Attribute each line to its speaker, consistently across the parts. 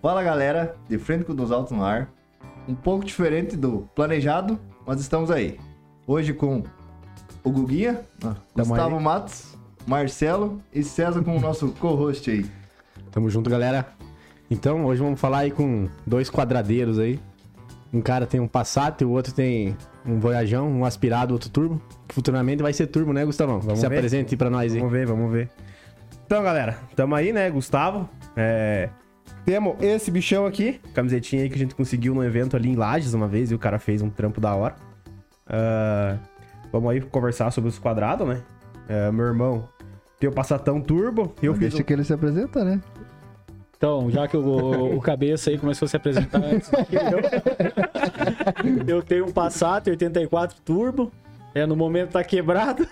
Speaker 1: Fala galera, de frente com os altos no ar. Um pouco diferente do planejado, mas estamos aí. Hoje com o Guguinha, ah,
Speaker 2: tamo
Speaker 1: Gustavo
Speaker 2: aí.
Speaker 1: Matos, Marcelo e César com o nosso co-host aí.
Speaker 2: Tamo junto, galera. Então, hoje vamos falar aí com dois quadradeiros aí. Um cara tem um Passat e o outro tem um Voyajão, um aspirado, outro turbo. Futuramente vai ser turbo, né, Gustavão?
Speaker 3: Vamos
Speaker 2: Se
Speaker 3: ver.
Speaker 2: apresente pra nós aí.
Speaker 3: Vamos ver, vamos ver. Então, galera, tamo aí, né, Gustavo? É, Temos esse bichão aqui, camisetinha aí que a gente conseguiu num evento ali em Lages uma vez e o cara fez um trampo da hora. Ah, vamos aí conversar sobre os quadrados, né? É, meu irmão tem o Passatão Turbo, eu fiz
Speaker 1: que ele se apresenta, né?
Speaker 4: Então, já que o, o cabeça aí começou a se apresentar antes do que eu, eu tenho um Passat 84 Turbo. É, no momento tá quebrado.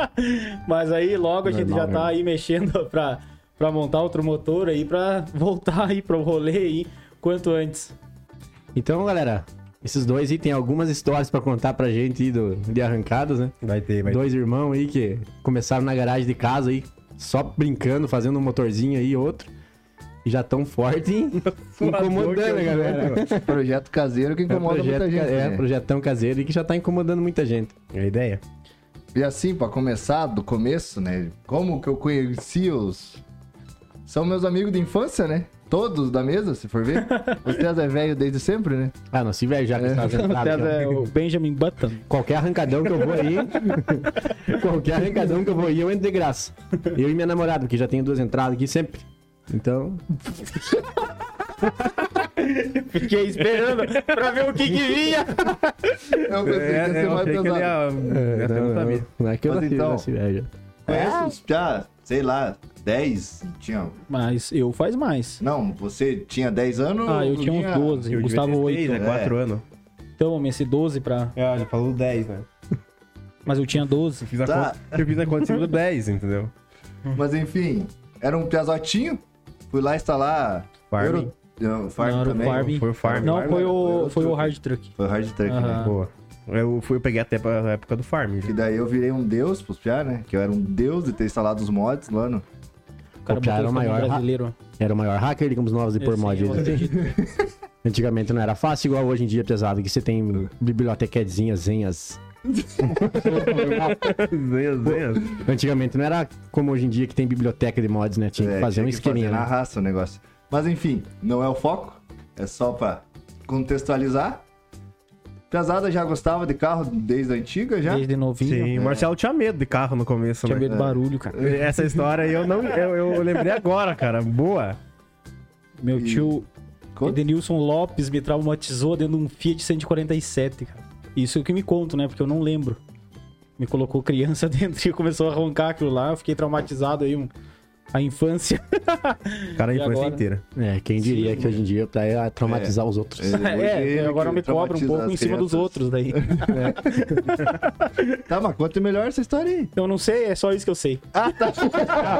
Speaker 4: Mas aí logo a gente já tá aí mexendo pra, pra montar outro motor aí pra voltar aí pro rolê aí quanto antes.
Speaker 2: Então, galera, esses dois aí tem algumas histórias pra contar pra gente aí do, de arrancadas, né?
Speaker 3: um... Vai ter, vai ter.
Speaker 2: Dois irmãos aí que começaram na garagem de casa aí, só brincando, fazendo um motorzinho aí, outro. E já tão forte, hein? incomodando, a né, galera.
Speaker 1: Projeto caseiro que
Speaker 2: É um
Speaker 1: né? incomoda
Speaker 2: projeto,
Speaker 1: muita gente.
Speaker 2: é,
Speaker 1: né?
Speaker 2: projetão caseiro e que já tá incomodando muita gente.
Speaker 3: É a ideia.
Speaker 1: E assim, pra começar do começo, né? Como que eu conheci os. São meus amigos de infância, né? Todos da mesa, se for ver. O César é velho desde sempre, né?
Speaker 2: Ah, não, se velho já que tá sentado.
Speaker 4: Aliás,
Speaker 2: já.
Speaker 4: é o Benjamin Button.
Speaker 2: Qualquer arrancadão que eu vou aí, qualquer arrancadão que eu vou aí, eu entro de graça. Eu e minha namorada, porque já tenho duas entradas aqui sempre. Então,
Speaker 4: Fiquei esperando pra ver o que que vinha.
Speaker 1: É, Eu
Speaker 3: É,
Speaker 1: pensei
Speaker 3: né,
Speaker 2: É,
Speaker 1: que ia ser mais pesado.
Speaker 2: né,
Speaker 3: ia ser muito amigo.
Speaker 2: não é que eu
Speaker 1: Mas
Speaker 2: nasci,
Speaker 1: então-
Speaker 2: nasci velho.
Speaker 4: É.
Speaker 1: Conheço os- já, sei lá, 10? Tinha...
Speaker 4: Mas eu faz mais.
Speaker 1: Não, você tinha 10 anos?
Speaker 4: Ah, eu tinha uns 12,
Speaker 3: Eu
Speaker 4: o
Speaker 3: devia ter
Speaker 4: Gustavo
Speaker 3: seis,
Speaker 4: 8.
Speaker 3: né? Quatro anos.
Speaker 4: Então, esse 12 pra.
Speaker 3: Ah, ele falou 10, né?
Speaker 4: Mas eu tinha 12.
Speaker 3: Fiz a
Speaker 1: Tá.
Speaker 3: conta, eu fiz a conta em cima do 10, entendeu?
Speaker 1: Mas enfim, era um piazotinho. Fui lá instalar.
Speaker 3: Farm.
Speaker 1: Euro- Não, farm
Speaker 4: Não, era o
Speaker 1: também.
Speaker 4: Farm.
Speaker 3: Foi o Farm.
Speaker 4: Não,
Speaker 1: Farm,
Speaker 4: foi
Speaker 1: né?
Speaker 4: o, foi o
Speaker 1: Outro.
Speaker 4: Hard Truck.
Speaker 1: Foi o hard track, né?
Speaker 4: Aham.
Speaker 3: Boa. Eu, fui, eu peguei até pra época do farm.
Speaker 1: Que daí eu virei um deus pros piá, né? Que eu era um deus de ter instalado os mods lá no.
Speaker 4: O cara
Speaker 2: Copiaram
Speaker 4: botou o
Speaker 2: o maior
Speaker 4: nome brasileiro.
Speaker 2: Era o maior hacker de Campos Novos e por
Speaker 4: Esse
Speaker 2: mod.
Speaker 4: eu acredito.
Speaker 2: Antigamente não era fácil, igual hoje em dia, pesado, que você tem bibliotequezinhas, zenhas.
Speaker 3: Zenha, zenha.
Speaker 2: Antigamente não era como hoje em dia que tem biblioteca de mods, né? Tinha que
Speaker 1: É,
Speaker 2: fazer
Speaker 1: tinha
Speaker 2: um
Speaker 1: que
Speaker 2: esqueminha.
Speaker 1: fazer na
Speaker 2: né?
Speaker 1: raça o negócio. Mas enfim, não é o foco. É só pra contextualizar. Pesada já gostava de carro desde a antiga já.
Speaker 4: Desde novinho.
Speaker 3: Sim, o Marcelo tinha medo de carro no começo,
Speaker 4: é. Tinha
Speaker 3: né?
Speaker 4: medo do barulho, cara.
Speaker 3: Essa história aí eu não. Eu, eu lembrei agora, cara. Boa.
Speaker 4: Meu tio
Speaker 1: Conta.
Speaker 4: Edenilson Lopes me traumatizou dentro de um Fiat 147, cara. Isso é o que me conto, né? Porque eu não lembro. Me colocou criança dentro e começou a roncar aquilo lá. Eu fiquei traumatizado aí um, a infância.
Speaker 3: Cara, a
Speaker 4: E
Speaker 3: infância
Speaker 4: agora?
Speaker 3: inteira.
Speaker 2: É, quem diria que hoje em dia tá aí a traumatizar os outros.
Speaker 1: É, hoje
Speaker 4: é,
Speaker 1: ele
Speaker 4: agora eu me cobro um
Speaker 1: traumatiza
Speaker 4: pouco
Speaker 1: as
Speaker 4: em cima dos
Speaker 1: crianças.
Speaker 4: outros daí.
Speaker 1: Tá, mas conta melhor essa história aí.
Speaker 4: Eu não sei, é só isso que eu sei.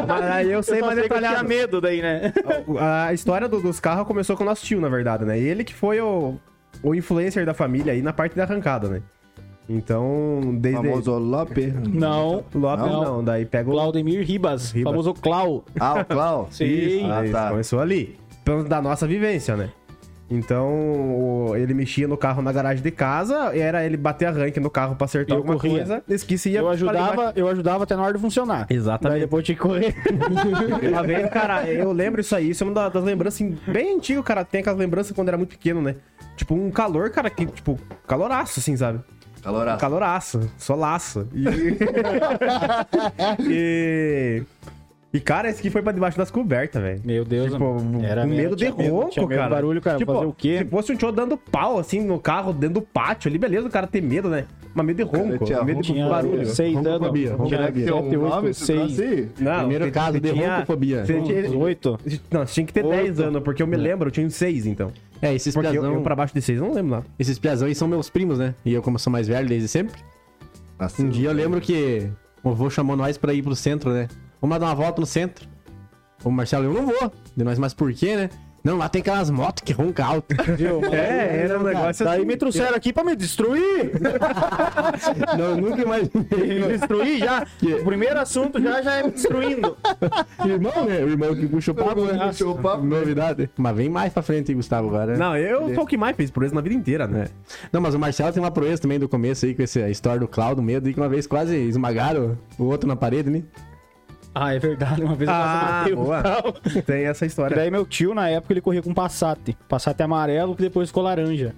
Speaker 3: Mas aí Ah, eu sei
Speaker 4: Só
Speaker 3: mais
Speaker 4: sei
Speaker 1: tá
Speaker 4: que Ah, eu tinha
Speaker 3: detalhado.
Speaker 4: medo daí, né?
Speaker 3: A história do- dos carros começou com o nosso tio, na verdade, né? Ele que foi o, o influencer da família aí na parte da arrancada, né? Então, desde.
Speaker 1: Famoso Lope.
Speaker 4: Não.
Speaker 3: Lopes não.
Speaker 4: Não.
Speaker 3: daí pega o.
Speaker 4: Claudemir Ribas,
Speaker 3: Ribas.
Speaker 4: famoso Clau.
Speaker 1: Ah, o Clau.
Speaker 4: Sim.
Speaker 1: Ah,
Speaker 3: Isso,
Speaker 1: tá.
Speaker 3: Começou ali. Pelo menos da nossa vivência, né? Então, o- ele mexia no carro na garagem de casa, era ele bater arranque no carro pra acertar
Speaker 4: Eu
Speaker 3: alguma
Speaker 4: corria.
Speaker 3: coisa, esquecia.
Speaker 4: Eu ajudava, eu ajudava até na hora de funcionar. Daí
Speaker 3: Exatamente.
Speaker 4: depois tinha que correr.
Speaker 3: Uma vez, cara, eu lembro isso aí, isso é uma da- das lembranças assim, bem antigas, cara. Tem aquelas lembranças quando era muito pequeno, né? Tipo, um calor, cara, que, tipo, caloraço, assim, sabe?
Speaker 1: Caloraço.
Speaker 3: Caloraço, só laço. E... e... e, cara, esse aqui foi pra debaixo das cobertas, velho.
Speaker 4: Meu Deus,
Speaker 3: Tipo,
Speaker 4: mano.
Speaker 3: com medo de
Speaker 4: tinha
Speaker 3: ronco,
Speaker 4: tinha medo do
Speaker 3: cara.
Speaker 4: barulho, cara.
Speaker 3: Tipo,
Speaker 4: fazer o
Speaker 3: Se
Speaker 4: quê?
Speaker 3: fosse um tio dando pau, assim, no carro, dentro do pátio ali, beleza, o cara ter medo, né? Mas medo de
Speaker 1: cara
Speaker 3: ronco,
Speaker 1: tinha
Speaker 3: medo de
Speaker 4: Tinha
Speaker 3: barulho.
Speaker 4: seis
Speaker 2: Ronco
Speaker 4: anos.
Speaker 2: fobia, ronco
Speaker 4: Tinha
Speaker 1: Será que tem
Speaker 4: sete,
Speaker 1: um nome
Speaker 4: oito,
Speaker 1: esse troço
Speaker 4: seis.
Speaker 1: aí?
Speaker 3: Não,
Speaker 2: Primeiro
Speaker 3: você-
Speaker 2: caso
Speaker 3: você
Speaker 2: de
Speaker 3: tinha-
Speaker 2: roncofobia.
Speaker 3: você tinha-
Speaker 4: uns Oito.
Speaker 3: Não, você tinha que ter
Speaker 4: Oito.
Speaker 3: 10 anos, porque eu
Speaker 4: É.
Speaker 3: me lembro, eu tinha uns 6, então.
Speaker 2: É, esses
Speaker 3: Porque eu,
Speaker 2: piazão,
Speaker 3: eu pra baixo de 6, eu não lembro nada.
Speaker 2: esses piazão aí são meus primos, né? E eu, como sou mais velho desde sempre,
Speaker 1: Nossa,
Speaker 2: um dia eu lembro que o avô chamou nós pra ir pro centro, né? Vamos dar uma volta no centro. O Marcelo, eu não vou. De nós, mas por quê, né? Não, lá tem aquelas motos que ronca alto.
Speaker 4: Viu?
Speaker 3: É, era um negócio
Speaker 4: Daí me trouxeram aqui pra me destruir!
Speaker 2: não, eu nunca imaginei.
Speaker 4: Me destruir já! O primeiro assunto já, já é me destruindo.
Speaker 2: Irmão, né? O irmão que puxa o papo, né?
Speaker 1: Puxou o papo.
Speaker 2: Novidade. Mas vem mais pra frente, Gustavo, agora. né?
Speaker 3: Não, eu sou o que mais fez proeza na vida inteira, né?
Speaker 2: É. Não, mas o Marcelo tem uma proeza também do começo aí, com essa história do Cláudio Medo, aí que uma vez quase esmagaram o outro na parede, né?
Speaker 4: Ah, é verdade, uma vez eu
Speaker 3: Ah,
Speaker 4: quase matei o
Speaker 3: boa.
Speaker 4: tal.
Speaker 3: Tem essa
Speaker 4: E
Speaker 3: história.
Speaker 4: Daí meu tio, na época, ele corria com Passat. Passat amarelo, que depois ficou laranja.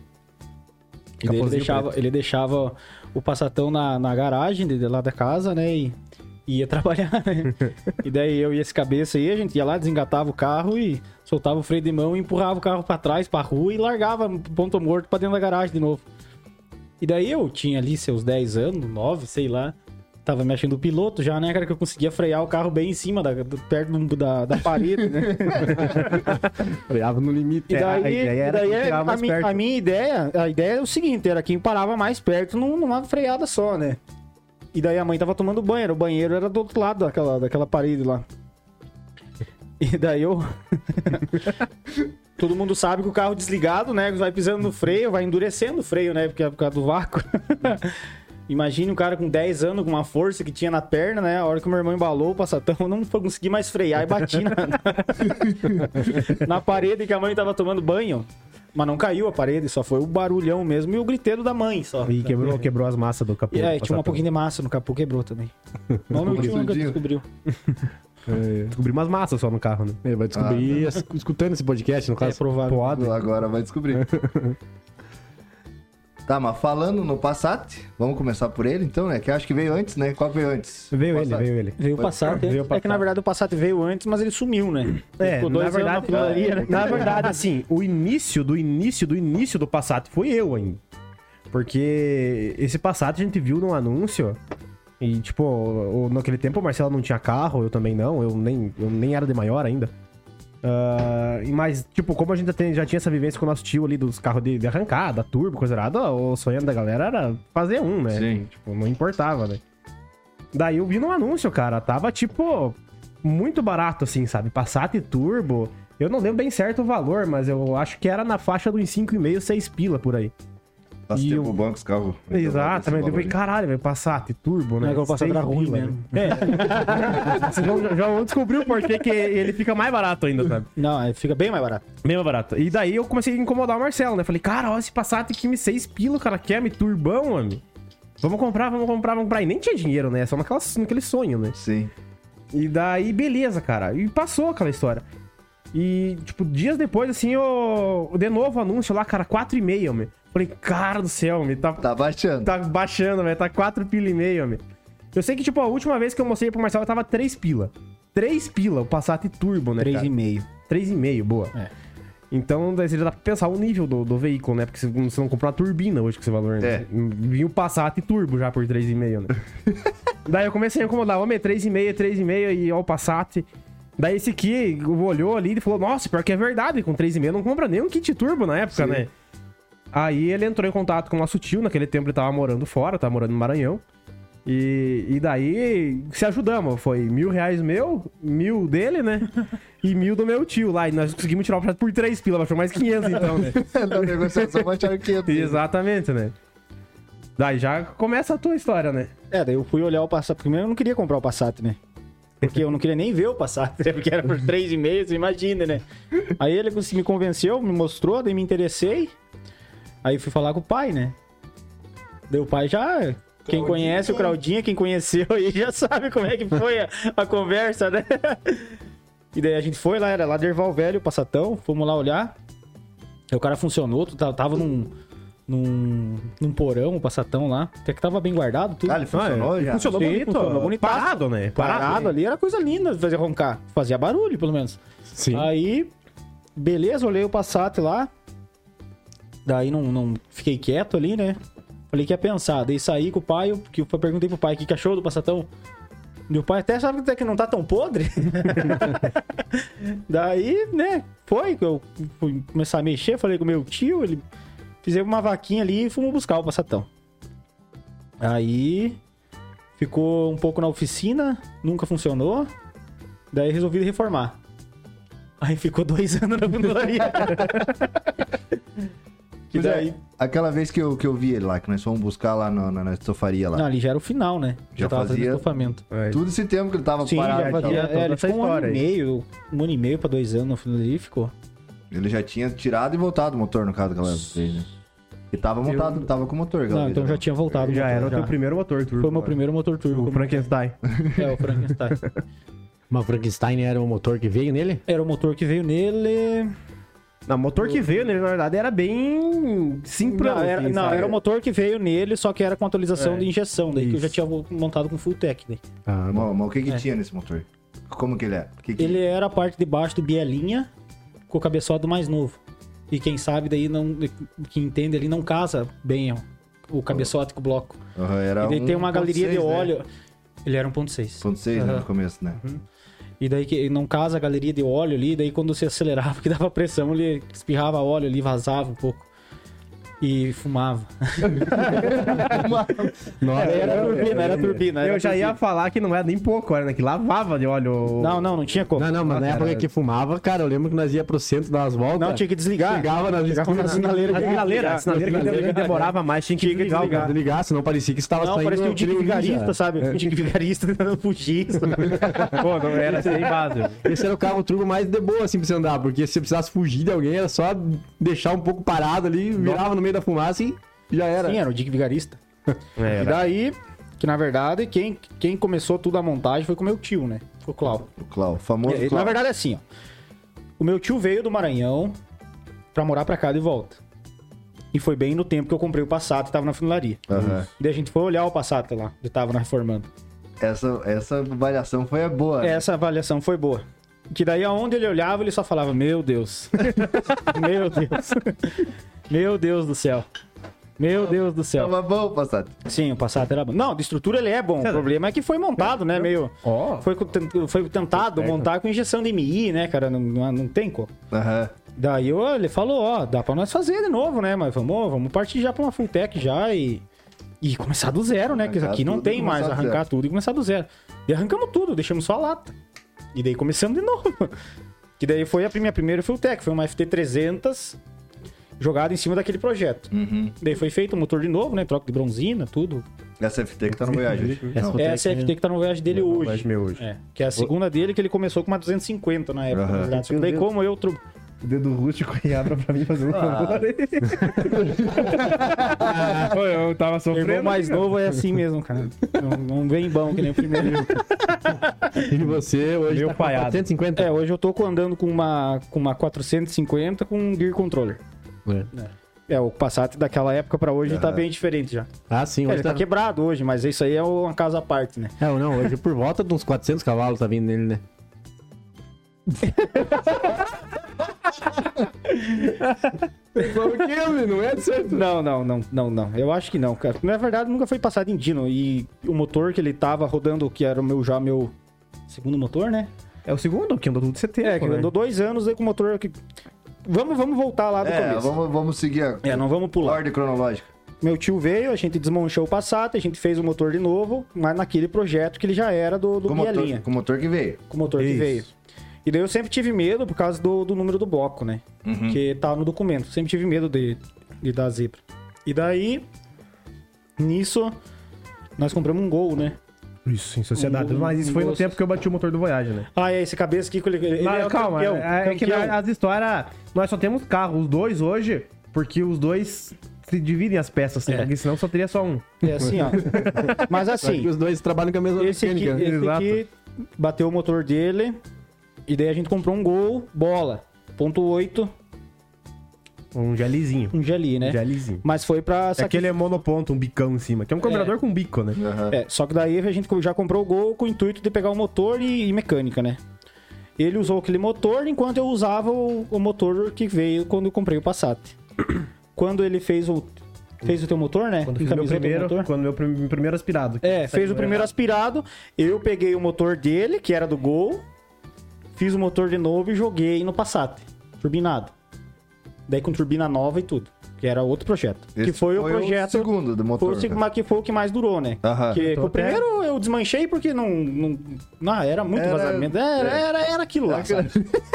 Speaker 4: E daí ele
Speaker 3: Capozinho
Speaker 4: deixava, ele deixava o Passatão na, na garagem de, de lá da casa, né? E e ia trabalhar, né? e daí eu e esse cabeça aí, a gente ia lá, desengatava o carro e soltava o freio de mão e empurrava o carro pra trás, pra rua e largava ponto morto pra dentro da garagem de novo. E daí eu tinha ali seus 10 anos, 9, sei lá. Tava me achando piloto já, né, cara? Que eu conseguia frear o carro bem em cima, da, do- perto do- da, da parede, né?
Speaker 2: Freava "Ah, no limite.
Speaker 4: E
Speaker 3: É, a
Speaker 4: daí,
Speaker 3: ideia era
Speaker 4: daí
Speaker 3: quem chegava
Speaker 4: a,
Speaker 3: mais
Speaker 4: mi-
Speaker 3: perto.
Speaker 4: a minha ideia, a ideia é o seguinte, era quem parava mais perto num- numa freada só, né? E daí a mãe tava tomando banho, o banheiro era do outro lado daquela, daquela parede lá. E daí eu. Todo mundo sabe que o carro desligado, né? Vai pisando no freio, vai endurecendo o freio, né? Porque é por causa do vácuo. Imagine um cara com 10 anos, com uma força que tinha na perna, né? A hora que o meu irmão embalou o passatão, eu não consegui mais frear e bati na, na parede que a mãe tava tomando banho. Mas não caiu a parede, só foi o barulhão mesmo e o griteiro da mãe só.
Speaker 3: E quebrou, quebrou as massas do capô.
Speaker 4: E aí,
Speaker 3: do
Speaker 4: tinha um
Speaker 3: passatão.
Speaker 4: pouquinho de massa no capô, quebrou também. Mas meu tio nunca
Speaker 1: Sudinho.
Speaker 4: descobriu.
Speaker 2: É,
Speaker 3: Descobri umas massas só no carro, né?
Speaker 2: Ele vai descobrir
Speaker 4: Ah,
Speaker 2: as- escutando esse podcast, no
Speaker 4: É
Speaker 2: caso.
Speaker 4: provável.
Speaker 3: Pode.
Speaker 1: Agora vai descobrir. tá, mas falando no Passat, vamos começar por ele então, né? Que acho que veio antes, né? Qual que veio antes?
Speaker 3: Veio ele,
Speaker 1: Passat.
Speaker 3: veio ele.
Speaker 4: Veio o Passat.
Speaker 3: Veio o
Speaker 4: antes. É que
Speaker 3: Passat.
Speaker 4: na verdade o Passat veio antes, mas ele sumiu, né? Ele
Speaker 3: É,
Speaker 4: ficou
Speaker 3: na
Speaker 4: dois anos
Speaker 3: verdade, é,
Speaker 4: na filaria, né?
Speaker 3: Na verdade, assim, o início do início do início do Passat foi eu ainda. Porque esse Passat a gente viu num anúncio. E, tipo, o- o- naquele tempo o Marcelo não tinha carro, eu também não, eu nem, eu nem era de maior ainda. Ah, e mas, tipo, como a gente já, tem- já tinha essa vivência com o nosso tio ali dos carros de, de arrancada, turbo, coisa errada, o sonho da galera era fazer um, né?
Speaker 1: Sim.
Speaker 3: Tipo, não importava, né? Daí eu vi no anúncio, cara, tava tipo muito barato assim, sabe? Passat e turbo. Eu não lembro bem certo o valor, mas eu acho que era na faixa dos 5,5, 6 pila por aí.
Speaker 1: Faz
Speaker 3: E
Speaker 1: tempo
Speaker 3: o-
Speaker 1: o é banco, os carros.
Speaker 3: Exatamente. Eu falei,
Speaker 1: Então,
Speaker 3: caralho, velho, Passat e turbo, né?
Speaker 4: É que o Passat
Speaker 3: Seis
Speaker 4: era ruim
Speaker 3: pila,
Speaker 4: mesmo.
Speaker 3: né? É. Vocês vão- já, vão descobrir o porquê que ele fica mais barato ainda, sabe?
Speaker 4: Não, é, fica bem mais barato.
Speaker 3: Mesmo barato. E daí eu comecei a incomodar o Marcelo, né? Falei, cara, olha esse Passat aqui, me 6 pila, cara, quer me turbão, homem. Vamos comprar, vamos comprar, vamos comprar. E nem tinha dinheiro, né? Só naquela, naquele sonho, né?
Speaker 1: Sim.
Speaker 3: E daí, beleza, cara. E passou aquela história. E, tipo, dias depois, assim, eu. De novo, anúncio lá, cara, 4,5, meu. Falei, cara do céu, meu. Tá,
Speaker 1: Tá baixando.
Speaker 3: tá baixando, velho. Tá 4 pila e meio, meu. Eu sei que, tipo, a última vez que eu mostrei pro Marcelo tava 3 pila. 3 pila, o Passat Turbo, né? cara?
Speaker 4: 3,5.
Speaker 3: 3,5, boa.
Speaker 4: É.
Speaker 3: Então, daí você já dá pra pensar o nível do, do veículo, né? Porque você, você não comprou uma turbina hoje com esse valor, né?
Speaker 1: É.
Speaker 3: Vinha o Passat e Turbo já por 3,5, né? daí eu comecei a incomodar, homem, é 3,5, é 3,5 e ó o Passat. Daí esse aqui olhou ali e falou, nossa, pior que é verdade, com 3,5 não compra nem um kit turbo na época,
Speaker 1: Sim.
Speaker 3: né? Aí ele entrou em contato com o nosso tio, naquele tempo ele tava morando fora, tava morando no Maranhão. E, e daí se ajudamos. Foi mil reais meu, mil dele, né? E mil do meu tio lá. E nós conseguimos tirar o projeto por três pila, baixou mais 500 então, né?
Speaker 1: Na negociação baixaram 500.
Speaker 3: Exatamente, né? Daí já começa a tua história, né?
Speaker 4: É, daí eu fui olhar o Passat. Primeiro eu não queria comprar o Passat, né? Porque eu não queria nem ver o Passat, né? Porque era por 3,5, você imagina, né? Aí ele cons- me convenceu, me mostrou, daí me interessei. Aí fui falar com o pai, né? Daí o pai já. Quem conhece o Claudinha, quem conheceu aí já sabe como é que foi a, a conversa, né? E daí a gente foi lá, era lá Derval Velho, o Passatão, fomos lá olhar. Aí o cara funcionou, tu ta- tava num, num, num porão, o Passatão lá. Até que tava bem guardado, tudo.
Speaker 1: Ah, ele funcionou
Speaker 3: Ah,
Speaker 1: já?
Speaker 3: Funcionou
Speaker 4: Sim,
Speaker 3: bonito.
Speaker 4: funcionou bonitaço.
Speaker 3: Parado, né?
Speaker 4: parado, ali era coisa linda de fazer roncar. Fazia barulho, pelo menos.
Speaker 2: Sim.
Speaker 4: Aí, beleza, olhei o Passat lá. Daí não, não fiquei quieto ali, né? Falei que ia pensar. Daí saí com o pai, eu- que eu perguntei pro pai o que que achou do Passatão. Meu pai até sabe até que não tá tão podre. Daí, né, foi que eu fui começar a mexer, falei com meu tio, ele fizemos uma vaquinha ali e fomos buscar o Passatão. Aí ficou um pouco na oficina, nunca funcionou. Daí resolvi reformar. Aí ficou dois anos na fundaria. que
Speaker 1: Pois é,
Speaker 4: daí...
Speaker 1: Aquela vez que eu, que eu vi ele lá, que nós fomos buscar lá na, na, na estofaria lá.
Speaker 4: Não, ali já era o final, né? Já,
Speaker 1: Já
Speaker 4: tava
Speaker 1: fazia-
Speaker 4: fazendo estofamento.
Speaker 3: É,
Speaker 1: Tudo esse tempo que ele tava
Speaker 4: Sim,
Speaker 1: parado.
Speaker 4: já
Speaker 1: e
Speaker 3: fazia-
Speaker 1: tal.
Speaker 4: fazia.
Speaker 3: toda
Speaker 4: É, ele
Speaker 3: essa
Speaker 4: ficou um ano
Speaker 3: história
Speaker 4: e
Speaker 3: aí.
Speaker 4: meio, um ano e meio pra dois anos na fundaria e ficou.
Speaker 1: Ele já tinha tirado e voltado o motor, no caso, daquela vez, né? E tava montado, tava com o motor, né? galera.
Speaker 4: Não, então já tinha voltado. o
Speaker 3: Já
Speaker 4: motor,
Speaker 3: era o teu primeiro motor turbo.
Speaker 4: Foi o meu primeiro motor turbo.
Speaker 3: O
Speaker 4: como-
Speaker 3: Frankenstein.
Speaker 4: É, o Frankenstein.
Speaker 2: Mas o Frankenstein era o motor que veio nele?
Speaker 4: Era o motor que veio nele.
Speaker 3: Não, o motor que veio nele, na verdade, era bem assim, simples.
Speaker 4: não, era, não, era o motor que veio nele, só que era com atualização
Speaker 3: É.
Speaker 4: de injeção, daí que eu já
Speaker 3: Isso.
Speaker 4: tinha montado com full tech. Daí.
Speaker 2: Ah,
Speaker 1: Mas, mas o que que
Speaker 4: É.
Speaker 1: tinha nesse motor? Como que ele é? O que que-
Speaker 4: Ele era a parte de baixo do bielinha com o cabeçodo mais novo. E quem sabe daí não. Que entende ali não casa bem ó, o cabeçote com o bloco.
Speaker 1: Aham, era
Speaker 4: e daí é- tem uma galeria de
Speaker 1: 1.6, né?
Speaker 4: óleo. Ele era 1.6.
Speaker 1: 1.6 né,
Speaker 4: Aham. Uhum.
Speaker 1: no começo, né?
Speaker 4: E daí que não casa a galeria de óleo ali, daí quando você acelerava que dava pressão, ele espirrava óleo ali, vazava um pouco. E fumava.
Speaker 2: Nossa,
Speaker 4: É, Era turbina, né? era turbina.
Speaker 3: É, Eu já ia falar que não era nem pouco, era né? que lavava de óleo.
Speaker 4: Não, não, não tinha como.
Speaker 2: Não, não, mas na
Speaker 3: Nossa,
Speaker 2: época
Speaker 3: era-
Speaker 2: que fumava, cara, eu lembro que nós ia pro centro dar umas voltas.
Speaker 4: Não, tinha que desligar.
Speaker 2: Chegava assim, nas
Speaker 4: Chegava na né?
Speaker 2: esquinas,
Speaker 4: sinaleira.
Speaker 3: A sinaleira, a sinaleira que
Speaker 2: Sinaleira.
Speaker 3: demorava mais, É, tinha que
Speaker 4: Tinha que
Speaker 3: ligar o
Speaker 4: desligar.
Speaker 3: gás.
Speaker 2: Desligar, senão parecia que estava
Speaker 4: Não, parecia um
Speaker 2: que
Speaker 4: tique vigarista, sabe?
Speaker 3: É.
Speaker 4: Um tique vigarista tentando fugir. sabe?
Speaker 3: Pô, não era sem base.
Speaker 2: Esse era o carro turbo mais de boa, assim, pra você andar, porque se você precisasse fugir de alguém, era só deixar um pouco parado ali, virava no meio da fumaça e já era.
Speaker 4: Sim, é. era um tique vigarista. E
Speaker 3: Era.
Speaker 4: daí, que na verdade, quem, quem começou tudo a montagem foi com o meu tio, né? Foi o Clau.
Speaker 1: O Clau, o famoso
Speaker 4: É,
Speaker 1: Clau.
Speaker 4: Na verdade é assim, ó. O meu tio veio do Maranhão pra morar pra cá de volta. E foi bem no tempo que eu comprei o Passat e tava na funilaria.
Speaker 1: Aham.
Speaker 4: E daí a gente foi olhar o Passat lá, ele tava na reformando.
Speaker 1: Essa, essa avaliação foi a boa. né?
Speaker 4: Essa avaliação foi boa. Que daí aonde ele olhava, ele só falava, meu Deus. meu Deus. meu Deus do céu. Meu Deus do céu.
Speaker 1: Tava bom, passado.
Speaker 4: Sim, o Passat era bom. Não, de estrutura ele é bom. O problema é que foi montado, né? Meio.
Speaker 3: Ó.
Speaker 4: Foi, co- tent- foi tentado montar com injeção de MI, né, cara? Não, não não tem como.
Speaker 1: Aham.
Speaker 4: Daí ó, ele falou, ó, dá pra nós fazer de novo, né? Mas vamos, vamos partir já pra uma full tech já e, e começar do zero, né? Que isso
Speaker 1: Arrancar
Speaker 4: aqui não
Speaker 1: tudo e
Speaker 4: tem
Speaker 1: começar
Speaker 4: mais,
Speaker 1: do
Speaker 4: arrancar
Speaker 1: zero.
Speaker 4: tudo e começar do zero. E arrancamos tudo, deixamos só a lata. E daí começamos de novo. Que daí foi a minha primeira full tech, foi uma FT300 jogada em cima daquele projeto.
Speaker 1: Uhum.
Speaker 4: Daí foi feito o motor de novo, né? Troca de bronzina, tudo.
Speaker 1: Essa FT que tá no Voyage.
Speaker 2: Essa
Speaker 1: Não.
Speaker 2: foi-
Speaker 4: É essa FT que tá no viagem dele hoje.
Speaker 3: Mas meu hoje.
Speaker 4: É, que é a segunda dele que ele começou com uma 250 na época.
Speaker 1: Aham.
Speaker 4: na verdade. Só que Daí
Speaker 3: Meu Deus.
Speaker 4: como eu... tro-
Speaker 3: O dedo rústico aí abra pra mim fazer um favor. Pô, eu tava
Speaker 4: O irmão
Speaker 3: sofrendo.
Speaker 1: né,
Speaker 4: mais novo é assim mesmo, cara. Não, não vem bom que nem o primeiro.
Speaker 2: E você hoje
Speaker 3: Meu
Speaker 2: tá com
Speaker 3: paiado.
Speaker 2: 450.
Speaker 4: É, hoje eu tô com- andando com uma, com uma 450 com um gear controller. É, o Passat daquela época pra hoje tá
Speaker 1: Aham.
Speaker 4: bem diferente já.
Speaker 2: Ah, sim,
Speaker 4: É,
Speaker 2: hoje
Speaker 4: ele
Speaker 2: tá...
Speaker 4: tá quebrado hoje, mas isso aí é uma casa à parte, né?
Speaker 2: É, ou não, hoje por volta de uns 400 cavalos tá vindo nele, né? não é certo.
Speaker 4: Não, não, não, não, não. Eu acho que não, cara. Na verdade, nunca foi passado em Dino. E o motor que ele tava rodando, que era o meu já meu segundo motor, né?
Speaker 3: É o segundo, que andou tudo né? CT.
Speaker 4: É, que ele andou dois anos aí com o motor que. Vamos, vamos voltar lá do
Speaker 1: É,
Speaker 4: começo.
Speaker 1: vamos, vamos seguir a
Speaker 4: É, não vamos pular.
Speaker 1: ordem cronológica.
Speaker 4: Meu tio veio, a gente desmanchou o Passat, a gente fez o motor de novo, mas naquele projeto que ele já era do, do
Speaker 1: Com o
Speaker 4: Bielinha,
Speaker 1: motor, com o motor que veio.
Speaker 4: com o motor que
Speaker 3: Isso.
Speaker 4: veio. E daí eu sempre tive medo por causa do, do número do bloco, né?
Speaker 1: Uhum.
Speaker 4: Que tá no documento. Sempre tive medo de, de dar zebra. E daí, nisso, nós compramos um Gol, né?
Speaker 3: Isso, em sociedade. Mas isso foi no tempo que eu bati o motor do Voyage, né?
Speaker 4: Ah, é, esse cabeça aqui... Ele, ele
Speaker 3: Mas,
Speaker 4: o
Speaker 3: calma,
Speaker 4: campeão,
Speaker 3: é, é que
Speaker 4: campeão.
Speaker 3: na- as histórias. Nós só temos carro, os dois hoje, porque os dois se dividem as peças, né?
Speaker 4: É.
Speaker 3: porque senão só teria só um.
Speaker 4: É assim, ó. Mas assim...
Speaker 2: Os dois trabalham com a mesma
Speaker 4: Esse aqui,
Speaker 2: mecânica.
Speaker 4: esse
Speaker 3: exato.
Speaker 4: aqui bateu o motor dele. E daí a gente comprou um gol, bola. Ponto 8,
Speaker 3: Um jalizinho.
Speaker 4: um GLI,
Speaker 3: Um
Speaker 4: né?
Speaker 3: jalizinho.
Speaker 4: Mas foi pra
Speaker 3: É
Speaker 4: saque-
Speaker 3: aquele é monoponto, um bicão em cima. Que é um cobrador com bico, né?
Speaker 1: Aham.
Speaker 4: É, só que daí a gente já comprou o gol com o intuito de pegar o motor e, e mecânica, né? Ele usou aquele motor enquanto eu usava o, o motor que veio quando eu comprei o Passat. quando ele fez o. Fez o teu motor, né?
Speaker 3: Quando fiz meu
Speaker 4: Encamisou o teu
Speaker 3: primeiro,
Speaker 4: motor.
Speaker 3: quando meu prim- primeiro aspirado. Tá
Speaker 4: É, fez o primeiro aspirado, eu peguei o motor dele, que era do Gol, fiz o motor de novo e joguei no Passat, turbinado. Daí com turbina nova e tudo. que era outro projeto.
Speaker 1: Esse
Speaker 4: que foi, o projeto.
Speaker 1: segundo do motor.
Speaker 4: foi o, seg-
Speaker 1: né?
Speaker 4: mas que foi o que mais durou, né?
Speaker 1: Aham.
Speaker 4: Que,
Speaker 2: Então
Speaker 4: que o
Speaker 3: até-
Speaker 4: primeiro eu desmanchei porque não. não, não era muito
Speaker 1: Era-
Speaker 4: vazamento. Era,
Speaker 1: é.
Speaker 4: era, era aquilo lá. sabe?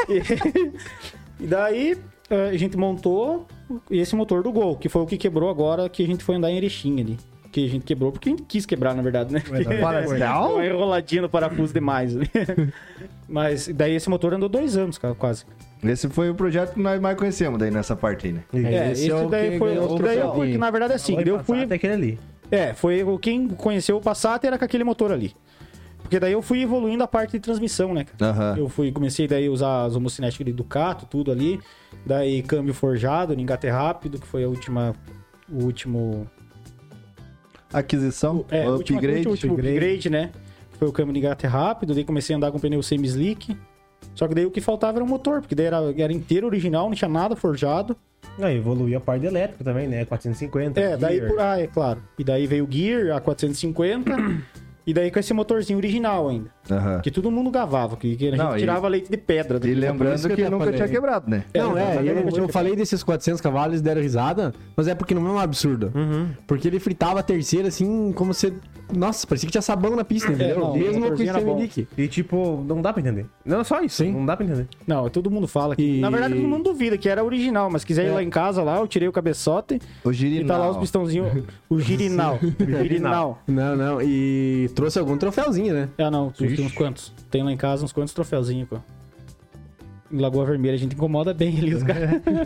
Speaker 4: E, e daí eh, a gente montou esse motor do Gol, que foi o que quebrou agora que a gente foi andar em Erechim ali. Que a gente quebrou porque a gente quis quebrar, na verdade, né? Porque
Speaker 2: é
Speaker 1: Parastal?
Speaker 4: deu uma enroladinha no parafuso demais ali. Mas daí esse motor andou dois anos, cara, quase.
Speaker 1: Esse foi o projeto que nós mais conhecemos daí nessa parte aí, né?
Speaker 4: É,
Speaker 2: Esse
Speaker 4: esse,
Speaker 2: é o que
Speaker 4: daí foi
Speaker 2: ganhou o
Speaker 4: o daí
Speaker 2: troféu
Speaker 4: foi
Speaker 2: de-
Speaker 4: que, na verdade, é assim, daí eu fui
Speaker 3: Até aquele ali.
Speaker 4: é, foi o- quem conheceu o Passat era com aquele motor ali. Porque daí eu fui evoluindo a parte de transmissão, né, cara?
Speaker 1: Aham.
Speaker 4: Eu fui, comecei daí a usar as homocinéticas de Ducato, tudo ali. Daí câmbio forjado, engate rápido, que foi a última... O último...
Speaker 1: Aquisição,
Speaker 4: É, o último-
Speaker 1: upgrade.
Speaker 4: o último upgrade, né? Foi o câmbio de engate rápido, daí comecei a andar com pneu semi-slick. Só que daí o que faltava era o motor, porque daí era, era inteiro original, não tinha nada forjado.
Speaker 3: Não, evoluiu a parte elétrica também, né? 450.
Speaker 4: É, daí
Speaker 3: gear.
Speaker 4: por. Ah, é claro. E daí veio o Gear, a 450. e daí com esse motorzinho original ainda.
Speaker 1: Aham.
Speaker 4: Que todo mundo gavava, que que a gente
Speaker 1: Não, e- é
Speaker 4: tirava leite de pedra.
Speaker 1: E
Speaker 4: daquele
Speaker 1: lembrando
Speaker 2: isso
Speaker 1: que,
Speaker 2: que eu
Speaker 1: nunca
Speaker 2: falei.
Speaker 1: tinha quebrado, né?
Speaker 2: Não, é,
Speaker 4: exatamente.
Speaker 2: eu, eu falei desses 400 cavalos e deram risada, mas é porque não é um absurdo.
Speaker 4: Uhum.
Speaker 2: Porque ele fritava a terceira assim, como se. Nossa, parecia que tinha sabão na pista, entendeu?
Speaker 4: É, não,
Speaker 2: Mesmo com o
Speaker 4: motorzinho era bom.
Speaker 2: Stemnick.
Speaker 3: E tipo, não dá pra entender. Não, é só isso.
Speaker 2: Sim.
Speaker 3: Não dá pra entender.
Speaker 4: Não, todo mundo fala. Que...
Speaker 2: E-
Speaker 4: Na verdade, todo mundo duvida que era original, mas quiser ir lá em casa, lá, eu tirei o cabeçote
Speaker 1: O
Speaker 4: e tá lá
Speaker 1: girinal.
Speaker 4: os pistãozinhos. O girinal. o girinal.
Speaker 2: Não, não, e trouxe algum troféuzinho, né?
Speaker 4: Ah, não, tem uns quantos. Tem lá em casa uns quantos troféuzinhos, pô. Em Lagoa Vermelha, a gente incomoda bem ali os caras.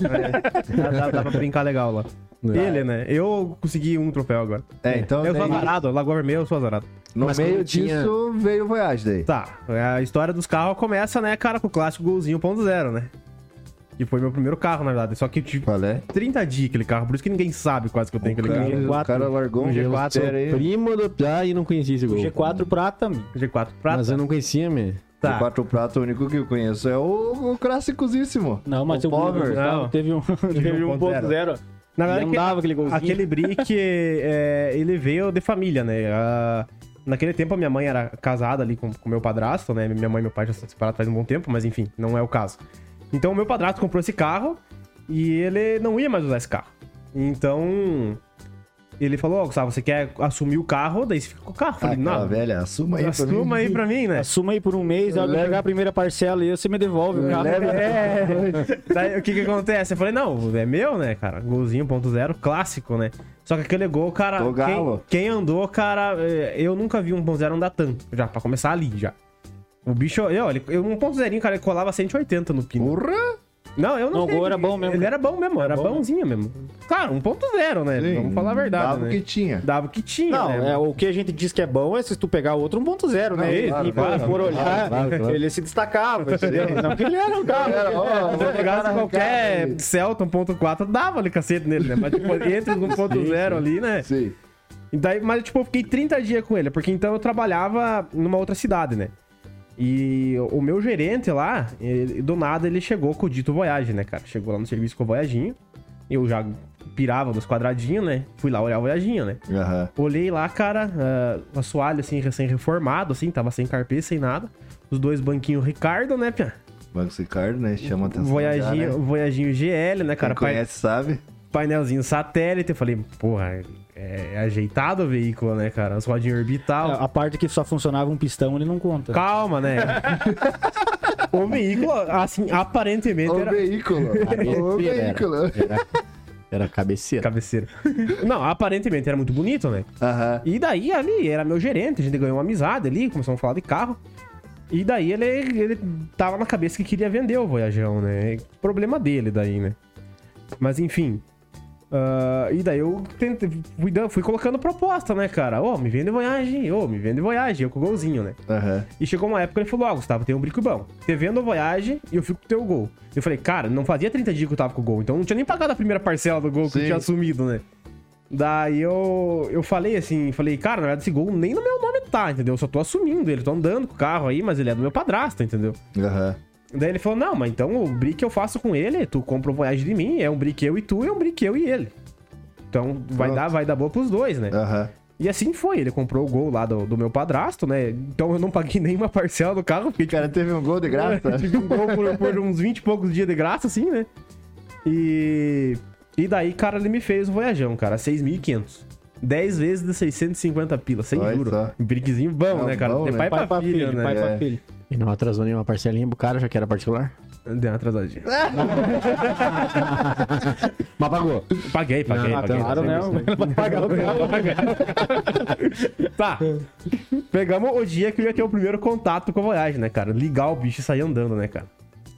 Speaker 3: Dá, dá- dá pra brincar legal lá. Ele, né? Eu consegui um troféu agora.
Speaker 1: É, então
Speaker 3: eu sou
Speaker 1: daí,
Speaker 3: azarado, Lagoa Vermelha eu sou azarado.
Speaker 1: no
Speaker 2: Mas
Speaker 1: meio
Speaker 2: como tinha-
Speaker 1: disso veio o Voyage daí.
Speaker 3: Tá, a história dos carros começa, né, cara, com o clássico golzinho 1.0, né? Que foi meu primeiro carro, na verdade. Só que eu tive
Speaker 1: Qual é?
Speaker 3: 30 dias aquele carro, por isso que ninguém sabe quase que eu tenho aquele
Speaker 1: Cara,
Speaker 3: carro.
Speaker 1: o cara largou um
Speaker 2: Um G4
Speaker 1: G4 aí.
Speaker 2: primo do. Ah, e não conhecia esse gol.
Speaker 4: G4 Um prata, meu.
Speaker 3: G4 prata.
Speaker 2: Mas eu não conhecia, me.
Speaker 3: Tá.
Speaker 1: G4 prata, o único que eu conheço é o, o clássicosíssimo.
Speaker 4: Não, mas
Speaker 1: o
Speaker 4: o
Speaker 1: Power.
Speaker 4: Gustavo
Speaker 3: Não.
Speaker 4: teve um, teve um
Speaker 3: 1.0.
Speaker 4: 1.0.
Speaker 3: Na
Speaker 4: Ele
Speaker 3: verdade,
Speaker 4: andava aquele golzinho.
Speaker 3: é Aquele brick, é, ele veio de família, né? A- naquele tempo a minha mãe era casada ali com o meu padrasto, né? Minha mãe e meu pai já se separaram faz um bom tempo, mas enfim, não é o caso. Então o meu padrasto comprou esse carro e ele não ia mais usar esse carro. Então ele falou, ó, Gustavo, você quer assumir o carro? Daí você fica com o carro. Eu
Speaker 1: Ah,
Speaker 3: falei,
Speaker 1: aquela
Speaker 3: não,
Speaker 1: velha, assuma aí pra mim.
Speaker 3: assuma aí pra mim, né?
Speaker 4: Assuma aí por um mês, a hora que eu
Speaker 1: Leve.
Speaker 4: pegar a primeira parcela e você me devolve o carro.
Speaker 3: É. Daí o que que acontece? Eu falei, não, é meu, né, cara? Golzinho 1.0, clássico, né? Só que aquele gol, cara.
Speaker 1: Do Galo.
Speaker 3: Quem, quem andou, cara, é, eu nunca vi um 1.0 andar tanto. Já, pra começar ali, já. O bicho, eu, ele, eu, um 1.0, cara, ele colava 180 no pino.
Speaker 1: Porra!
Speaker 3: Não, eu não
Speaker 4: Não, o
Speaker 3: sei.
Speaker 4: gol era bom mesmo.
Speaker 3: Ele era bom mesmo, era bonzinho mesmo. Claro, 1.0, né?
Speaker 1: Sim,
Speaker 3: Vamos falar a verdade.
Speaker 1: Dava o
Speaker 3: Né?
Speaker 1: que tinha.
Speaker 3: Dava o que tinha,
Speaker 4: Não,
Speaker 3: né?
Speaker 4: é, o que a gente diz que é bom é se tu pegar
Speaker 5: um
Speaker 4: outro 1.0, né?
Speaker 3: Não,
Speaker 4: E-
Speaker 3: claro,
Speaker 4: e for-
Speaker 3: claro,
Speaker 4: for olhar,
Speaker 2: claro, claro.
Speaker 4: ele se destacava, entendeu? Não, porque ele era um carro.
Speaker 5: né?
Speaker 1: Era, ó,
Speaker 3: Se eu pegasse
Speaker 1: arrancar,
Speaker 3: qualquer
Speaker 1: né?
Speaker 3: Celta 1.4, dava ali cacete nele, né? Mas tipo, entre os 1.0 ali, né?
Speaker 1: Sim.
Speaker 3: E daí, mas, tipo, eu fiquei 30 dias com ele, porque então eu trabalhava numa outra cidade, né? E o meu gerente lá, ele- do nada, ele chegou com o dito Voyage, né, cara? Chegou lá no serviço com o Voyaginho. Eu já pirava nos quadradinhos, né? Fui lá olhar o Voyaginho, né?
Speaker 1: Aham.
Speaker 3: Olhei lá, cara, ah, o assoalho, assim, recém-reformado, assim, tava sem carpê, sem nada. Os dois banquinhos Ricardo, né, Pia?
Speaker 1: Banco Ricardo, né? Chama atenção.
Speaker 3: Voyaginho,
Speaker 1: já, né?
Speaker 3: Voyaginho GL, né, cara?
Speaker 1: Quem conhece, sabe?
Speaker 3: painelzinho satélite. Eu falei, porra, é, é ajeitado o veículo, né, cara? As rodinhas orbital.
Speaker 4: A parte que só funcionava um pistão, ele não conta.
Speaker 3: Calma, né? o veículo, assim, aparentemente
Speaker 1: O
Speaker 3: era.
Speaker 1: veículo. O
Speaker 2: Cabeceira era.
Speaker 1: veículo.
Speaker 2: Era, era cabeceira.
Speaker 3: Cabeceiro. Não, aparentemente era muito bonito, né?
Speaker 1: Aham.
Speaker 3: E daí ali era meu gerente, a gente ganhou uma amizade ali, começamos a falar de carro. E daí ele, ele tava na cabeça que queria vender o Voyajão, né? Problema dele daí, né? Mas enfim. ah, e daí eu tentei, fui, dan- fui colocando proposta, né, cara? Ô, me vende Voyage, ô, me vende Voyage, eu com o golzinho, né?
Speaker 1: Aham.
Speaker 3: E chegou uma época que ele falou: Ó, Gustavo, tem um brinco bom. Te vendo a Voyage e eu fico com o teu gol. Eu falei, cara, não fazia 30 dias que eu tava com o gol, então eu não tinha nem pagado a primeira parcela do gol que eu
Speaker 1: Sim.
Speaker 3: tinha assumido, né? Daí eu, eu falei assim, falei, cara, na verdade esse gol nem no meu nome tá, entendeu? Eu só tô assumindo ele, tô andando com o carro aí, mas ele é do meu padrasto, entendeu?
Speaker 1: Aham.
Speaker 3: Daí ele falou, não, mas então o brick eu faço com ele, tu compra o Voyage de mim, é um brick eu e tu, é um brick eu e ele. Então vai
Speaker 1: Pronto. É.
Speaker 3: dar, vai dar boa pros dois, né?
Speaker 1: Aham.
Speaker 3: E assim foi, ele comprou o gol lá do, do meu padrasto, né? Então eu não paguei nenhuma parcela do carro, fiquei
Speaker 1: O cara teve um gol de graça.
Speaker 3: tive um gol por, por uns 20 e poucos dias de graça, assim, né? E. E daí, cara, ele me fez o voyajão, cara, 6.500. 10 vezes de 650 pila, sem
Speaker 1: Olha
Speaker 3: juro.
Speaker 1: só.
Speaker 3: Um briquezinho bom,
Speaker 1: É
Speaker 3: né, cara?
Speaker 1: bom,
Speaker 3: de
Speaker 1: né?
Speaker 3: pai,
Speaker 5: Pai
Speaker 3: pra
Speaker 5: pra
Speaker 3: filho,
Speaker 5: filho,
Speaker 3: né?
Speaker 5: pai pra
Speaker 1: É.
Speaker 5: filho.
Speaker 2: E não atrasou nenhuma parcelinha pro cara, já que era particular.
Speaker 3: Deu uma atrasadinha.
Speaker 2: Mas pagou.
Speaker 3: Paguei, paguei,
Speaker 2: Não,
Speaker 3: paguei.
Speaker 5: Claro, né? Vai pagar o carro.
Speaker 3: Tá. Pegamos o dia que eu ia ter o primeiro contato com a Voyage, né, cara? Ligar o bicho e sair andando, né, cara?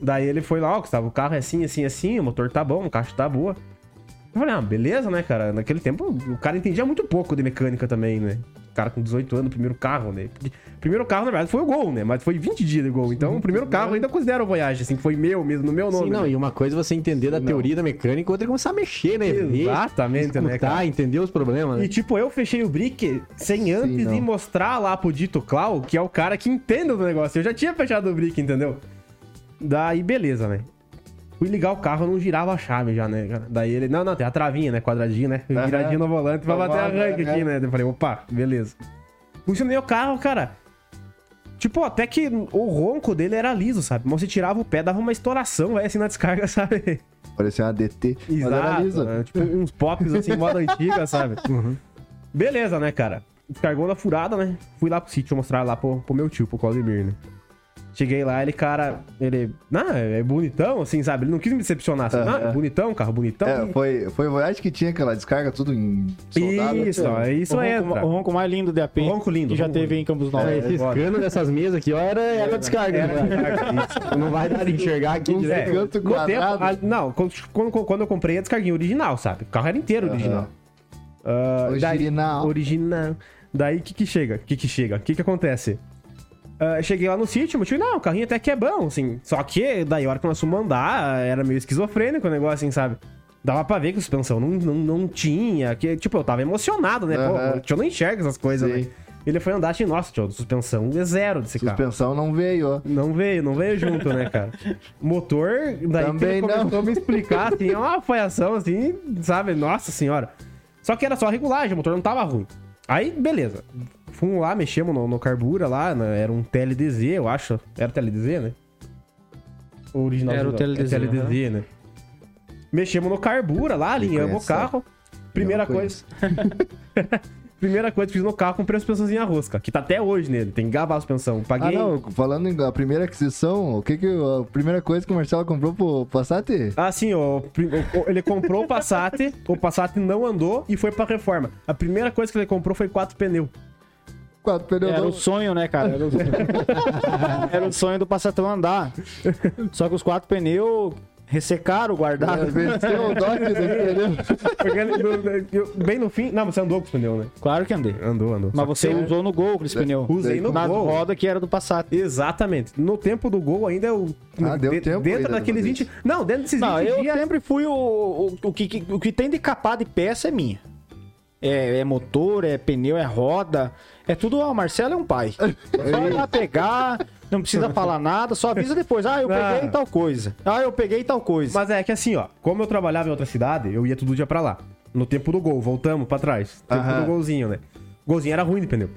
Speaker 3: Daí ele foi lá, ó, Gustavo, o carro é assim, assim, assim, o motor tá bom, o caixa tá boa. Eu falei, ah, beleza, né, cara? Naquele tempo o cara entendia muito pouco de mecânica também, né? O cara com 18 anos, primeiro carro, né? Porque Primeiro carro, na verdade, foi o Gol, né? Mas foi 20 dias de Gol. Então, o primeiro carro eu ainda considero o Voyage, assim, que foi meu mesmo, no meu nome.
Speaker 2: Sim, não,
Speaker 3: né?
Speaker 2: e uma coisa é você entender da teoria da mecânica, outra é começar a mexer, né? Ver,
Speaker 3: Exatamente, né,
Speaker 2: escutar,
Speaker 3: cara?
Speaker 2: entender os problemas, né?
Speaker 3: E tipo, eu fechei o brick sem antes
Speaker 1: não.
Speaker 3: de mostrar lá pro Dito Clau, que é o cara que entende do negócio. Eu já tinha fechado o brick, entendeu? Daí, beleza, né? Fui ligar o carro, eu não girava a chave já, né, cara? Daí ele, não, não, tem a travinha, né? Quadradinho, né?
Speaker 1: Aham.
Speaker 3: Viradinho no volante pra bater
Speaker 1: Normal,
Speaker 3: arranque
Speaker 1: né?
Speaker 3: aqui, né? Eu falei, opa, beleza. Funcionei o carro, cara. Tipo, até que o ronco dele era liso, sabe? Mas você tirava o pé, dava uma estouração, velho, assim, na descarga, sabe?
Speaker 1: Parecia uma DT. Mas era
Speaker 3: Exato,
Speaker 1: liso.
Speaker 3: né? tipo uns pops assim, moda antiga, sabe? Beleza, né, cara? Descargou na furada, né? Fui lá pro sítio mostrar lá pro, pro meu tio, pro Claudemir, né? Cheguei lá, ele, cara, ele. Ah, é bonitão, assim, sabe? Ele não quis me decepcionar. Sabe?
Speaker 1: Aham.
Speaker 3: Ah, é bonitão, carro, bonitão.
Speaker 1: É, foi, foi Voyage que tinha aquela descarga tudo em soldado. assim,
Speaker 3: Isso, ó, isso
Speaker 5: o
Speaker 3: é.
Speaker 5: ronco, o ronco mais lindo de AP.
Speaker 3: O ronco lindo, É,
Speaker 5: Que já
Speaker 3: ronco
Speaker 5: teve em Campos Novos.
Speaker 2: Esse escândalo dessas mesas aqui, ó, era, era Um descarga. né, cara? Não vai dar de enxergar aqui
Speaker 3: É,
Speaker 2: direito.
Speaker 1: canto
Speaker 3: no tempo,
Speaker 1: quadrado.
Speaker 3: a- não, quando, quando- quando eu comprei a descarguinha original, sabe? O carro era inteiro original. Ah, daí-
Speaker 1: Original.
Speaker 3: original. Daí o que que chega? O que que chega? O que que acontece? Ah, cheguei lá no sítio, meu tio, não, o carrinho até que é bom, assim. Só que daí a hora que nós fomos andar, era meio esquizofrênico o negócio, assim, sabe? Dava pra ver que a suspensão não, não, não tinha. Que, tipo, eu tava emocionado, né?
Speaker 1: Aham.
Speaker 3: Pô, o tio não enxerga essas coisas,
Speaker 1: Sim.
Speaker 3: né? Ele foi andar, achei, nossa, tio, suspensão é zero desse carro.
Speaker 1: Suspensão não veio, ó.
Speaker 3: Não veio, não veio junto, né, cara? Motor, daí que
Speaker 1: Também
Speaker 3: ele começou
Speaker 1: não.
Speaker 3: a me explicar, assim, é uma falhação, assim, sabe? Nossa senhora. Só que era só a regulagem, o motor não tava ruim. Aí, beleza. Fomos lá, mexemos no, no carbura lá, né? era um TLDZ, eu acho. Era TLDZ, né? O original
Speaker 5: Era o
Speaker 3: original.
Speaker 5: TLDZ,
Speaker 3: É TLDZ, né? Mexemos no carbura lá, alinhamos o
Speaker 1: conhece,
Speaker 3: carro. Primeira
Speaker 1: Eu
Speaker 3: coisa,
Speaker 1: conheço.
Speaker 3: primeira coisa que fiz no carro, comprei a suspensãozinha rosca, que tá até hoje nele, tem que gabar a suspensão.
Speaker 1: Ah,
Speaker 3: Paguei
Speaker 1: não, falando em a primeira aquisição, o que que a primeira coisa que o Marcelo comprou pro Passat?
Speaker 3: Ah, sim, ó, pri- o- o- ele comprou o Passat, o Passat não andou e foi pra reforma. A primeira coisa que ele comprou foi quatro pneus.
Speaker 1: Quatro pneus
Speaker 5: Era o
Speaker 1: novos.
Speaker 5: sonho, né, cara? Era o, Era o sonho do Passatão andar. Só que os quatro pneus ressecaram,
Speaker 1: Ah,
Speaker 3: é.
Speaker 5: guardaram.
Speaker 1: Venceu o dock do pneu.
Speaker 3: Porque ele- eu- eu- bem no fim. Não, você andou com os pneus, né?
Speaker 5: Claro que andei.
Speaker 3: Andou, andou.
Speaker 5: Mas você
Speaker 3: usou.
Speaker 5: usou no gol aqueles pneus.
Speaker 3: é. Usei no
Speaker 5: Nas
Speaker 3: gol.
Speaker 5: rodas que era do Passat.
Speaker 3: Exatamente. No tempo do gol ainda eu.
Speaker 1: Ah, deu tempo
Speaker 3: Dentro
Speaker 1: ainda,
Speaker 3: daqueles
Speaker 1: Rodrigo.
Speaker 3: 20. Não, dentro desses
Speaker 5: Não,
Speaker 3: 20
Speaker 5: eu
Speaker 3: dias.
Speaker 5: sempre fui o, o, o que, o que tem de capar de peça é minha. É, é motor, é pneu, é roda. É tudo, ó, o Marcelo é um pai. Só ir lá pegar, não precisa falar nada, só avisa depois. Ah, eu
Speaker 3: Ah.
Speaker 5: peguei tal coisa. Ah, eu peguei tal coisa.
Speaker 3: Mas é que assim, ó, como eu trabalhava em outra cidade, eu ia todo dia pra lá. No tempo do gol, voltamos pra trás. Tempo
Speaker 1: Aham.
Speaker 3: do golzinho, né? Golzinho era ruim de pneu.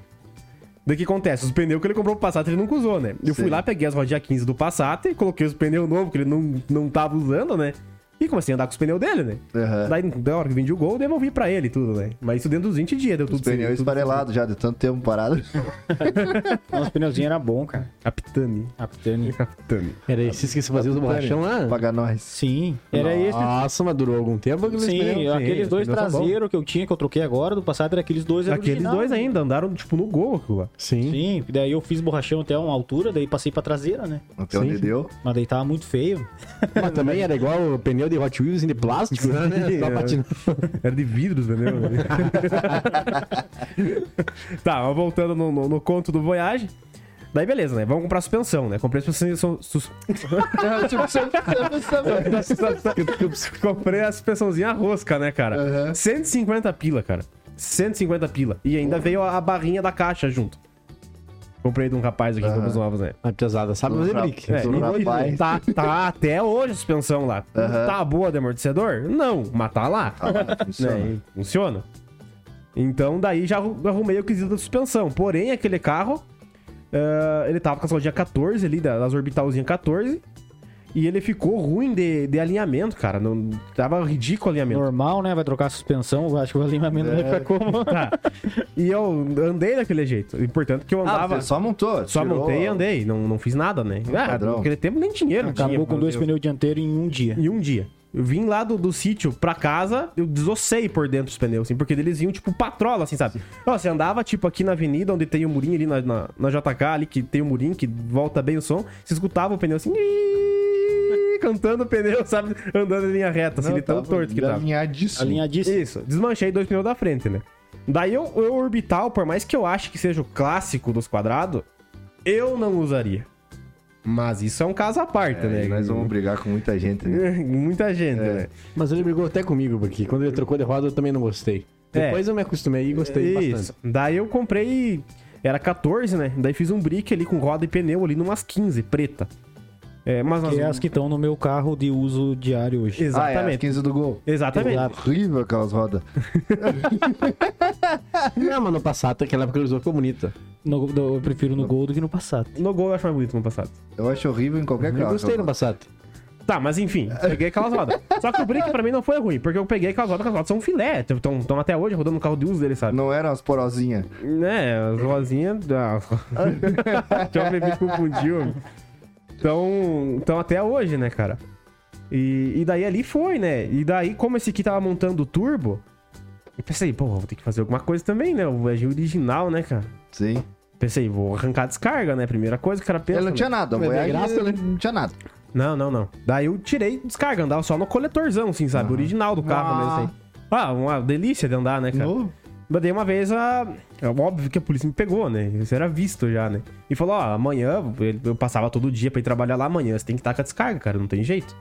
Speaker 3: Daí o que acontece? Os pneus que ele comprou pro Passat ele nunca usou, né? Eu
Speaker 1: Sim.
Speaker 3: fui lá, peguei as rodinhas 15 do Passat, e coloquei os pneus novos que ele não, não tava usando, né? E comecei a andar com os pneus dele, né?
Speaker 1: Aham.
Speaker 3: Daí, da hora que vendi o gol, eu devolvi pra ele e tudo, né? Mas isso dentro dos 20 dias deu tudo certo.
Speaker 1: Pneu
Speaker 3: tudo certo.
Speaker 1: né? esfarelado já, de tanto tempo parado.
Speaker 5: Mas... Os pneuzinhos eram bons, cara. Ah,
Speaker 3: Capitane.
Speaker 5: Capitane.
Speaker 3: Capitane.
Speaker 2: Era esses que você fazia os borrachão lá?
Speaker 1: Paga nós.
Speaker 5: Sim, era
Speaker 3: É
Speaker 5: esse.
Speaker 2: Nossa, mas durou algum tempo aqueles
Speaker 5: Sim,
Speaker 2: pneus?
Speaker 5: aqueles
Speaker 3: os
Speaker 5: dois
Speaker 3: pneus são bons.
Speaker 5: traseiros que eu tinha, que eu troquei agora do Passat, era aqueles dois. era
Speaker 3: Aqueles
Speaker 5: original.
Speaker 3: dois ainda andaram, tipo, no gol aquilo lá.
Speaker 2: Sim.
Speaker 5: Sim, daí eu fiz borrachão até uma altura, daí passei pra traseira, né?
Speaker 1: Até onde deu.
Speaker 5: Mas daí tava muito feio.
Speaker 2: Mas também era igual o pneu de Hot Wheels de plástico, né? Só patinando.
Speaker 3: Era de vidros, entendeu? tá, mas voltando no, no- no conto do Voyage. Daí beleza, né? Vamos comprar suspensão, né? Comprei suspensão. sus- Comprei a suspensãozinha rosca, né, cara?
Speaker 1: Aham.
Speaker 3: 150 pila, cara. 150 pila. E ainda veio a, a barrinha da caixa junto. Comprei de um rapaz aqui em Campos Novos, né?
Speaker 2: Mas pesada, sabe
Speaker 1: Do
Speaker 2: fazer
Speaker 1: rap-
Speaker 2: brick.
Speaker 1: é,
Speaker 2: Sim.
Speaker 1: do
Speaker 3: e hoje,
Speaker 1: rapaz.
Speaker 3: tá, tá até hoje a suspensão lá.
Speaker 1: Aham.
Speaker 3: Tá boa de amortecedor? Não, mas tá lá.
Speaker 1: É, Funciona.
Speaker 3: né? E Funciona. Então, daí já arru- arrumei o quesito da suspensão. Porém, aquele eh, carro, ah, ele tava com a rodinha 14 ali, da- das orbitalzinhas 14. E ele ficou ruim de, de alinhamento, cara. Não, tava ridículo o alinhamento.
Speaker 5: Normal, né? Vai trocar a suspensão, eu acho que o alinhamento vai
Speaker 3: É.
Speaker 5: ficar como.
Speaker 3: Ah, E eu andei daquele jeito. E portanto que eu
Speaker 1: Ah,
Speaker 3: andava.
Speaker 1: você
Speaker 3: só
Speaker 1: só montou. tirou
Speaker 3: montei e
Speaker 1: a-
Speaker 3: andei. Não, não fiz nada, né? Ah,
Speaker 1: padrão.
Speaker 3: naquele tempo nem dinheiro. tinha,
Speaker 5: Acabou com
Speaker 3: meu
Speaker 5: dois
Speaker 3: Deus.
Speaker 5: pneus dianteiros em um dia.
Speaker 3: Em um dia. Eu vim lá do, do sítio pra casa, eu desossei por dentro os pneus, assim, porque eles iam, tipo, patrola, assim, sabe? Ó, você andava, tipo, aqui na avenida, onde tem o murinho ali na, na, na JK, ali que tem o murinho, que volta bem o som, você escutava o pneu assim, "Ih", cantando o pneu, sabe? Andando em linha reta, assim,
Speaker 1: Não,
Speaker 3: de tão
Speaker 1: tava
Speaker 3: torto que tava.
Speaker 1: Alinhadíssimo.
Speaker 5: Alinhadíssimo.
Speaker 3: Isso, desmanchei dois pneus da frente, né? Daí eu, eu orbital, por mais que eu ache que seja o clássico dos quadrados, eu não usaria. Mas isso é um caso à parte,
Speaker 1: É,
Speaker 3: né?
Speaker 1: aí nós vamos É. brigar com muita gente, né?
Speaker 3: Muita gente, né?
Speaker 2: Mas ele brigou até comigo, porque quando ele trocou de roda eu também não gostei.
Speaker 3: É.
Speaker 2: Depois eu me acostumei e gostei
Speaker 3: Isso.
Speaker 2: bastante.
Speaker 3: Daí eu comprei. Era 14, né? Daí fiz um brick ali com roda e pneu ali numas 15, preta. É, mas nós...
Speaker 5: Que é as que estão no meu carro de uso diário hoje.
Speaker 1: Ah, é, as
Speaker 3: Exatamente.
Speaker 1: 15 do gol.
Speaker 3: Exatamente.
Speaker 5: Exato.
Speaker 1: Horrível aquelas rodas.
Speaker 2: Não, mas no passado aquela época ele usou ficou bonita.
Speaker 5: No- no- eu prefiro no Gol do que no Passat.
Speaker 3: No gol eu acho mais bonito no passado.
Speaker 1: Eu acho horrível em qualquer
Speaker 2: Eu
Speaker 1: carro.
Speaker 2: gostei no passado.
Speaker 3: Tá, mas enfim, peguei aquelas rodas. Só que o brick pra mim não foi ruim, porque eu peguei aquelas rodas, aquelas rodas são um filé. Estão até hoje rodando no carro de uso dele, sabe?
Speaker 1: Não eram as porosinhas.
Speaker 3: Né, as rosinhas. da- O jovem me confundiu. Então, então, até hoje, né, cara? E, e daí ali foi, né? E daí, como esse aqui tava montando o turbo, eu pensei, pô, vou ter que fazer alguma coisa também, né? O agir original, né, cara?
Speaker 1: Sim.
Speaker 3: Pensei, vou arrancar a descarga, né? Primeira coisa que o cara pensa.
Speaker 1: Ele não
Speaker 3: né?
Speaker 1: tinha nada. A
Speaker 2: Mas é
Speaker 1: Voyage
Speaker 2: graça, né?
Speaker 1: não tinha nada.
Speaker 3: Não, não, não. Daí eu tirei descarga, andava só no coletorzão, assim, sabe?
Speaker 1: Ah.
Speaker 3: Original do carro mesmo, assim. Ah, uma delícia de andar, né, cara?
Speaker 1: No-
Speaker 3: Mas daí uma vez a. é Óbvio que a polícia me pegou, né? Isso era visto já, né? E falou: ó, amanhã, ele- eu passava todo dia pra ir trabalhar lá, amanhã você tem que estar com a descarga, cara, não tem jeito.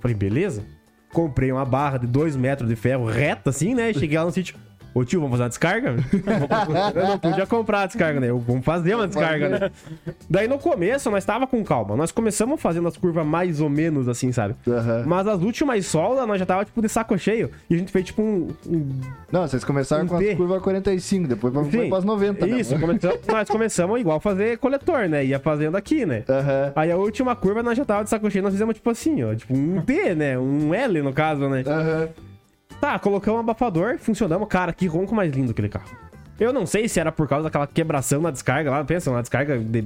Speaker 3: Falei, beleza. Comprei uma barra de 2 metros de ferro reta, assim, né? E Cheguei lá no sítio. Ô tio, vamos fazer uma descarga? Eu não podia comprar a descarga, né? Eu, vamos fazer uma descarga, né? Daí no começo, nós tava com calma. Nós começamos fazendo as curvas mais ou menos assim, sabe?
Speaker 1: Aham.
Speaker 3: Mas as últimas soldas, nós já tava, tipo, de saco cheio. E a gente fez, tipo, um- um
Speaker 1: Não, vocês começaram
Speaker 3: Um
Speaker 1: com as
Speaker 3: T.
Speaker 1: curvas 45, depois foi
Speaker 3: Sim.
Speaker 1: foi pras 90. né?
Speaker 3: Isso, começamos- nós começamos igual a fazer coletor, né? Ia fazendo aqui, né?
Speaker 1: Aham.
Speaker 3: Aí a última curva nós já tava de saco cheio, nós fizemos tipo assim, ó, tipo um T, né? Um L no caso, né?
Speaker 1: Aham.
Speaker 3: Tá, colocamos um abafador, funcionamos. Cara, que ronco mais lindo aquele carro. Eu não sei se era por causa daquela quebração na descarga lá, pensa, uma descarga de,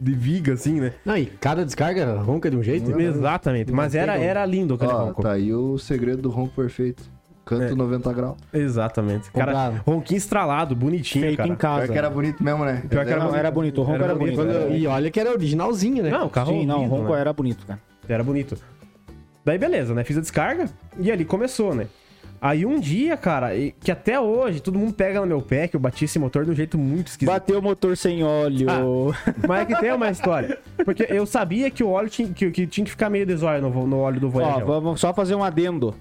Speaker 3: de viga assim, né?
Speaker 2: Não, e cada descarga ronca de um jeito.
Speaker 3: Exatamente, mas era, era lindo aquele
Speaker 1: Ó,
Speaker 3: ronco.
Speaker 1: tá aí o segredo do ronco perfeito. Canto
Speaker 3: É.
Speaker 1: 90 graus.
Speaker 3: Exatamente. Cara,
Speaker 2: Comprado.
Speaker 3: ronquinho estralado, bonitinho,
Speaker 5: Feito
Speaker 3: cara.
Speaker 5: em
Speaker 4: Ah,
Speaker 1: Pior
Speaker 4: tá.
Speaker 5: casa.
Speaker 1: que era bonito mesmo, né?
Speaker 3: Pior que era
Speaker 5: Não, era bonito. O Ronco era,
Speaker 3: Era
Speaker 5: bonito.
Speaker 3: bonito, né?
Speaker 5: Era
Speaker 2: E olha que era originalzinho, né?
Speaker 3: Não, o carro
Speaker 5: Sim, não, o
Speaker 3: lindo,
Speaker 5: Ronco
Speaker 3: né?
Speaker 5: era bonito, cara.
Speaker 3: Era bonito. Daí beleza, né? Fiz a descarga e ali começou, né? Aí um dia, cara, e- que até hoje todo mundo pega no meu pé que eu bati esse motor de um jeito muito esquisito.
Speaker 5: Bateu o motor sem óleo.
Speaker 3: Mas é que tem uma história. Porque eu sabia que o óleo tinha que, que tinha que ficar meio desóleo no, vo- no óleo do
Speaker 5: Ó,
Speaker 3: Voyager.
Speaker 5: vamos só fazer um adendo.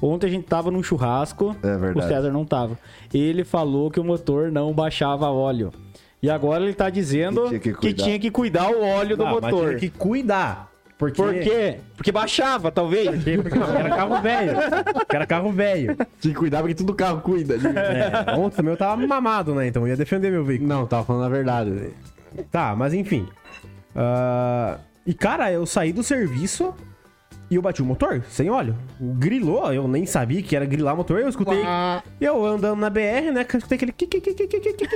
Speaker 5: Ontem a gente tava num churrasco.
Speaker 1: É verdade.
Speaker 5: O César não tava. Ele falou que o motor não baixava óleo. E agora ele tá dizendo
Speaker 1: Que tinha que
Speaker 5: que
Speaker 1: cuidar.
Speaker 5: tinha que cuidar o óleo do
Speaker 3: Ah, mas
Speaker 5: motor.
Speaker 3: tinha que cuidar. Porque...
Speaker 5: Por quê? Porque baixava, talvez.
Speaker 3: Porque não, era carro velho. Porque Era carro velho.
Speaker 2: Tinha que cuidar porque tudo carro cuida.
Speaker 3: É, ontem também eu tava mamado, né? Então eu ia defender meu veículo.
Speaker 2: Não, tava falando a verdade. né?
Speaker 3: Tá, mas enfim. Ah, e cara, eu saí do serviço e eu bati o motor, sem óleo. Grilou, eu nem sabia que era grilar o motor. Eu escutei. Eu andando na BR, né? que Eu escutei aquele. qui, qui, qui, qui, qui, qui, qui, qui.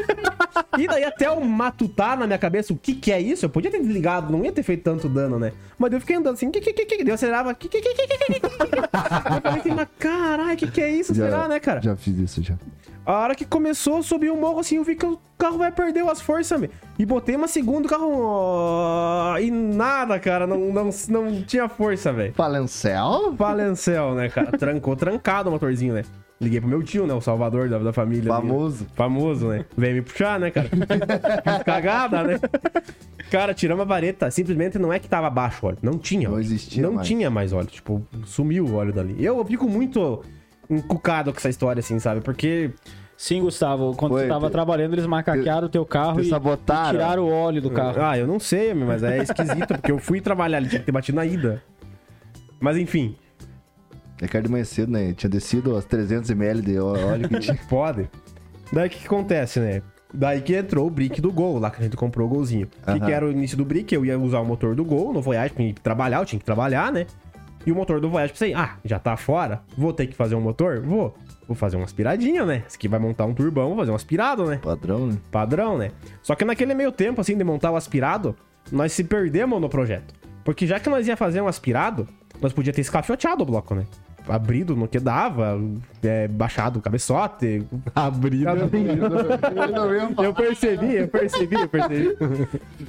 Speaker 3: e daí até eu matutar na minha cabeça o que que é isso. Eu podia ter desligado, não ia ter feito tanto dano, né? Mas daí eu fiquei andando assim. qui, qui, qui, qui, daí Eu acelerava. qui, qui, qui, qui, qui, qui, qui. eu falei assim, mas caralho, o que que é isso? Será, né, cara?
Speaker 1: Já fiz isso já.
Speaker 3: A hora que começou a subir o morro, assim, eu vi que o carro vai perder as forças, meu. E botei uma segunda, o carro. ó, E nada, cara. Não, não, não tinha força, velho.
Speaker 1: Palencel?
Speaker 3: Palencel, né, cara? Trancou, trancado o motorzinho, né? Liguei pro meu tio, né? O salvador da, da família. ali, né?
Speaker 1: Famoso.
Speaker 3: Famoso, né? Vem me puxar, né, cara? Fiz Cagada, né? Cara, tiramos a vareta. Simplesmente não é que tava baixo o óleo. Não tinha.
Speaker 1: Não
Speaker 3: óleo.
Speaker 1: existia
Speaker 3: Não
Speaker 1: mais.
Speaker 3: tinha mais óleo. Tipo, sumiu o óleo dali. Eu fico muito encucado com essa história, assim, sabe? Porque
Speaker 5: Sim, Gustavo, quando
Speaker 1: Foi,
Speaker 5: você tava
Speaker 1: te-
Speaker 5: trabalhando, eles macaquearam o teu carro
Speaker 1: te
Speaker 5: e,
Speaker 1: sabotaram.
Speaker 5: e tiraram o óleo
Speaker 4: É.
Speaker 5: do carro.
Speaker 3: Ah, eu não sei, meu, mas é esquisito, porque eu fui trabalhar ali, tinha que ter batido na ida. Mas enfim,
Speaker 1: É que era de manhã cedo, né? Tinha descido as 300ml de ó- óleo que tinha.
Speaker 3: pode. Daí o que, que acontece, né? Daí que entrou o brick do Gol, lá que a gente comprou o golzinho. O que
Speaker 1: Aham.
Speaker 3: que, era o início do brick? Eu ia usar o motor do Gol no Voyage, tinha que trabalhar, eu tinha que trabalhar, né? E o motor do Voyage, pensei, ah, já tá fora, vou ter que fazer um motor? Vou. Vou fazer uma aspiradinha, né? Esse aqui vai montar um turbão, vou fazer um aspirado, né?
Speaker 1: Padrão, né?
Speaker 3: padrão, né? Só que naquele meio tempo, assim, de montar o aspirado, nós se perdemos no projeto. Porque já que nós ia fazer um aspirado, nós podia ter escafioteado o bloco, né? Abrido no que dava, é, baixado o cabeçote. Tá
Speaker 2: Abrido.
Speaker 3: Eu percebi, eu percebi, eu percebi.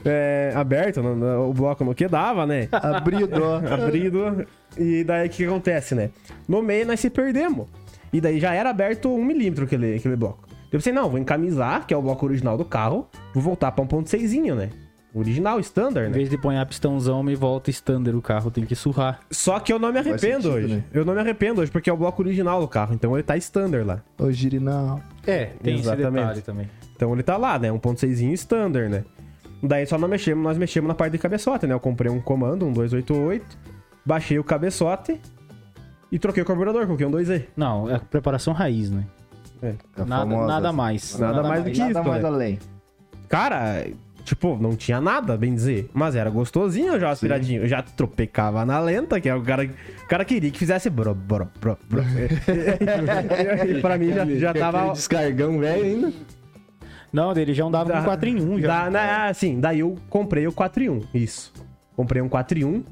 Speaker 3: É, aberto no- no- o bloco no que dava, né?
Speaker 1: Abrido, ó.
Speaker 3: abrido. E daí o que acontece, né? No meio nós se perdemos. E daí já era aberto um milímetro aquele, aquele bloco. Eu pensei, não, vou encamisar, que é o bloco original do carro, vou voltar pra 1.6zinho, né? O Original, standard,
Speaker 4: Em
Speaker 3: né?
Speaker 4: vez de ponhar pistãozão, me volta standard o carro, tem que surrar.
Speaker 3: Só que eu não me arrependo
Speaker 1: sentido,
Speaker 3: hoje.
Speaker 1: né?
Speaker 3: Eu não me arrependo hoje, porque é o bloco original do carro. Então ele tá standard lá.
Speaker 1: Ô, Girinal.
Speaker 4: É, tem
Speaker 3: Exatamente.
Speaker 4: esse detalhe também.
Speaker 3: Então ele tá lá, né? 1.6 standard, né? Daí só nós mexemos, nós mexemos na parte de cabeçote, né? Eu comprei um comando, um 288, baixei o cabeçote e troquei o carburador, coloquei um É. 2E.
Speaker 4: Não, é preparação raiz, né?
Speaker 1: A
Speaker 4: Nada,
Speaker 1: Tá famosa.
Speaker 4: nada mais.
Speaker 3: Nada mais do que-
Speaker 1: Nada
Speaker 3: isso,
Speaker 1: mais
Speaker 3: né?
Speaker 1: além.
Speaker 3: Cara, tipo, não tinha nada, bem dizer. Mas era gostosinho já, aspiradinho. Eu já tropecava na lenta, que é o cara. O cara queria que fizesse. Bro, bro, bro, bro. E pra mim já, já
Speaker 2: Aquele
Speaker 3: tava.
Speaker 2: Descargão velho ainda.
Speaker 4: Não, dele já andava com 4 em 1 já.
Speaker 3: Da, na, assim, daí eu comprei o 4 em 1. Isso. Comprei um 4 em 1.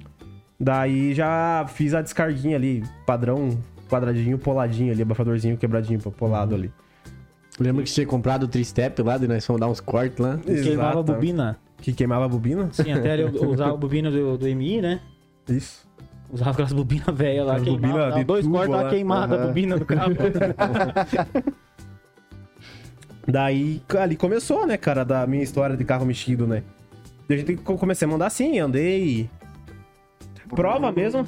Speaker 3: Daí já fiz a descarguinha ali, padrão, quadradinho, poladinho ali, abafadorzinho quebradinho,
Speaker 4: Uhum.
Speaker 3: polado ali.
Speaker 2: Lembra que você tinha comprado o Tristep lá, daí nós fomos dar uns cortes lá.
Speaker 4: Queimava a
Speaker 3: Exato.
Speaker 4: bobina.
Speaker 3: Que queimava a bobina?
Speaker 4: Sim, até ele usava a bobina do, do MI, né?
Speaker 3: Isso.
Speaker 4: Usava aquelas bobinas velhas lá,
Speaker 3: As
Speaker 4: queimava.
Speaker 3: bobina
Speaker 4: dava
Speaker 3: de
Speaker 4: dois
Speaker 3: tubo
Speaker 4: cortes lá
Speaker 3: lá.
Speaker 4: queimada a
Speaker 1: Aham.
Speaker 4: bobina do carro.
Speaker 3: Daí ali começou, né, cara, da minha história de carro mexido, né? E a gente co- comecei a mandar assim, andei.
Speaker 1: Uhum.
Speaker 3: Prova mesmo.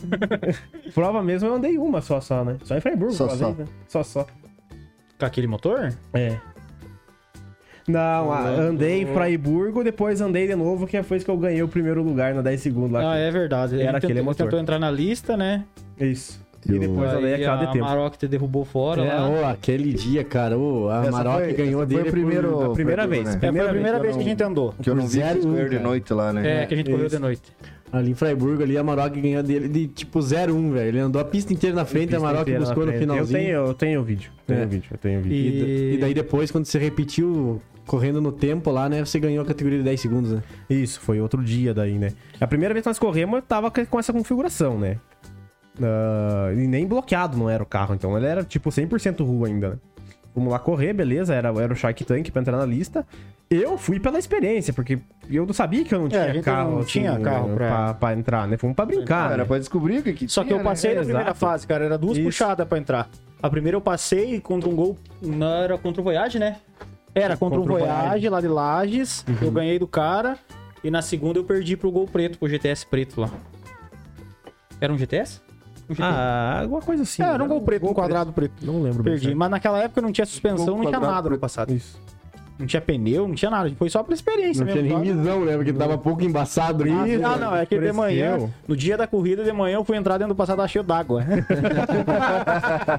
Speaker 3: prova mesmo, eu andei uma só, só, né? Só em Freiburgo,
Speaker 1: Só,
Speaker 3: uma
Speaker 1: só.
Speaker 3: né? Só, só.
Speaker 4: com aquele motor?
Speaker 3: É. Não, a-
Speaker 1: Uhum.
Speaker 3: andei em Freiburgo, depois andei de novo, que foi isso que eu ganhei o primeiro lugar na 10 segundos lá.
Speaker 4: Ah, é verdade.
Speaker 3: Era aquele
Speaker 4: tentou,
Speaker 3: motor.
Speaker 4: tentou entrar na lista, né?
Speaker 3: Isso.
Speaker 1: E
Speaker 3: E
Speaker 1: o-
Speaker 3: depois andei
Speaker 4: Aí
Speaker 3: a cada
Speaker 4: a
Speaker 3: tempo.
Speaker 4: Maroc te derrubou fora
Speaker 2: É,
Speaker 4: lá.
Speaker 2: ô, aquele dia, cara, ô, a
Speaker 1: Essa
Speaker 2: Maroc
Speaker 1: foi-
Speaker 2: ganhou
Speaker 1: essa foi
Speaker 2: dele
Speaker 1: o primeiro-
Speaker 2: por-
Speaker 1: foi
Speaker 3: Primeira
Speaker 1: tudo,
Speaker 3: vez.
Speaker 1: né?
Speaker 4: É, foi a
Speaker 3: Primeira
Speaker 4: primeira
Speaker 3: vez.
Speaker 4: vez que a gente andou.
Speaker 3: Um
Speaker 1: Que eu não vi
Speaker 2: Zero,
Speaker 1: eles correr de
Speaker 2: cara.
Speaker 1: noite lá, né?
Speaker 4: É, que a gente correu de noite.
Speaker 2: Ali em Freiburgo, ali, a Maroc ganhou dele de tipo 0-1, velho. Ele andou a pista inteira na frente, a,
Speaker 3: Pista
Speaker 2: Maroc
Speaker 3: inteira na
Speaker 2: buscou no
Speaker 3: frente.
Speaker 2: finalzinho.
Speaker 3: Eu tenho, eu tenho o vídeo. Tenho
Speaker 2: É.
Speaker 3: o vídeo, eu tenho o vídeo.
Speaker 2: E, da-
Speaker 4: E-
Speaker 2: e daí depois, quando você repetiu correndo no tempo lá, né, você ganhou a categoria de 10 segundos, né?
Speaker 3: Isso, foi outro dia daí, né? A primeira vez que nós corremos, eu tava c- com essa configuração, né? Ah, e nem bloqueado não era o carro, então ele era tipo 100% rua ainda, né? Vamos lá correr, beleza, era, era o Shark Tank pra entrar na lista. Eu fui pela experiência, porque eu não sabia que eu não tinha
Speaker 4: É, a gente
Speaker 3: carro. assim,
Speaker 4: não tinha carro pra-
Speaker 3: pra... pra entrar, né? Fomos pra brincar.
Speaker 1: Ah, Era
Speaker 3: né?
Speaker 1: pra descobrir o que, que
Speaker 4: Só que
Speaker 1: tinha,
Speaker 4: eu passei
Speaker 3: né?
Speaker 4: na primeira
Speaker 3: Exato.
Speaker 4: fase, cara. Era duas
Speaker 3: Isso.
Speaker 4: puxadas pra entrar. A primeira eu passei contra um gol. Não era contra o Voyage, né? Era contra,
Speaker 3: Contra
Speaker 4: um
Speaker 3: o
Speaker 4: Voyage,
Speaker 3: Voyage. Uhum.
Speaker 4: lá de Lages. Eu ganhei do cara. E na segunda eu perdi pro gol preto, pro GTS preto lá. Era um GTS? Um GTS.
Speaker 3: Ah, alguma coisa assim.
Speaker 4: é, era um gol preto, um quadrado preto.
Speaker 3: Não lembro bem
Speaker 4: Perdi.
Speaker 3: certo.
Speaker 4: Mas naquela época não tinha suspensão, não tinha
Speaker 1: quadrado
Speaker 4: nada no passado.
Speaker 3: Isso.
Speaker 4: Não tinha pneu, não tinha nada. Foi só pela experiência
Speaker 2: Não tinha
Speaker 4: mesmo.
Speaker 2: nem
Speaker 4: só-
Speaker 2: visão, né? Porque tava pouco embaçado.
Speaker 4: é Ah,
Speaker 2: Ah,
Speaker 4: não, é que de
Speaker 3: Cresceu.
Speaker 4: manhã, no dia da corrida de manhã, eu fui entrar dentro do passado cheio d'água.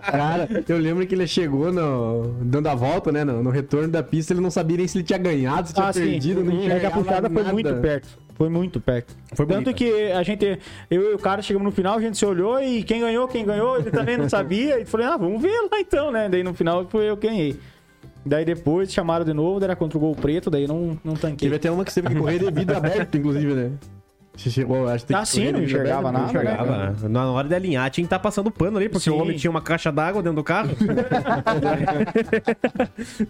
Speaker 2: Cara, eu lembro que ele chegou no, dando a volta, né? No, no retorno da pista, ele não sabia nem se ele tinha ganhado, se tinha
Speaker 4: Ah, sim.
Speaker 2: perdido, não
Speaker 4: É que a
Speaker 2: enxergava
Speaker 4: puxada foi
Speaker 2: nada.
Speaker 4: muito perto. Foi muito perto.
Speaker 3: Foi
Speaker 4: Tanto
Speaker 3: bonita.
Speaker 4: que a gente, eu e o cara chegamos no final, a gente se olhou e quem ganhou, quem ganhou, ele também não sabia. E falei, ah, vamos ver lá então, né? Daí no final foi eu que ganhei. Daí depois chamaram de novo, daí era contra o gol preto, daí não, não tanquei.
Speaker 2: Teve até uma que você teve que correr de vidro aberto, inclusive, né? Você chegou, acho que tem
Speaker 4: Ah,
Speaker 2: que
Speaker 4: sim,
Speaker 2: correr
Speaker 4: não
Speaker 2: de vidro
Speaker 4: enxergava
Speaker 2: aberto, não
Speaker 4: nada, né,
Speaker 2: enxergava.
Speaker 4: cara?
Speaker 3: Ah, Na hora de alinhar, tinha que estar passando pano ali, porque
Speaker 4: Sim.
Speaker 3: o homem tinha uma caixa d'água dentro do carro.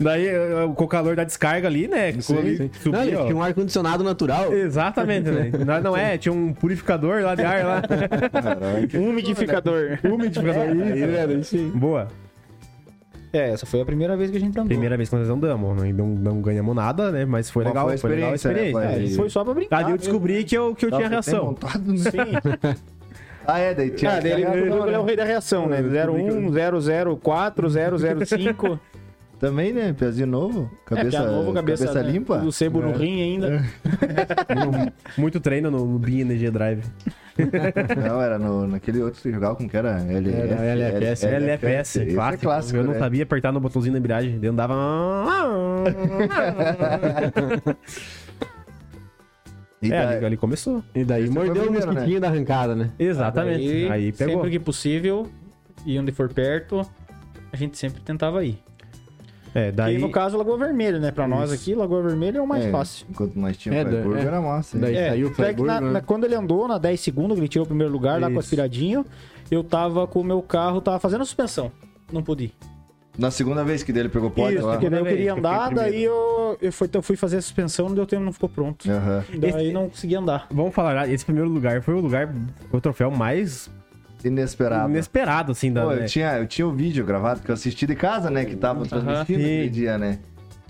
Speaker 3: Daí, eh, com o calor da descarga ali, né?
Speaker 2: Sim,
Speaker 3: ali,
Speaker 2: sim.
Speaker 3: subia,
Speaker 2: não, ele
Speaker 3: ó.
Speaker 2: tinha um ar-condicionado natural.
Speaker 3: Exatamente, né? Não, não é, tinha um purificador lá de ar lá.
Speaker 1: Caralho.
Speaker 4: Um umidificador.
Speaker 3: Umidificador.
Speaker 2: Aí, velho, sim.
Speaker 3: né? Boa.
Speaker 4: É, essa foi a primeira vez que a gente andou.
Speaker 3: Primeira vez que nós andamos, né? não, não ganhamos nada, né? Mas foi
Speaker 1: Mas
Speaker 3: legal,
Speaker 1: foi a
Speaker 3: foi, legal a
Speaker 1: experiência, né?
Speaker 3: experiência.
Speaker 1: Foi-
Speaker 4: É, foi só pra brincar.
Speaker 3: Ali eu Ah, descobri que eu, que eu tinha
Speaker 1: Nossa, tem
Speaker 3: reação.
Speaker 1: montado, né?
Speaker 4: Sim.
Speaker 1: Ah, é, daí tinha.
Speaker 4: Ah, daí ele, ele, ele é o rei da reação, né? 01, 004, 005.
Speaker 1: Também, né? Pezinho novo.
Speaker 4: É, que
Speaker 1: Cabeça,
Speaker 4: a novo cabeça, né?
Speaker 1: limpa.
Speaker 3: É.
Speaker 4: Do sebo no rim ainda.
Speaker 3: Muito treino no, no Bean Energy Drive.
Speaker 1: Não, era no, naquele outro que você jogava, como que era? LF,
Speaker 2: Era LFS,
Speaker 1: L-
Speaker 3: LFS,
Speaker 1: Esse é
Speaker 3: clássico.
Speaker 1: clássico,
Speaker 3: Eu não
Speaker 1: né?
Speaker 3: sabia apertar no botãozinho da embreagem. Ele andava.
Speaker 1: E
Speaker 3: é,
Speaker 1: daí-
Speaker 3: ali, ali começou.
Speaker 2: E daí
Speaker 1: foi o
Speaker 2: mordeu o
Speaker 1: primeiro,
Speaker 2: mosquitinho da arrancada, né?
Speaker 3: Exatamente.
Speaker 1: Ah,
Speaker 4: Daí,
Speaker 3: aí pegou.
Speaker 4: Sempre que possível, e onde for perto, a gente sempre tentava ir.
Speaker 3: É,
Speaker 4: E
Speaker 3: daí.
Speaker 4: no caso, Lagoa Vermelha, né? Pra nós
Speaker 3: Isso.
Speaker 4: aqui, Lagoa Vermelha é o mais
Speaker 1: é,
Speaker 4: fácil.
Speaker 1: Enquanto nós tínhamos
Speaker 2: É, da-
Speaker 1: Freiburg,
Speaker 2: é.
Speaker 1: era massa. hein?
Speaker 2: Daí
Speaker 4: É,
Speaker 2: saiu o
Speaker 4: tanto é que
Speaker 2: Freiburg,
Speaker 4: na-
Speaker 2: né?
Speaker 4: na- quando ele andou na 10 segundos, ele tirou o primeiro lugar lá com a
Speaker 3: Isso.
Speaker 4: aspiradinho, eu tava com o meu carro, tava fazendo suspensão. Não pude. ir.
Speaker 1: Na segunda vez que dele pegou pódio
Speaker 4: Isso,
Speaker 1: lá.
Speaker 4: porque daí eu
Speaker 3: Primeira
Speaker 4: queria
Speaker 3: vez,
Speaker 4: andar,
Speaker 3: fiquei
Speaker 4: daí eu, eu, fui, eu fui fazer a suspensão, não deu tempo, não ficou pronto.
Speaker 1: Aham.
Speaker 4: Daí não consegui andar.
Speaker 3: Vamos falar, ah, esse primeiro lugar foi o lugar, foi o troféu mais
Speaker 1: Inesperado.
Speaker 3: inesperado, assim, da.
Speaker 1: Pô,
Speaker 3: né?
Speaker 1: eu, tinha, eu tinha o vídeo gravado que eu assisti de casa, né? Que tava transmitindo
Speaker 3: Sim.
Speaker 1: aquele dia, né?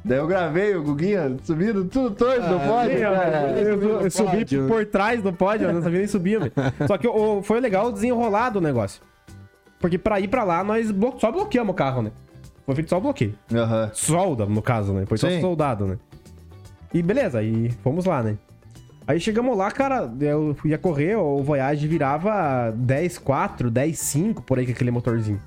Speaker 1: Daí eu gravei o Guguinha subindo tudo torto no pódio,
Speaker 3: Sim, ó,
Speaker 1: cara.
Speaker 3: Eu, eu
Speaker 2: no
Speaker 3: subi
Speaker 2: pódio.
Speaker 3: por trás do pódio, eu não sabia nem subir. velho. Só que ô, foi legal desenrolar do negócio. Porque pra ir pra lá, nós blo- só bloqueamos o carro, né? Foi feito só bloqueio.
Speaker 1: Aham.
Speaker 3: Solda, no caso, né? Foi
Speaker 1: Sim.
Speaker 3: só soldado, né? E beleza, aí fomos lá, né? Aí chegamos lá, cara, eu ia correr, o Voyage virava 10.4, 10.5, por aí com aquele motorzinho.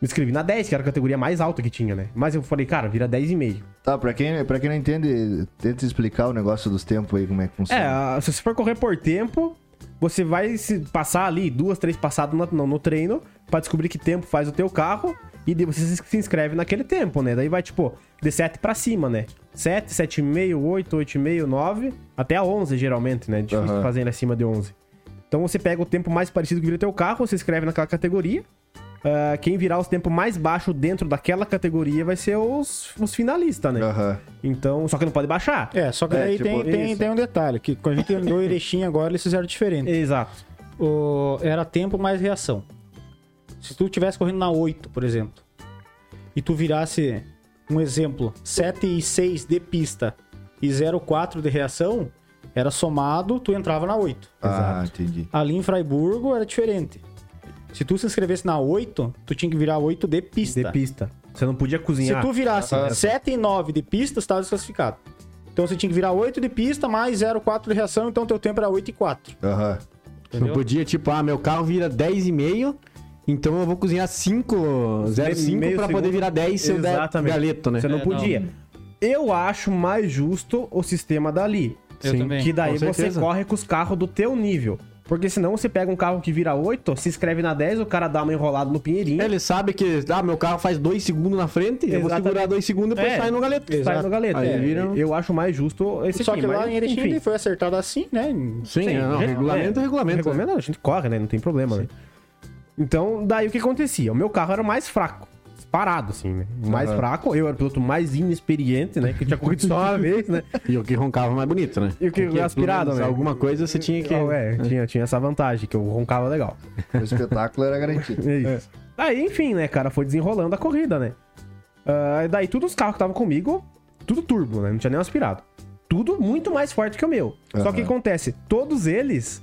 Speaker 3: Me inscrevi na 10, que era a categoria mais alta que tinha, né? Mas eu falei, cara, vira 10,5.
Speaker 1: Tá, pra quem, pra quem não entende, tenta explicar o negócio dos tempos aí, como é que
Speaker 3: É,
Speaker 1: funciona.
Speaker 3: a- se você for correr por tempo, você vai se passar ali duas, três passadas na- no, no treino pra descobrir que tempo faz o teu carro e daí você se se inscreve naquele tempo, né? Daí vai, tipo, de 7 pra cima, né? 7, 7,5, 8, 8,5, 9, até a 11, geralmente, né? Difícil
Speaker 1: Aham.
Speaker 3: fazer ele acima de 11. Então você pega o tempo mais parecido que vira teu carro, você escreve naquela categoria. Ah, quem virar os tempos mais baixo dentro daquela categoria vai ser os, os finalistas, né?
Speaker 1: Aham.
Speaker 3: Então, só que não pode baixar.
Speaker 4: É, só que
Speaker 1: Ah. É,
Speaker 4: daí
Speaker 1: tipo,
Speaker 4: tem, tem,
Speaker 1: isso.
Speaker 4: tem um detalhe, que quando a gente andou em Erechim agora, eles fizeram diferente.
Speaker 3: Exato.
Speaker 4: É. o- era tempo mais reação. Se tu tivesse correndo na 8, por exemplo, e tu virasse, um exemplo, 7 e 6 de pista e 0,4 de reação, era somado, tu entrava na 8.
Speaker 1: Ah, entendi.
Speaker 4: Ali em Freiburgo era diferente. Se tu se inscrevesse na 8, tu tinha que virar 8 de pista.
Speaker 3: De pista. Você não podia
Speaker 4: Se
Speaker 3: cozinhar.
Speaker 4: tu virasse
Speaker 1: Ah, tá.
Speaker 4: 7 e 9 de pista, você estava desclassificado. Então você tinha que virar 8 de pista mais 0,4 de reação, então teu tempo era 8 e 4.
Speaker 1: Aham.
Speaker 2: Não podia, tipo, ah, meu carro vira 10,5, então eu vou cozinhar 5, 0,5
Speaker 3: Meio
Speaker 2: pra poder
Speaker 3: segundo.
Speaker 2: virar 10 se eu der
Speaker 3: Exatamente.
Speaker 2: galeto, né?
Speaker 3: Você não
Speaker 4: É,
Speaker 3: podia. Eu acho mais justo o sistema dali.
Speaker 4: Eu também.
Speaker 3: Que daí
Speaker 2: Com
Speaker 3: você
Speaker 2: certeza.
Speaker 3: corre com os carros do teu nível. Porque senão você pega um carro que vira 8, se inscreve na 10, o cara dá uma enrolada no pinheirinho.
Speaker 2: É. Ele sabe que, ah, meu carro faz 2 segundos na frente, eu vou
Speaker 3: Exatamente.
Speaker 2: segurar 2 segundos e depois
Speaker 3: É,
Speaker 2: sai no galeto.
Speaker 3: sai no galeto.
Speaker 2: Aí um-
Speaker 3: É,
Speaker 2: viram-
Speaker 3: Eu acho mais justo esse
Speaker 4: Só
Speaker 3: aqui,
Speaker 4: que lá
Speaker 3: mas,
Speaker 4: em Erechim
Speaker 3: enfim.
Speaker 4: ele foi acertado assim, né?
Speaker 2: Sim, é, não, regulamento é
Speaker 3: gente,
Speaker 2: regulamento. né?
Speaker 3: Regulamento, a gente corre, né? Não tem problema, né? Então, daí o que acontecia? O meu carro era o mais fraco. Parado, assim, né? O mais
Speaker 1: Aham.
Speaker 3: fraco, eu era o piloto mais inexperiente, né? Que tinha corrido só uma vez, né?
Speaker 2: E o que roncava mais bonito, né?
Speaker 3: E o que
Speaker 2: Porque,
Speaker 3: aspirado,
Speaker 2: pelo menos,
Speaker 3: né?
Speaker 2: Alguma coisa você tinha que.
Speaker 3: Ah, é, tinha, tinha essa vantagem, que eu roncava legal.
Speaker 1: O espetáculo era garantido.
Speaker 3: É isso. Aí, enfim, né, cara, foi desenrolando a corrida, né? Ah, daí, todos os carros que estavam comigo, tudo turbo, né? Não tinha nem aspirado. Tudo muito mais forte que o meu. Só que
Speaker 1: Aham.
Speaker 3: acontece, todos eles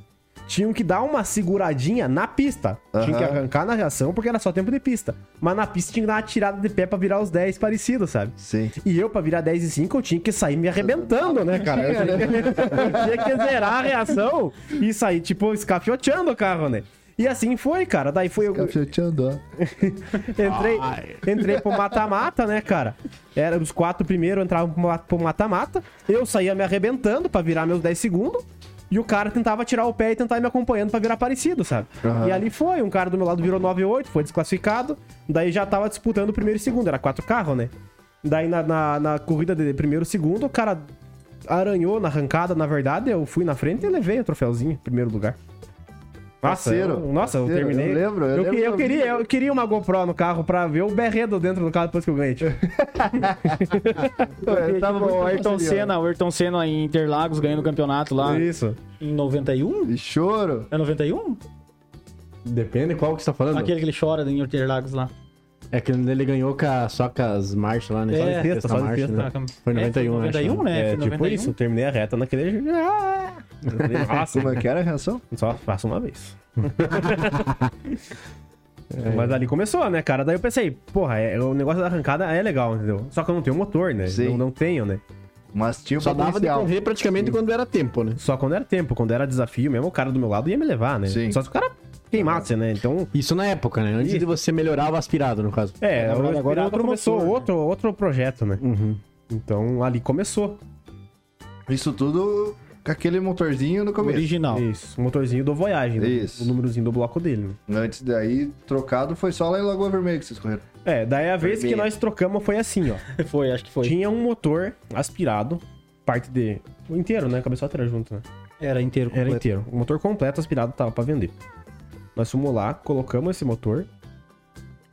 Speaker 3: tinham que dar uma seguradinha na pista. Tinha que
Speaker 1: Aham.
Speaker 3: arrancar na reação, porque era só tempo de pista. Mas na pista tinha que dar uma tirada de pé pra virar os 10 parecidos, sabe?
Speaker 1: Sim.
Speaker 3: E eu, pra virar 10 e 5, eu tinha que sair me arrebentando, né, cara? Eu tinha que, eu tinha que zerar a reação e sair, tipo, escafioteando o carro, né? E assim foi, cara. Daí foi eu.
Speaker 1: Cacheteando, ó.
Speaker 3: Entrei, entrei pro mata-mata, né, cara? Era os quatro primeiros, entravam pro ma- pro mata-mata. Eu saía me arrebentando pra virar meus 10 segundos. E o cara tentava tirar o pé e tentar ir me acompanhando pra virar parecido, sabe?
Speaker 1: Aham.
Speaker 3: E ali foi, um cara do meu lado virou 9-8, foi desclassificado. Daí já tava disputando o primeiro e segundo, era quatro carros, né? Daí na, na, na corrida de primeiro e segundo, o cara aranhou na arrancada, na verdade. Eu fui na frente e levei o troféuzinho, primeiro lugar. Nossa,
Speaker 1: Parceiro,
Speaker 3: eu, nossa, eu
Speaker 1: parceiro,
Speaker 3: terminei.
Speaker 1: eu lembro, eu
Speaker 3: eu, que-
Speaker 1: lembro
Speaker 3: eu
Speaker 1: do
Speaker 3: queria,
Speaker 1: vídeo.
Speaker 3: eu queria uma GoPro no carro pra ver o berredo dentro do carro depois que eu ganhei. tipo.
Speaker 1: Eu tava
Speaker 4: o
Speaker 1: muito
Speaker 4: Ayrton
Speaker 1: parceria,
Speaker 4: Senna, o Ayrton Senna em Interlagos ganhando o campeonato
Speaker 1: Ah.
Speaker 4: lá
Speaker 3: Isso.
Speaker 4: em 91?
Speaker 1: né? E choro.
Speaker 4: É 91?
Speaker 2: Depende qual que você tá falando.
Speaker 4: Aquele que ele chora em Interlagos lá.
Speaker 2: É que ele ganhou com a- só com as marchas lá, né?
Speaker 4: É,
Speaker 2: Só de
Speaker 4: só
Speaker 3: de
Speaker 2: sexta
Speaker 3: sexta,
Speaker 2: marcha, né?
Speaker 4: só de
Speaker 2: Foi
Speaker 4: sexta.
Speaker 2: 91,
Speaker 4: É, foi 91, né?
Speaker 3: É,
Speaker 4: Foi
Speaker 3: tipo
Speaker 4: 91.
Speaker 3: isso, eu terminei a reta naquele. Ah! Eu falei, Nossa,
Speaker 1: Como é que era a reação?
Speaker 3: Só faço uma vez.
Speaker 1: É.
Speaker 3: Mas ali começou, né, cara? Daí eu pensei, porra, é- o negócio da arrancada é legal, entendeu? Só que eu não tenho motor, né?
Speaker 1: Sim.
Speaker 3: Não, não tenho, né?
Speaker 1: Mas tinha o
Speaker 2: Só dava de
Speaker 1: potencial.
Speaker 2: correr praticamente quando era tempo, né?
Speaker 3: Só quando era tempo, quando era desafio mesmo, o cara do meu lado ia me levar, né?
Speaker 1: Sim.
Speaker 3: Só se o cara queimasse, né? Então.
Speaker 2: Isso na época, né? Antes de você melhorar o aspirado, no caso.
Speaker 3: É,
Speaker 4: Na verdade,
Speaker 3: agora
Speaker 4: agora
Speaker 3: outro
Speaker 4: é outro
Speaker 3: começou
Speaker 4: motor, né?
Speaker 3: outro, outro projeto, né?
Speaker 2: Uhum.
Speaker 3: Então ali começou.
Speaker 1: Isso tudo com aquele motorzinho no começo.
Speaker 4: Original.
Speaker 3: Isso, o motorzinho do Voyage, né?
Speaker 1: Isso.
Speaker 3: O númerozinho do bloco dele. né?
Speaker 1: Antes daí, trocado foi só lá em Lagoa Vermelha que vocês correram.
Speaker 3: É, daí a vez que
Speaker 1: Vermelho.
Speaker 3: nós trocamos foi assim, ó.
Speaker 4: Foi, acho que foi.
Speaker 3: Tinha um motor aspirado, parte de. O inteiro, né? Cabeçote era junto, né?
Speaker 4: Era inteiro.
Speaker 3: Era
Speaker 4: completo.
Speaker 3: inteiro. O motor completo aspirado tava pra vender. Nós fomos lá, colocamos esse motor.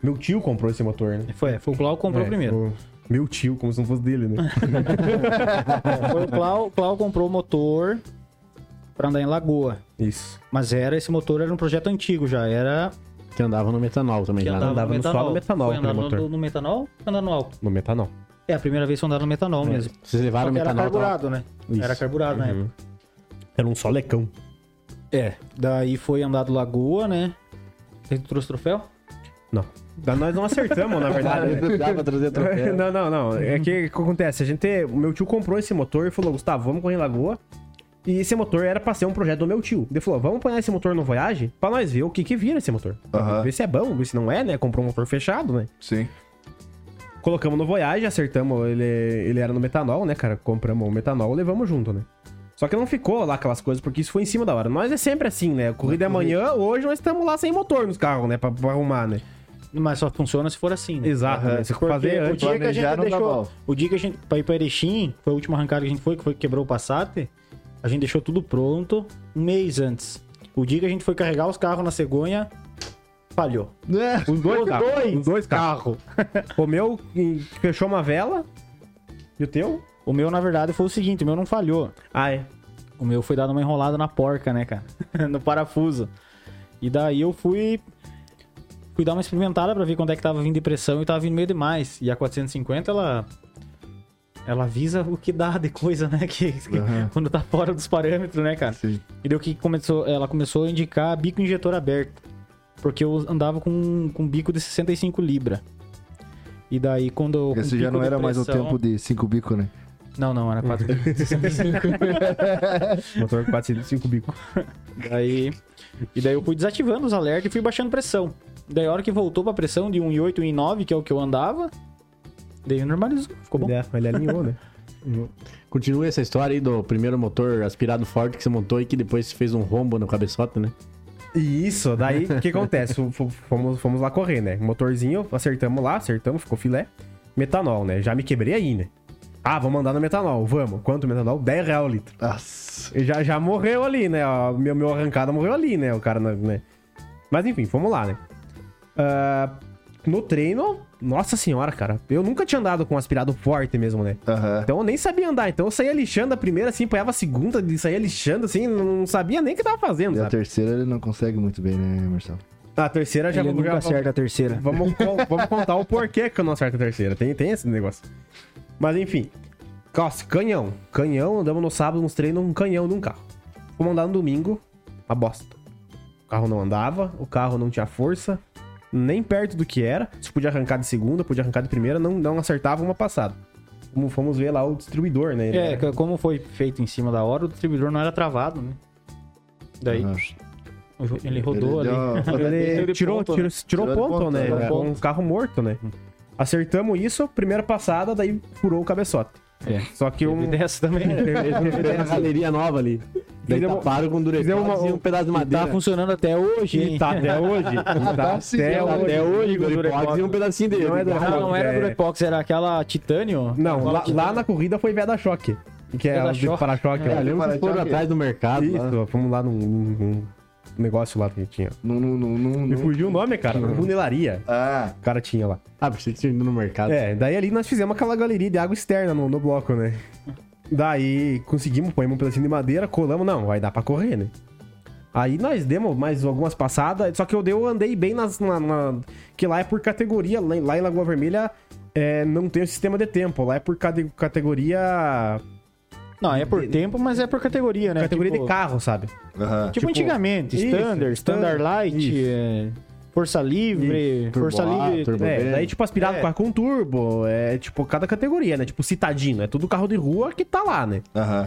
Speaker 3: Meu tio comprou esse motor, né?
Speaker 4: Foi, foi o Clau que comprou
Speaker 3: É,
Speaker 4: primeiro.
Speaker 3: o- Meu tio, como se não fosse dele, né?
Speaker 4: Foi o Clau, o Clau comprou o motor pra andar em Lagoa.
Speaker 3: Isso.
Speaker 4: Mas era esse motor era um projeto antigo já, era
Speaker 2: Que andava no metanol também.
Speaker 4: que
Speaker 2: já, né?
Speaker 3: andava no- só no metanol,
Speaker 4: Foi
Speaker 3: aquele
Speaker 4: andar no,
Speaker 3: motor.
Speaker 4: no, no metanol, foi andar no álcool.
Speaker 3: No metanol.
Speaker 4: É a primeira vez que eu andava no
Speaker 3: É.
Speaker 4: metanol mesmo.
Speaker 2: Vocês levaram
Speaker 4: Só
Speaker 2: o
Speaker 4: que era
Speaker 2: metanol. Tá...
Speaker 4: carburado, né?
Speaker 2: Isso.
Speaker 4: Era carburado na
Speaker 3: Uhum.
Speaker 4: época.
Speaker 3: Era um solecão.
Speaker 4: É, daí foi andado Lagoa, né? Você trouxe troféu?
Speaker 3: Não. Da- Nós não acertamos, na verdade. né?
Speaker 2: Dá pra trazer troféu.
Speaker 3: não, não, não. É que o que acontece? A gente. O meu tio comprou esse motor e falou, Gustavo, vamos correr em Lagoa. E esse motor era pra ser um projeto do meu tio. Ele falou, vamos apanhar esse motor no Voyage pra nós ver o que que vira esse motor.
Speaker 1: Aham.
Speaker 3: Ver se é bom, ver se não é, né? Comprou um motor fechado, né?
Speaker 1: Sim.
Speaker 3: Colocamos no Voyage, acertamos, ele, ele era no metanol, né, cara? Compramos o metanol e levamos junto, né? Só que não ficou lá aquelas coisas, porque isso foi em cima da hora. Nós é sempre assim, né? Corrida é amanhã, hoje nós estamos lá sem motor nos carros, né? Pra, pra arrumar, né?
Speaker 4: Mas só funciona se for assim, né?
Speaker 3: Exato, né? Você
Speaker 4: Porque
Speaker 3: fazer
Speaker 4: o
Speaker 3: antes.
Speaker 4: dia que a
Speaker 1: planejar
Speaker 4: gente
Speaker 1: não dá
Speaker 4: deixou,
Speaker 1: bola.
Speaker 4: o dia que a gente pra ir pra Erechim, foi a última arrancada que a gente foi, que foi que quebrou o Passat, a gente deixou tudo pronto um mês antes. O dia que a gente foi carregar os carros na cegonha, falhou.
Speaker 1: É.
Speaker 3: Os dois,
Speaker 4: Os
Speaker 3: carros,
Speaker 4: dois
Speaker 3: os dois carros.
Speaker 4: Carro.
Speaker 3: O meu em- fechou uma vela. E o teu?
Speaker 4: O meu, na verdade, foi o seguinte, o meu não falhou.
Speaker 3: Ah, é.
Speaker 4: O meu foi dado uma enrolada na porca, né, cara? no parafuso. E daí eu fui fui dar uma experimentada pra ver quando é que tava vindo de pressão e tava vindo meio demais. E a 450 ela ela avisa o que dá de coisa, né, que, que-
Speaker 1: Aham.
Speaker 4: quando tá fora dos parâmetros, né, cara?
Speaker 1: Sim.
Speaker 4: E deu que começou, ela começou a indicar bico injetor aberto. Porque eu andava com, com bico de 65 libra. E daí quando eu- com
Speaker 1: Esse já
Speaker 4: bico
Speaker 1: não
Speaker 4: de
Speaker 1: era mais o
Speaker 4: pressão-
Speaker 1: tempo de cinco bico, né?
Speaker 4: Não, não, era 465.
Speaker 3: Motor 405 bico.
Speaker 4: Daí, e daí eu fui desativando os alertas e fui baixando pressão. Daí a hora que voltou pra pressão de 1,8, 1,9, que é o que eu andava, daí normalizou, ficou bom.
Speaker 3: Ele, ele alinhou, né?
Speaker 2: Continua essa história aí do primeiro motor aspirado forte que você montou e que depois fez um rombo no cabeçote, né?
Speaker 3: E Isso, daí o que acontece? F- f- Fomos, fomos lá correr, né? Motorzinho, acertamos lá, acertamos, ficou filé. Metanol, né? Já me quebrei aí, né? Ah, vamos andar no metanol, vamos. Quanto metanol? 10 reais o litro.
Speaker 1: Nossa.
Speaker 3: E Já, já morreu ali, né? Ó, Meu, meu arrancada morreu ali, né? O cara, né? Mas enfim, fomos lá, né? Ah, no treino, nossa senhora, cara. Eu nunca tinha andado com um aspirado forte mesmo, né?
Speaker 1: Aham.
Speaker 3: Então eu nem sabia andar. Então eu saía lixando a primeira, assim, apanhava a segunda, e saía lixando, assim, não sabia nem o que tava fazendo,
Speaker 1: E a
Speaker 3: sabe?
Speaker 1: terceira ele não consegue muito bem, né, Marcelo?
Speaker 3: A terceira já
Speaker 4: Ele
Speaker 3: já-
Speaker 4: nunca acerta a terceira.
Speaker 3: Vamos, con- vamos contar o porquê que eu não acerto a terceira. Tem, tem esse negócio. Mas enfim. Nossa, canhão. Canhão, andamos no sábado nos treinos, um canhão de um carro. Fomos andar no domingo, a bosta. O carro não andava, o carro não tinha força, nem perto do que era. Se podia arrancar de segunda, podia arrancar de primeira, não, não acertava uma passada. Como fomos ver lá o distribuidor, né? Ele
Speaker 4: É,
Speaker 3: era-
Speaker 4: c- como foi feito em cima da hora, o distribuidor não era travado, né? Daí
Speaker 1: Aham.
Speaker 4: o- ele rodou
Speaker 1: Ele
Speaker 4: ali.
Speaker 1: deu-
Speaker 3: Ele
Speaker 4: Ele deu
Speaker 3: tirou,
Speaker 4: ponto,
Speaker 3: tirou,
Speaker 4: né?
Speaker 3: tirou
Speaker 1: Tirou de
Speaker 3: ponto,
Speaker 1: ponto,
Speaker 3: né?
Speaker 1: tirou
Speaker 4: de
Speaker 3: Com
Speaker 4: ponto.
Speaker 3: um carro morto, né? Acertamos isso, primeira passada, daí furou o cabeçote.
Speaker 4: É.
Speaker 3: Só que um.
Speaker 4: Teve dessa também.
Speaker 2: Tem uma galeria nova ali. Daí
Speaker 3: É Fizemos-
Speaker 2: taparam com durefax
Speaker 3: fizemos uma-
Speaker 2: e um pedaço de
Speaker 4: Tá
Speaker 3: É.
Speaker 2: madeira.
Speaker 4: funcionando até hoje,
Speaker 3: E
Speaker 4: hein?
Speaker 3: tá até hoje. E tá até
Speaker 1: seguindo
Speaker 3: hoje.
Speaker 2: assim, né? Até hoje,
Speaker 4: com
Speaker 2: durefax
Speaker 4: durepox.
Speaker 2: e um pedacinho dele.
Speaker 3: Não é
Speaker 4: Ah, não era
Speaker 3: É.
Speaker 4: Durepox, era aquela Titânio.
Speaker 3: Não,
Speaker 4: Aquela
Speaker 3: lá,
Speaker 4: Titânio.
Speaker 3: lá na corrida foi Veda Choque. Que é
Speaker 4: Veda
Speaker 3: o de
Speaker 4: Choque.
Speaker 3: para-choque.
Speaker 2: É,
Speaker 3: lá.
Speaker 2: lembra que foram
Speaker 1: Para-choque.
Speaker 2: atrás do mercado. lá.
Speaker 3: Isso, fomos lá num, num- num negócio lá que tinha.
Speaker 1: Não, não, não, não,
Speaker 3: Me
Speaker 1: não.
Speaker 3: fugiu o nome, cara. Funilaria.
Speaker 1: Ah,
Speaker 3: O cara tinha lá.
Speaker 2: Ah, pensei que tinha ido no mercado.
Speaker 3: É, daí ali nós fizemos aquela galeria de água externa no, no bloco, né? Daí conseguimos, põemos um pedacinho de madeira, colamos, não, vai dar pra correr, né? Aí nós demos mais algumas passadas, só que eu dei, eu andei bem nas. na- na- que lá é por categoria, lá, em- lá em Lagoa Vermelha é, não tem o sistema de tempo, lá é por cate- categoria.
Speaker 4: Não, é por tempo, mas é por categoria, né?
Speaker 3: categoria
Speaker 4: Tipo-
Speaker 3: de carro, sabe?
Speaker 1: aham.
Speaker 4: Tipo,
Speaker 3: Tipo,
Speaker 4: antigamente,
Speaker 3: isso, standard,
Speaker 4: standard, standard light,
Speaker 3: isso.
Speaker 4: é, Força Livre,
Speaker 2: Turbo
Speaker 4: Força
Speaker 2: A,
Speaker 4: Livre.
Speaker 2: Turbo
Speaker 3: É,
Speaker 2: B.
Speaker 3: daí, tipo, aspirado
Speaker 4: É.
Speaker 3: carro com turbo, é tipo cada categoria, né? Tipo, citadino, é tudo carro de rua que tá lá, né?
Speaker 1: Aham.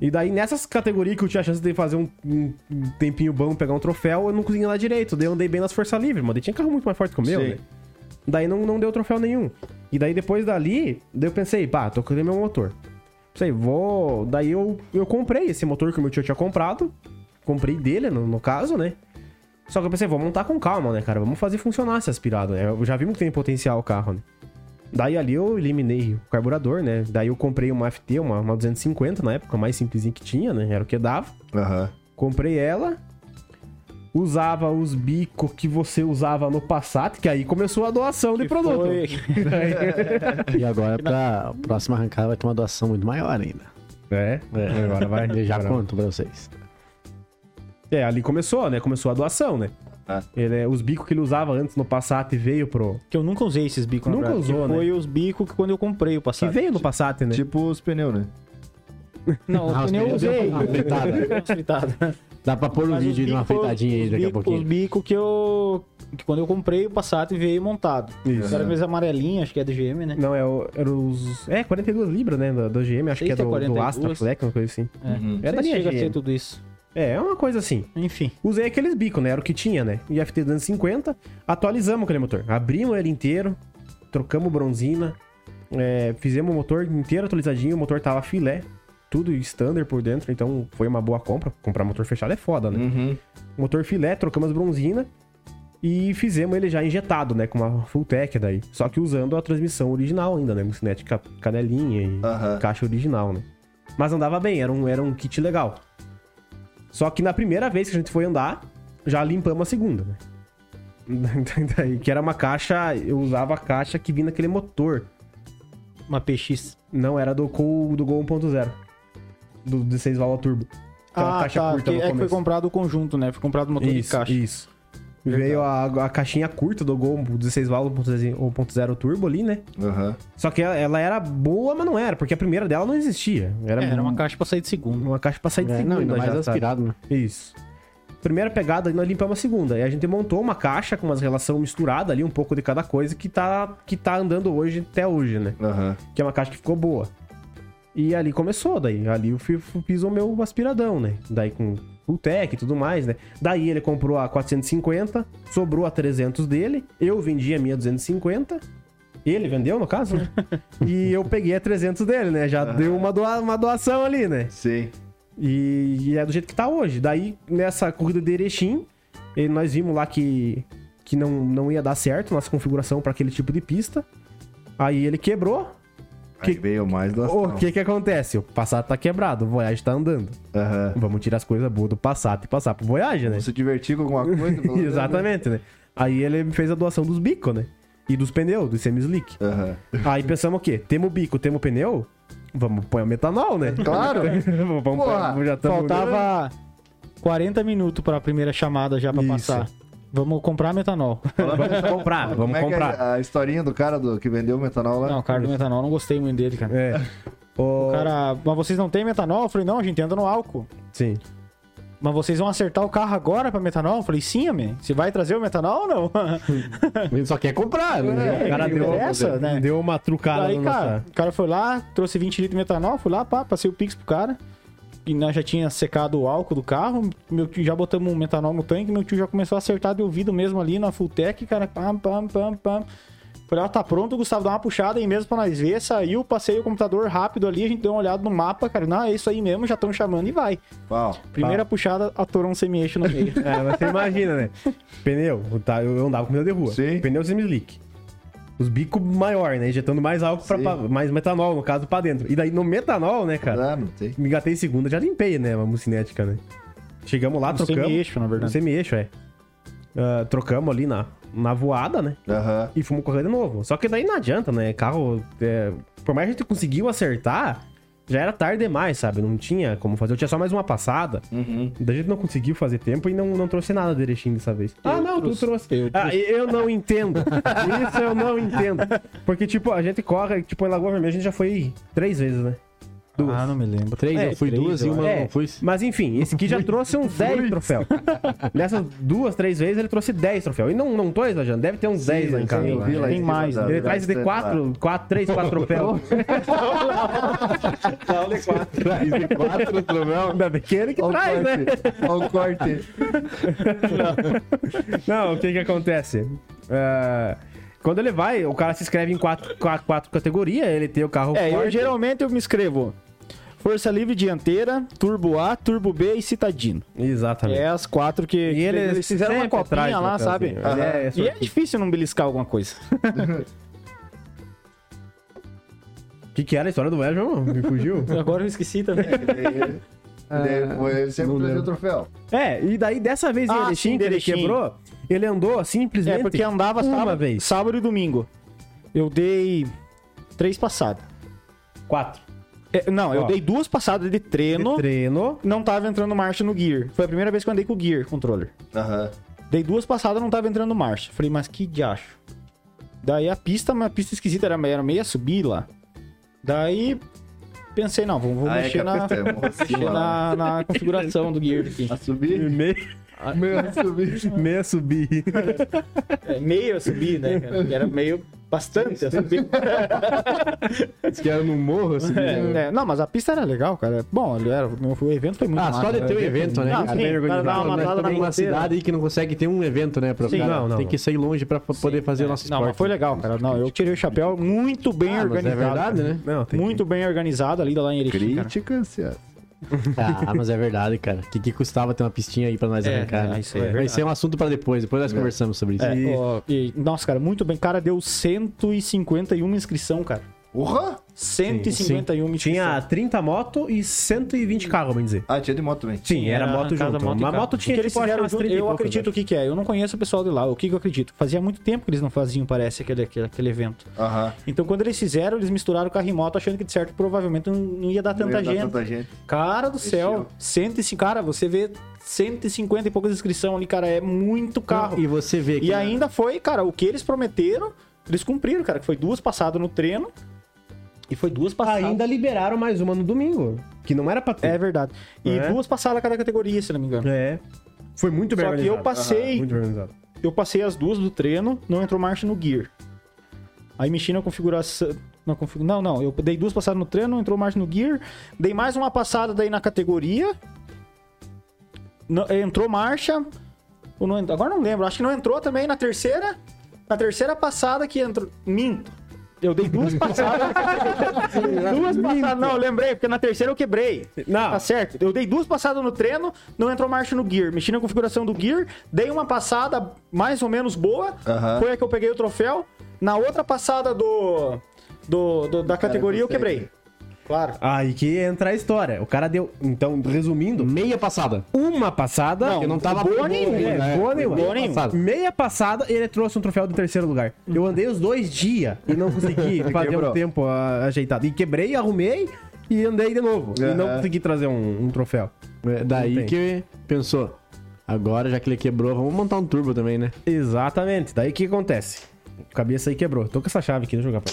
Speaker 3: E daí, nessas categorias que eu tinha a chance de fazer um, um- um tempinho bom, pegar um troféu, eu não conseguia andar direito. Daí eu andei bem nas Força Livre, mano. Daí tinha carro muito mais forte que o meu,
Speaker 1: Sim.
Speaker 3: né? Daí não, não deu troféu nenhum. E daí depois dali, daí eu pensei, pá, tô querendo meu motor. Sei, vou. Daí eu, eu comprei esse motor que o meu tio tinha comprado. Comprei dele, no, no caso, né? Só que eu pensei, vou montar com calma, né, cara? Vamos fazer funcionar esse aspirado, né? Eu já vimos que tem potencial o carro, né? Daí ali eu eliminei o carburador, né? Daí eu comprei uma FT, uma, uma 250 na época, a mais simplesinha que tinha, né? Era o que dava.
Speaker 1: Aham.
Speaker 3: Comprei ela. Usava os bicos que você usava no Passat, que aí começou a doação de
Speaker 4: que
Speaker 3: produto.
Speaker 4: foi-
Speaker 2: E agora pra próxima arrancada vai ter uma doação muito maior ainda.
Speaker 3: É, agora vai.
Speaker 2: Eu já
Speaker 3: Agora-
Speaker 2: conto pra vocês.
Speaker 3: É, ali começou, né? Começou a doação, né?
Speaker 1: Ah.
Speaker 3: Ele, é, os bicos que ele usava antes no Passat veio pro.
Speaker 4: Que eu nunca usei esses bicos, na
Speaker 3: Nunca
Speaker 4: verdade, que
Speaker 3: usou, né?
Speaker 4: Foi os bicos que quando eu comprei o
Speaker 3: Que
Speaker 4: passado.
Speaker 3: veio no Passat, né?
Speaker 1: Tipo os pneus, né?
Speaker 4: Não,
Speaker 2: Ah,
Speaker 4: o
Speaker 2: os
Speaker 4: pneu eu
Speaker 2: pneus deu
Speaker 4: usei.
Speaker 2: uma fritada.
Speaker 4: Deu uma fritada.
Speaker 2: Dá pra pôr um
Speaker 4: Mas os
Speaker 2: vídeo de uma
Speaker 4: bicos-
Speaker 2: fritadinha aí
Speaker 4: os
Speaker 2: daqui a
Speaker 4: bicos- Os
Speaker 2: pouquinho.
Speaker 4: bicos que eu. Que quando eu comprei o Passat veio montado.
Speaker 3: Isso.
Speaker 4: Era mesmo amarelinha, acho que é do GM, né?
Speaker 3: Não, é, o- era os. É, 42 libras, né? Da, da GM, acho
Speaker 4: Sei
Speaker 3: que é
Speaker 4: se
Speaker 3: do,
Speaker 4: é
Speaker 3: do
Speaker 4: 42.
Speaker 3: Astra Fleck, uma coisa assim.
Speaker 4: É,
Speaker 1: Uhum.
Speaker 4: Não
Speaker 3: É da
Speaker 4: sei se
Speaker 3: linha
Speaker 4: chega a ser
Speaker 3: GM.
Speaker 4: tudo isso.
Speaker 3: É, é uma coisa assim.
Speaker 4: Enfim.
Speaker 3: Usei aqueles bicos, né? Era o que tinha, né? E FT 250, atualizamos aquele motor. Abrimos ele inteiro, trocamos bronzina, é, fizemos o motor inteiro atualizadinho, o motor tava filé, tudo standard por dentro, então foi uma boa compra. Comprar motor fechado é foda, né?
Speaker 1: Uhum.
Speaker 3: Motor filé, trocamos as bronzina e fizemos ele já injetado, né? Com uma full tech daí. Só que usando a transmissão original ainda, né? Cinética canelinha e
Speaker 1: Aham.
Speaker 3: caixa original, né? Mas andava bem, era um, era um kit legal. Só que na primeira vez que a gente foi andar, já limpamos a segunda, né? Daí, que era uma caixa, eu usava a caixa que vinha naquele motor.
Speaker 4: Uma PX.
Speaker 3: Não, era do Gol, do Gol 1.0. Do 16 válvula turbo. Aquela caixa curta
Speaker 4: que-
Speaker 3: no
Speaker 4: é que foi
Speaker 3: começo.
Speaker 4: comprado o conjunto, né? Foi comprado o motor de
Speaker 3: Isso,
Speaker 4: caixa.
Speaker 3: isso. Veio a, a caixinha curta do Gol 16 válvula 1.0 turbo ali, né?
Speaker 1: Aham.
Speaker 3: Só que ela, ela era boa, mas não era, porque a primeira dela não existia. Era,
Speaker 4: É, era uma caixa pra sair de segundo.
Speaker 3: uma caixa pra sair de
Speaker 2: É,
Speaker 3: segunda
Speaker 2: não, ainda mais
Speaker 3: já, tá. sabe?
Speaker 2: aspirado, né?
Speaker 3: Isso. Primeira pegada, nós limpamos a segunda. E a gente montou uma caixa com umas relação misturada ali, um pouco de cada coisa, que tá, que tá andando hoje até hoje, né?
Speaker 1: Aham.
Speaker 3: Que é uma caixa que ficou boa. E ali começou, daí. Ali eu fi- fi- fiz o meu aspiradão, né? Daí com full tech e tudo mais, né? Daí ele comprou a 450, sobrou a 300 dele, eu vendi a minha 250. Ele vendeu, no caso, né? e eu peguei a 300 dele, né? Já
Speaker 2: Ah.
Speaker 3: deu uma, doa- uma doação ali, né?
Speaker 1: Sim.
Speaker 3: E, e é do jeito que tá hoje. Daí, nessa corrida de Erechim, eh, nós vimos lá que, que não, não ia dar certo nossa configuração para aquele tipo de pista. Aí ele quebrou.
Speaker 1: Aí
Speaker 3: Que-
Speaker 1: veio mais do
Speaker 3: O que que acontece? O Passat tá quebrado, o Voyage tá andando.
Speaker 1: Aham.
Speaker 3: Vamos tirar as coisas boas do Passat e passar pro Voyage, né?
Speaker 1: Vamos se divertir com alguma coisa? pelo menos, né?
Speaker 3: Exatamente, né? Aí ele fez a doação dos bicos, né? E dos pneus, dos semi-slick.
Speaker 1: Aham.
Speaker 3: Aí pensamos o quê? Temos o bico, temos o pneu? Vamos pôr o metanol, né?
Speaker 1: Claro!
Speaker 3: Vamos pôr-
Speaker 1: Porra,
Speaker 3: já tamo-
Speaker 4: Faltava 40 minutos pra primeira chamada já pra
Speaker 3: Isso.
Speaker 4: passar. Vamos comprar metanol.
Speaker 3: Vamos comprar,
Speaker 1: Como
Speaker 3: vamos
Speaker 1: é que é
Speaker 3: comprar.
Speaker 1: a historinha do cara do, que vendeu o metanol lá?
Speaker 4: Não, o cara do metanol, não gostei muito dele, cara.
Speaker 3: É. O...
Speaker 4: O cara, mas vocês não têm metanol? Eu falei, não, a gente anda no álcool.
Speaker 3: Sim.
Speaker 4: Mas vocês vão acertar o carro agora pra metanol? Eu falei, sim, amém. Você vai trazer o metanol ou não?
Speaker 2: Ele só quer comprar. né?
Speaker 3: O cara
Speaker 4: que
Speaker 3: deu,
Speaker 4: interessa, né?
Speaker 3: deu uma trucada
Speaker 4: Daí,
Speaker 3: no
Speaker 4: cara,
Speaker 3: nosso-
Speaker 4: o cara foi lá, trouxe 20 litros de metanol, fui lá, pá, passei o Pix pro cara. E nós já tinha secado o álcool do carro, meu tio já botamos um metanol no tanque, meu tio já começou a acertar de ouvido mesmo ali na full tech, cara, pam, pam, pam, pam. Falei, ó, tá pronto, Gustavo, dá uma puxada aí mesmo pra nós ver. Saiu, passei o computador rápido ali, a gente deu uma olhada no mapa, cara, não, é isso aí mesmo, já estão chamando e vai.
Speaker 1: Pau.
Speaker 4: Primeira puxada, atorou um semi-eixo no meio.
Speaker 3: É, mas você imagina, né? Pneu, tá, eu eu andava com pneu de rua.
Speaker 1: Sim.
Speaker 3: Pneu semi-slick. Os bicos maior, né? Injetando mais álcool, pra,
Speaker 1: Sim.
Speaker 3: pra- mais metanol, no caso, pra dentro. E daí no metanol, né, cara?
Speaker 1: Ah, não sei.
Speaker 3: Me gatei em segunda, já limpei, né? Uma mucinética, né? Chegamos lá,
Speaker 4: Um
Speaker 3: trocamos.
Speaker 4: semi-eixo, na verdade.
Speaker 3: Um semi-eixo, é. Ah, trocamos ali na, na voada, né?
Speaker 1: Aham.
Speaker 3: e fomos correr de novo. Só que daí não adianta, né? Carro, é, por mais que a gente conseguiu acertar, já era tarde demais, sabe? Não tinha como fazer. Eu tinha só mais uma passada.
Speaker 1: Uhum.
Speaker 3: Daí a gente não conseguiu fazer tempo e não, não trouxe nada de Erechim dessa vez. ah, não, tu trouxe.
Speaker 4: eu
Speaker 3: Ah, eu não entendo. Isso eu não entendo. Porque, tipo, a gente corre, tipo, em Lagoa Vermelha a gente já foi três vezes, né? Duas.
Speaker 4: Ah, não me lembro.
Speaker 2: Três,
Speaker 3: É,
Speaker 2: eu fui
Speaker 5: três,
Speaker 2: duas e
Speaker 5: eu
Speaker 2: uma eu
Speaker 3: É,
Speaker 2: não fui.
Speaker 3: Mas enfim, esse aqui já trouxe uns 10 troféus. Nessas duas, três vezes ele trouxe 10 troféus. E não, não tô exagerando, deve ter uns 10 lá em casa.
Speaker 4: sim,
Speaker 3: lá.
Speaker 4: vi lá. Tem mais,
Speaker 3: Ele traz de 4, 4, 3, 4 troféus.
Speaker 2: Três e é quatro, tromel.
Speaker 3: Ainda bem que ele que traz, né?
Speaker 1: Olha o corte.
Speaker 3: Não, o que que acontece? Ah, quando ele vai, o cara se inscreve em quatro, quatro, quatro categorias, ele tem o carro
Speaker 4: É, eu
Speaker 3: forte.
Speaker 4: geralmente eu me escrevo Força Livre Dianteira, Turbo A, Turbo B e Citadino.
Speaker 3: Exatamente.
Speaker 4: É as quatro que
Speaker 3: E
Speaker 4: que
Speaker 3: ele
Speaker 4: eles fizeram uma
Speaker 3: sempre traz
Speaker 4: copinha lá,
Speaker 3: troféuzinho.
Speaker 4: sabe?
Speaker 3: Ele é
Speaker 4: E é
Speaker 3: sortudo.
Speaker 4: difícil não beliscar alguma coisa.
Speaker 3: O que que era a história do velho, João? Me fugiu.
Speaker 5: Agora eu esqueci também.
Speaker 1: Ele- é- ele sempre trazia o troféu.
Speaker 3: é, e daí dessa vez em
Speaker 4: Ah,
Speaker 3: Erechim,
Speaker 4: sim,
Speaker 3: que ele
Speaker 4: Erechim.
Speaker 3: quebrou, ele andou simplesmente...
Speaker 4: É, porque andava
Speaker 3: uma
Speaker 4: sábado,
Speaker 3: vez.
Speaker 4: sábado e domingo. Eu dei três passadas.
Speaker 3: Quatro.
Speaker 4: É, não,
Speaker 3: Ó.
Speaker 4: eu dei duas passadas de treino,
Speaker 3: De treino.
Speaker 4: não tava entrando marcha no gear. Foi a primeira vez que eu andei com o gear controller.
Speaker 1: Aham.
Speaker 4: Dei duas passadas, não tava entrando marcha. Falei, mas que diacho. Daí a pista, uma pista esquisita, era, era meia subir lá. Daí pensei, não, vamos, vamos
Speaker 1: Ah, é
Speaker 4: mexer,
Speaker 1: que
Speaker 4: na,
Speaker 1: a pista é
Speaker 4: mexer
Speaker 1: mocinha lá.
Speaker 4: na, na configuração do gear aqui.
Speaker 1: A subir?
Speaker 3: Meia,
Speaker 1: Meu, a subir.
Speaker 3: meia subir.
Speaker 5: É, meio eu subi, né? cara? Era meio bastante eu subi.
Speaker 2: Diz que era no morro, assim.
Speaker 4: É, é, não, mas a pista era legal, cara. Bom, ele era, o evento foi muito
Speaker 2: Ah, só
Speaker 4: massa,
Speaker 2: de ter o
Speaker 4: né?
Speaker 2: evento, né?
Speaker 4: Ah,
Speaker 2: Isso
Speaker 4: sim,
Speaker 2: é bem
Speaker 4: pra dar uma
Speaker 2: organizado. Mas
Speaker 4: matada na
Speaker 2: também uma
Speaker 4: goteira.
Speaker 2: cidade aí que não consegue ter um evento, né? Pra
Speaker 4: Sim,
Speaker 2: cara,
Speaker 3: não, não.
Speaker 2: Tem que sair longe pra f- poder fazer o nosso
Speaker 4: é. Não, mas
Speaker 2: esporte.
Speaker 4: foi legal, cara. Não, eu tirei o chapéu muito bem
Speaker 2: Ah, mas é
Speaker 4: organizado.
Speaker 2: verdade, né?
Speaker 3: Não, tem
Speaker 4: Muito bem organizado ali lá em Erechim, cara.
Speaker 1: Crítica, Cias.
Speaker 2: Ah, mas é verdade, cara. O que, que custava ter uma pistinha aí pra nós
Speaker 5: É,
Speaker 2: arrancar?
Speaker 5: não,
Speaker 2: né?
Speaker 5: isso aí é
Speaker 2: Mas
Speaker 5: verdade.
Speaker 2: é um assunto pra depois. Depois nós conversamos sobre isso.
Speaker 4: É, ó, e- nossa, cara, muito bem. Cara, deu 151 inscrição, cara.
Speaker 1: Urra!
Speaker 4: 151
Speaker 3: que-
Speaker 4: inscrição.
Speaker 3: Tinha 30 moto e 120 carros, vamos dizer.
Speaker 1: Ah, tinha de moto também.
Speaker 3: Sim, era
Speaker 5: Era
Speaker 3: moto
Speaker 5: cada
Speaker 3: junto.
Speaker 5: moto e
Speaker 3: Mas a
Speaker 5: carro.
Speaker 3: moto
Speaker 4: O que
Speaker 3: tinha
Speaker 4: eles
Speaker 3: tipo, acho que
Speaker 4: fizeram
Speaker 3: umas
Speaker 4: junto,
Speaker 3: 30 e
Speaker 4: eu
Speaker 3: poucas, né?
Speaker 4: acredito o que, que é. Eu não conheço o pessoal de lá. O que, que eu acredito? Fazia muito tempo que eles não faziam, parece, aquele, aquele, aquele evento.
Speaker 1: Aham.
Speaker 4: Então, quando eles fizeram, eles misturaram carro e moto, achando que, de certo, provavelmente não, não ia dar
Speaker 1: Não
Speaker 4: tanta
Speaker 1: ia dar
Speaker 4: gente.
Speaker 1: Tanta gente.
Speaker 4: Cara do céu, 105, cara, você vê 150 e poucas inscrições ali, cara, é muito carro.
Speaker 2: E você vê que.
Speaker 4: E ainda foi, cara, o que eles prometeram, eles cumpriram, cara. Que foi duas passadas no treino. E foi duas passadas.
Speaker 3: Ainda liberaram mais uma no domingo, que não era pra ter.
Speaker 4: É verdade. E
Speaker 3: É.
Speaker 4: duas passadas cada categoria, se não me engano.
Speaker 3: É. Foi muito bem
Speaker 4: Só que
Speaker 3: organizado.
Speaker 4: eu passei,
Speaker 3: Muito bem organizado.
Speaker 4: eu passei as duas do treino, não entrou marcha no gear. Aí mexi na configuração. Na config... Não, não. Eu dei duas passadas no treino, não entrou marcha no gear. Dei mais uma passada daí na categoria. Não- eh, entrou marcha. Ou não, entrou- agora não lembro. Acho que não entrou também na terceira. Na terceira passada que entrou. Minto. Eu dei duas passadas. duas passadas. Não, eu lembrei, porque na terceira eu quebrei.
Speaker 3: Não.
Speaker 4: Tá certo. Eu dei duas passadas no treino, não entrou marcha no gear. Mexi na configuração do gear, dei uma passada mais ou menos boa.
Speaker 1: Aham.
Speaker 4: Foi a que eu peguei o troféu. Na outra passada do. do, do- da categoria eu
Speaker 1: consegue.
Speaker 4: quebrei. Claro.
Speaker 3: Aí que entra a história. O cara deu. Então, resumindo,
Speaker 2: Meia passada.
Speaker 3: uma passada.
Speaker 4: Não,
Speaker 2: Eu não tava
Speaker 4: boa
Speaker 2: boa
Speaker 4: nenhuma,
Speaker 2: ainda,
Speaker 3: é,
Speaker 2: né?
Speaker 3: boa nenhuma.
Speaker 4: Boa nenhuma.
Speaker 2: passada.
Speaker 3: Meia passada, ele trouxe um troféu do terceiro lugar. Eu andei os dois dias e não consegui fazer um
Speaker 1: Quebrou.
Speaker 3: tempo ah, ajeitado. E quebrei, arrumei e andei de novo. E não
Speaker 1: Aham.
Speaker 3: consegui trazer um, um troféu.
Speaker 2: É, Daí
Speaker 3: Não tem.
Speaker 2: que pensou. Agora, já que ele quebrou, vamos montar um turbo também, né?
Speaker 3: Exatamente. Daí o que acontece? Cabeça aí quebrou. Tô com essa chave aqui, deixa eu jogar pra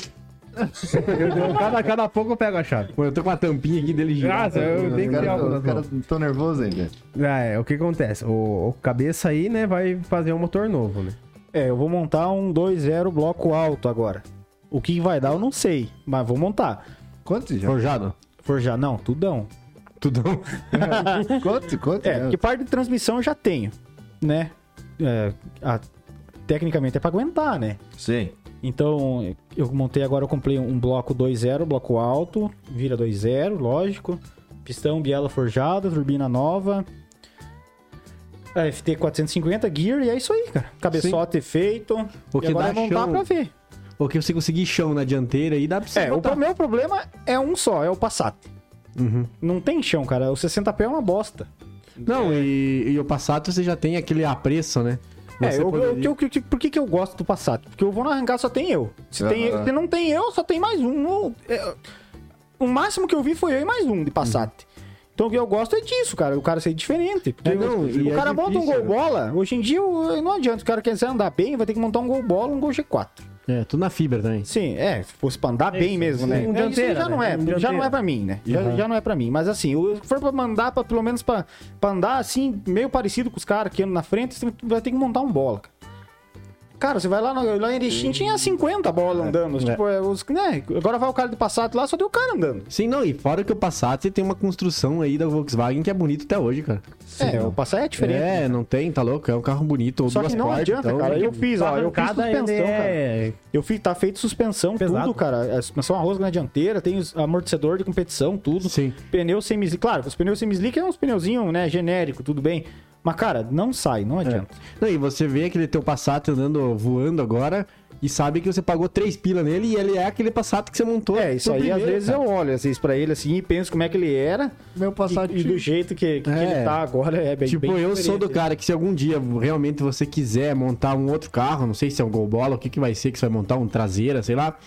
Speaker 3: eu, cada, cada pouco eu pego a chave.
Speaker 2: Pô, eu tô com uma tampinha aqui dele girando.
Speaker 3: Nossa, eu dei
Speaker 1: Os
Speaker 3: que ter
Speaker 1: caras
Speaker 3: algo nas
Speaker 1: os caras tão nervosos ainda.
Speaker 3: Ah, é, o que acontece? O, o cabeça aí, né, vai fazer um motor novo, né?
Speaker 4: É, eu vou montar um 2-0 bloco alto agora. O que vai dar eu não sei, mas vou montar.
Speaker 1: Quanto já?
Speaker 2: Forjado.
Speaker 4: Forjar, não, tudão.
Speaker 2: Tudão.
Speaker 1: Quanto? Quanto?
Speaker 4: É, porque parte de transmissão eu já tenho, né? É, a- tecnicamente é pra aguentar, né?
Speaker 1: Sim.
Speaker 4: Então, eu montei agora, eu comprei um bloco 2.0, bloco alto, vira 2.0, lógico. Pistão, biela forjada, turbina nova. A FT 450 gear e é isso aí, cara. Cabeçote feito.
Speaker 2: O que
Speaker 4: e agora
Speaker 2: dá
Speaker 4: é montar
Speaker 2: chão.
Speaker 4: pra ver.
Speaker 2: Ou que você conseguir chão na dianteira aí, dá pra você
Speaker 4: É, o
Speaker 2: botar.
Speaker 4: pro- meu problema é um só, é o Passat. Não tem chão, cara. O 60 pé é uma bosta.
Speaker 2: Não, e, e o Passato você já tem aquele apreço, né?
Speaker 4: É,
Speaker 2: Você
Speaker 4: eu, eu-
Speaker 2: poderia-
Speaker 4: eu- que- que- por que, que eu gosto do Passat? Porque eu vou no arrancar só tem eu. Se, tem-
Speaker 1: Aham.
Speaker 4: se não tem eu, só tem mais um. Ou- é, o máximo que eu vi foi eu e mais um de Passat. Então o que eu gosto é disso, cara. O cara ser diferente. Porque
Speaker 2: É, não,
Speaker 4: o,
Speaker 2: e
Speaker 4: o
Speaker 2: é
Speaker 4: cara monta um
Speaker 2: difícil,
Speaker 4: gol bola. Hoje em dia eu- não adianta. O cara quer andar bem, vai ter que montar um gol bola, um gol G4.
Speaker 2: É, tudo na fibra também.
Speaker 4: Sim, é, se fosse pra andar bem mesmo, né?
Speaker 3: um
Speaker 4: É, isso aí
Speaker 3: dianteira,
Speaker 4: já não
Speaker 3: né?
Speaker 4: é,
Speaker 3: Um
Speaker 4: já não
Speaker 3: dianteira.
Speaker 4: é pra mim, né? Já, já não é pra mim. Mas assim, o- se for pra mandar, pra, pelo menos pra, pra andar assim, meio parecido com os caras que andam na frente, você vai ter que montar um bola, cara. Cara, você vai lá, no, lá em Erechim, tinha 50 bolas andando. Tipo, é, os, né? Agora vai o cara de passado lá, só tem o cara andando.
Speaker 2: Sim, não, e fora que o Passat tem uma construção aí da Volkswagen que é bonito até hoje, cara.
Speaker 4: é, o passar é diferente.
Speaker 2: É, não tem, tá louco? É um carro bonito. ou
Speaker 4: Só que
Speaker 2: duas
Speaker 4: não
Speaker 2: portas,
Speaker 4: adianta,
Speaker 2: então,
Speaker 4: cara. Eu fiz, ó, eu fiz
Speaker 3: Cada
Speaker 4: suspensão,
Speaker 3: ele
Speaker 4: cara.
Speaker 3: é...
Speaker 4: Eu fiz, tá feito suspensão,
Speaker 3: Pesado.
Speaker 4: tudo, cara. A suspensão a rosca na dianteira, tem os amortecedor de competição, tudo.
Speaker 2: Sim.
Speaker 4: Pneu semi-slick. Claro, os pneus semi-slick é uns pneuzinhos, né, genérico, tudo bem. Mas, cara, não sai, não adianta.
Speaker 2: Não, e você vê aquele teu Passat andando, voando agora, e sabe que você pagou três pila nele e ele é aquele Passat que você montou.
Speaker 4: É, isso
Speaker 2: no
Speaker 4: aí às
Speaker 2: primeiro,
Speaker 4: vezes
Speaker 2: cara.
Speaker 4: eu olho às vezes pra ele assim e penso como é que ele era
Speaker 1: Meu passado
Speaker 4: e, e do jeito que, que
Speaker 2: É.
Speaker 4: ele tá agora é bem
Speaker 2: Tipo,
Speaker 4: bem
Speaker 2: eu sou
Speaker 4: diferente.
Speaker 2: do cara que se algum dia realmente você quiser montar um outro carro, não sei se é um Golbola, o que que vai ser que você vai montar, um traseira, sei lá,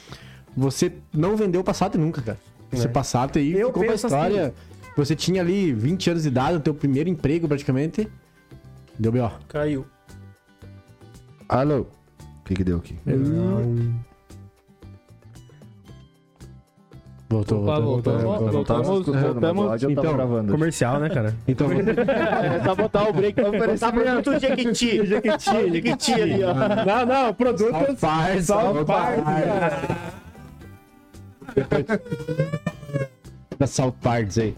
Speaker 2: você não vendeu o Passat nunca, cara.
Speaker 4: É.
Speaker 2: Você Passat aí
Speaker 3: Eu
Speaker 2: ficou pra
Speaker 3: penso
Speaker 2: história.
Speaker 4: assim.
Speaker 2: Você tinha ali 20 anos de idade, o teu primeiro emprego praticamente. Deu B.O.
Speaker 5: Caiu.
Speaker 1: Alô? O que que deu aqui?
Speaker 2: Voltou,
Speaker 5: Opa, voltou,
Speaker 2: voltou, voltou.
Speaker 5: voltou.
Speaker 1: Não tava
Speaker 5: Voltamos,
Speaker 1: escutando, mas o
Speaker 2: voltamos.
Speaker 1: áudio tava
Speaker 2: Então,
Speaker 1: gravando.
Speaker 3: Comercial, né, cara?
Speaker 2: Então, voltou.
Speaker 4: né?
Speaker 5: Tá botar o break.
Speaker 4: Tá perguntando do Jequiti. Jequiti, Jequiti ali, ó.
Speaker 3: Não, não, o produto...
Speaker 2: South Park, South Park. Da South Park, aí.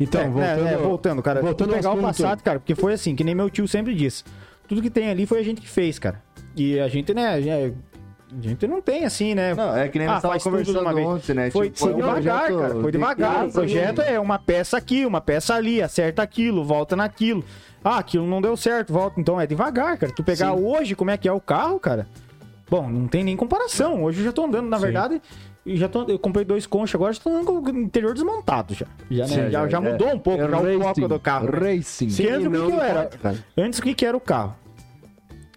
Speaker 2: Então,
Speaker 4: É,
Speaker 2: voltando.
Speaker 4: é, é, voltando, cara.
Speaker 2: voltando
Speaker 4: Voltando
Speaker 2: ao
Speaker 4: pegar o
Speaker 2: assunto.
Speaker 4: passado, cara, porque foi assim, que nem meu tio sempre disse. Tudo que tem ali foi a gente que fez, cara. E a gente, né, a gente- a gente não tem assim, né?
Speaker 1: Não, é que nem
Speaker 4: Ah,
Speaker 1: nós tava
Speaker 4: faz tudo de
Speaker 1: conversando
Speaker 4: uma vez.
Speaker 1: ontem, né?
Speaker 4: Foi,
Speaker 1: Tipo,
Speaker 4: foi
Speaker 1: um
Speaker 4: devagar,
Speaker 1: projeto
Speaker 4: cara. Foi
Speaker 1: de
Speaker 4: devagar. O
Speaker 1: criança,
Speaker 4: projeto
Speaker 1: né?
Speaker 4: é uma peça aqui, uma peça ali, acerta aquilo, volta naquilo. Ah, aquilo não deu certo, volta. Então é devagar, cara. Tu pegar hoje como é que é o carro, cara. Bom, não tem nem comparação. Hoje eu já tô andando, na verdade. e Já tô, eu comprei dois conchas agora, já tô andando com o interior desmontado já. Já, né?
Speaker 1: Sim,
Speaker 4: já,
Speaker 1: já-
Speaker 4: já
Speaker 1: já-
Speaker 4: mudou um pouco
Speaker 1: é
Speaker 4: já o foco
Speaker 1: racing,
Speaker 4: do carro. né?
Speaker 1: Racing.
Speaker 4: Sim, antes, o que, que eu era?
Speaker 1: cara.
Speaker 4: Antes, o que, que era o carro?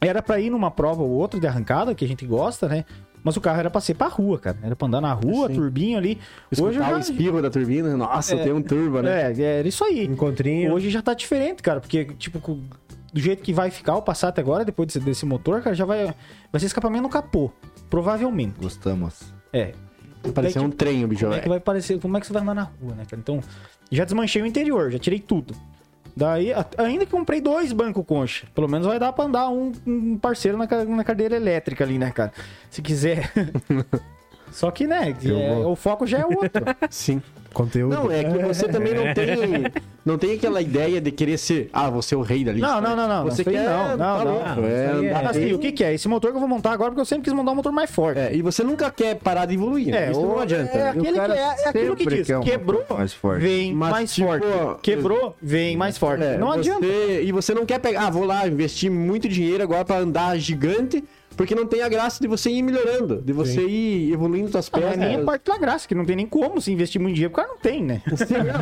Speaker 4: Era pra ir numa prova ou outra de arrancada, que a gente gosta, né? Mas o carro era pra ser pra rua, cara. Era pra andar na rua, turbinho ali. Hoje eu
Speaker 2: Escutar o
Speaker 4: já...
Speaker 2: espirro da turbina. Nossa, eu tenho um turbo, né?
Speaker 4: É, era isso aí.
Speaker 3: Encontrinho.
Speaker 4: Hoje já tá diferente, cara, porque, tipo, com- do jeito que vai ficar o Passat agora, depois desse, desse motor, cara, já vai... Vai ser escapamento no capô, provavelmente.
Speaker 1: Gostamos.
Speaker 4: É.
Speaker 2: Parecia
Speaker 4: Daí,
Speaker 2: um trem, o bicho.
Speaker 4: Como é que vai parecer? Como é que você vai andar na rua, né, cara? Então, já desmanchei o interior, já tirei tudo. Daí, a- ainda que comprei dois banco concha. Pelo menos vai dar pra andar um, um parceiro na, ca- na cadeira elétrica ali, né, cara? Se quiser. Só que, né, que
Speaker 2: Eu
Speaker 4: é-
Speaker 2: vou.
Speaker 4: o foco já é outro.
Speaker 2: Sim.
Speaker 3: Conteúdo.
Speaker 2: Não, é que você também não tem. Não tem aquela ideia de querer ser. Ah, você é o rei da lista.
Speaker 4: Não, não, não, não,
Speaker 2: Você
Speaker 4: não sei,
Speaker 2: quer.
Speaker 4: não, não, não.
Speaker 2: louco, é
Speaker 3: Isso aí é-
Speaker 2: andar
Speaker 4: Mas, assim,
Speaker 2: bem.
Speaker 4: o que que é? Esse motor que eu vou montar agora, porque eu sempre quis montar um motor mais forte.
Speaker 2: É, e você nunca quer parar de evoluir. né? Isso não
Speaker 4: o-
Speaker 2: adianta.
Speaker 4: É,
Speaker 1: E o
Speaker 4: aquele que
Speaker 1: cara
Speaker 4: é, é aquilo que
Speaker 1: sempre
Speaker 4: diz.
Speaker 1: quer um motor
Speaker 4: Quebrou,
Speaker 1: mais forte.
Speaker 4: vem
Speaker 2: Mas,
Speaker 4: mais
Speaker 2: tipo,
Speaker 4: forte. Quebrou, vem mais forte.
Speaker 2: É,
Speaker 4: não
Speaker 2: você-
Speaker 4: adianta.
Speaker 2: E você não quer pegar, ah, vou lá investir muito dinheiro agora pra andar gigante, porque não tem a graça de você ir melhorando, de você ir evoluindo
Speaker 3: Ah,
Speaker 2: suas
Speaker 4: Não, é
Speaker 2: pernas.
Speaker 4: nem a parte da graça, que não tem nem como se investir muito dinheiro, porque o cara não tem, né?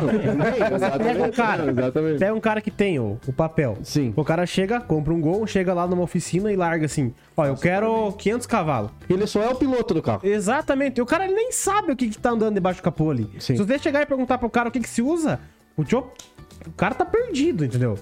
Speaker 2: Sim, não, é, exatamente.
Speaker 3: Cara,
Speaker 2: exatamente.
Speaker 3: Pega um cara que tem o, o papel.
Speaker 2: Sim.
Speaker 3: O cara chega, compra um gol, chega lá numa oficina e larga assim: Ó, eu quero 500 cavalos.
Speaker 2: Ele só é o piloto do carro.
Speaker 3: Exatamente. E o cara ele nem sabe o que, que tá andando debaixo do capô ali.
Speaker 2: Sim.
Speaker 3: Se você chegar e perguntar pro cara o que, que se usa, o, tio, o cara tá perdido, entendeu?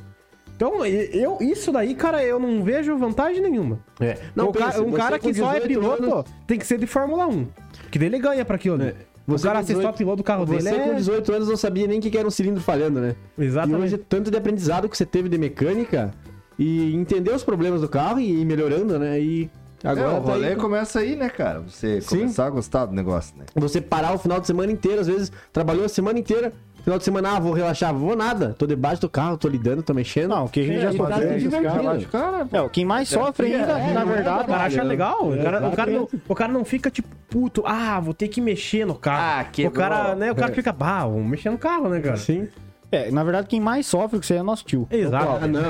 Speaker 3: Então, e- eu, isso daí, cara, eu não vejo vantagem nenhuma.
Speaker 2: É.
Speaker 3: Não,
Speaker 2: pensa,
Speaker 3: um
Speaker 2: você
Speaker 3: cara
Speaker 2: com
Speaker 3: que só é
Speaker 2: 18
Speaker 3: piloto
Speaker 2: anos- É.
Speaker 3: tem que ser de Fórmula 1. Que daí ele ganha pra aquilo ali. É. o
Speaker 2: você
Speaker 3: cara
Speaker 2: com
Speaker 3: ser só
Speaker 2: 18
Speaker 3: piloto do carro
Speaker 2: Você
Speaker 3: dele
Speaker 2: com
Speaker 3: é...
Speaker 2: 18 anos não sabia nem o que que era um cilindro falhando, né?
Speaker 3: Exatamente.
Speaker 2: E hoje, tanto de aprendizado que você teve de mecânica e entender os problemas do carro e ir melhorando, né? E agora
Speaker 1: é, o
Speaker 2: tá aí
Speaker 1: rolê
Speaker 2: com-
Speaker 1: começa aí, né, cara? Você
Speaker 2: Sim.
Speaker 1: começar a gostar do negócio, né?
Speaker 2: Você parar o final de semana inteiro, às vezes trabalhou a semana inteira, final de semana, ah, vou relaxar, vou nada. Tô debaixo do carro, tô lidando, tô mexendo.
Speaker 4: Não, o que a gente
Speaker 2: É,
Speaker 4: já
Speaker 2: e
Speaker 4: sofreu
Speaker 2: tá se
Speaker 4: é esses
Speaker 2: divertindo.
Speaker 1: Relaxa, cara, pô.
Speaker 4: É, o quem mais sofre ainda, na
Speaker 3: O cara
Speaker 4: verdade.
Speaker 3: acha Ah, é legal. O cara, o, cara não,
Speaker 2: Exatamente.
Speaker 3: o cara não fica tipo, puto, ah, vou ter que mexer no carro.
Speaker 1: Ah,
Speaker 3: o
Speaker 1: quebrou.
Speaker 3: cara, né, o cara fica, bah, vou mexer no carro, né, cara?
Speaker 2: Sim.
Speaker 4: É, na verdade, quem mais sofre que você é nosso tio.
Speaker 2: Ah,
Speaker 3: Exato.
Speaker 2: não.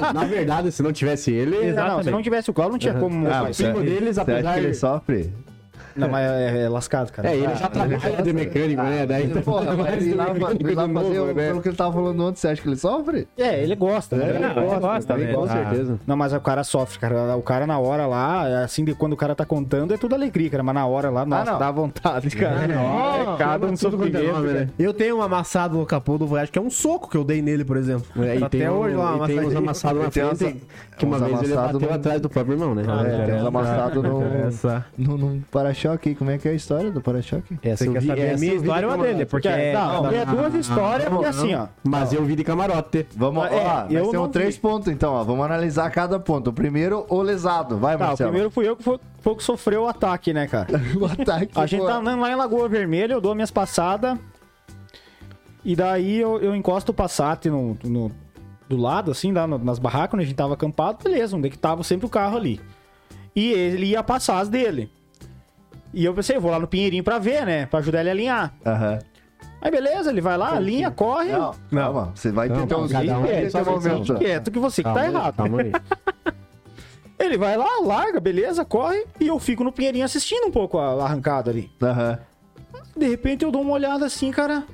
Speaker 2: Ah, Na verdade, se não tivesse ele,
Speaker 4: Não,
Speaker 3: Exatamente.
Speaker 4: se não tivesse o Cláudio, não tinha como.
Speaker 1: Ah,
Speaker 4: mostrar
Speaker 1: mas
Speaker 4: isso.
Speaker 2: cinco
Speaker 1: é-
Speaker 2: deles,
Speaker 1: Você acha
Speaker 2: apesar
Speaker 1: que ele
Speaker 2: de-
Speaker 1: sofre?
Speaker 4: Não, mas é, é lascado, cara.
Speaker 2: É, ele já trabalha de mecânico, né? Daí então,
Speaker 1: Porra,
Speaker 2: mais
Speaker 1: mas ir
Speaker 2: de
Speaker 1: lá,
Speaker 2: mecânico
Speaker 1: ir lá
Speaker 2: de
Speaker 1: fazer,
Speaker 2: novo,
Speaker 1: o-
Speaker 2: né?
Speaker 1: pelo que ele tava falando antes, você acha que ele sofre?
Speaker 4: É, ele gosta, né?
Speaker 3: Não, ele gosta,
Speaker 2: Ele
Speaker 3: né?
Speaker 2: Com
Speaker 3: Ah,
Speaker 2: certeza.
Speaker 4: Não, mas o cara sofre, cara. O cara na hora lá, assim, de quando o cara tá contando, é tudo alegria, cara. Mas na hora lá, nossa,
Speaker 1: não.
Speaker 4: dá
Speaker 2: ah,
Speaker 4: vontade, cara.
Speaker 3: É cada um sofrimento.
Speaker 2: né?
Speaker 3: cara. Eu tenho um amassado no capô do Voyage, que é um soco que eu dei nele, por exemplo.
Speaker 2: É, e
Speaker 3: Tá
Speaker 2: tem,
Speaker 3: até hoje lá,
Speaker 2: e tem uns
Speaker 3: amassadinho.
Speaker 2: amassados na
Speaker 1: Tem uns-
Speaker 2: frente, que uma
Speaker 1: uns
Speaker 2: vez ele
Speaker 1: amassados
Speaker 2: bateu
Speaker 1: no-
Speaker 2: atrás do próprio irmão, né?
Speaker 5: Ah,
Speaker 1: É, tem uns amassados no,
Speaker 3: Essa.
Speaker 1: no, no para-choque. aí. Como é que é a história do para-choque?
Speaker 2: Essa
Speaker 3: Você quer saber a minha história ou a dele? Porque é.
Speaker 4: Não, é duas histórias, porque assim, ó.
Speaker 2: Mas eu vi de camarote.
Speaker 1: Vamos,
Speaker 4: Ah,
Speaker 1: ó,
Speaker 4: é,
Speaker 1: lá,
Speaker 4: eu
Speaker 1: vai ser
Speaker 4: não
Speaker 1: um
Speaker 4: vi.
Speaker 1: três pontos então, ó. Vamos analisar cada ponto. O primeiro, o lesado. Vai,
Speaker 4: Tá, o
Speaker 1: Marcelo.
Speaker 4: primeiro fui eu que foi, foi o que sofreu o ataque, né, cara?
Speaker 1: o ataque.
Speaker 4: A gente
Speaker 1: pô.
Speaker 4: tá andando lá em Lagoa Vermelha, eu dou minhas passadas. E daí eu, eu encosto o Passat no, no- do lado, assim, lá no- nas barracas onde a gente tava acampado, beleza, onde é que tava sempre o carro ali. E ele ia passar as dele. E eu pensei, eu vou lá no Pinheirinho pra ver, né? Pra ajudar ele a alinhar.
Speaker 1: Aham.
Speaker 4: Aí beleza, ele vai lá, alinha, corre.
Speaker 1: Não,
Speaker 3: Não.
Speaker 1: calma. Você vai tentar
Speaker 2: não,
Speaker 1: os
Speaker 2: cada um
Speaker 1: vai
Speaker 4: é
Speaker 2: tem
Speaker 1: ter
Speaker 2: sua
Speaker 1: um
Speaker 2: versão.
Speaker 1: momento.
Speaker 4: Quieto que você que tá
Speaker 2: aí,
Speaker 4: errado.
Speaker 2: Calma aí.
Speaker 4: Ele vai lá, larga, beleza, corre. E eu fico no Pinheirinho assistindo um pouco a a arrancada ali.
Speaker 1: Aham.
Speaker 4: De repente eu dou uma olhada assim, cara.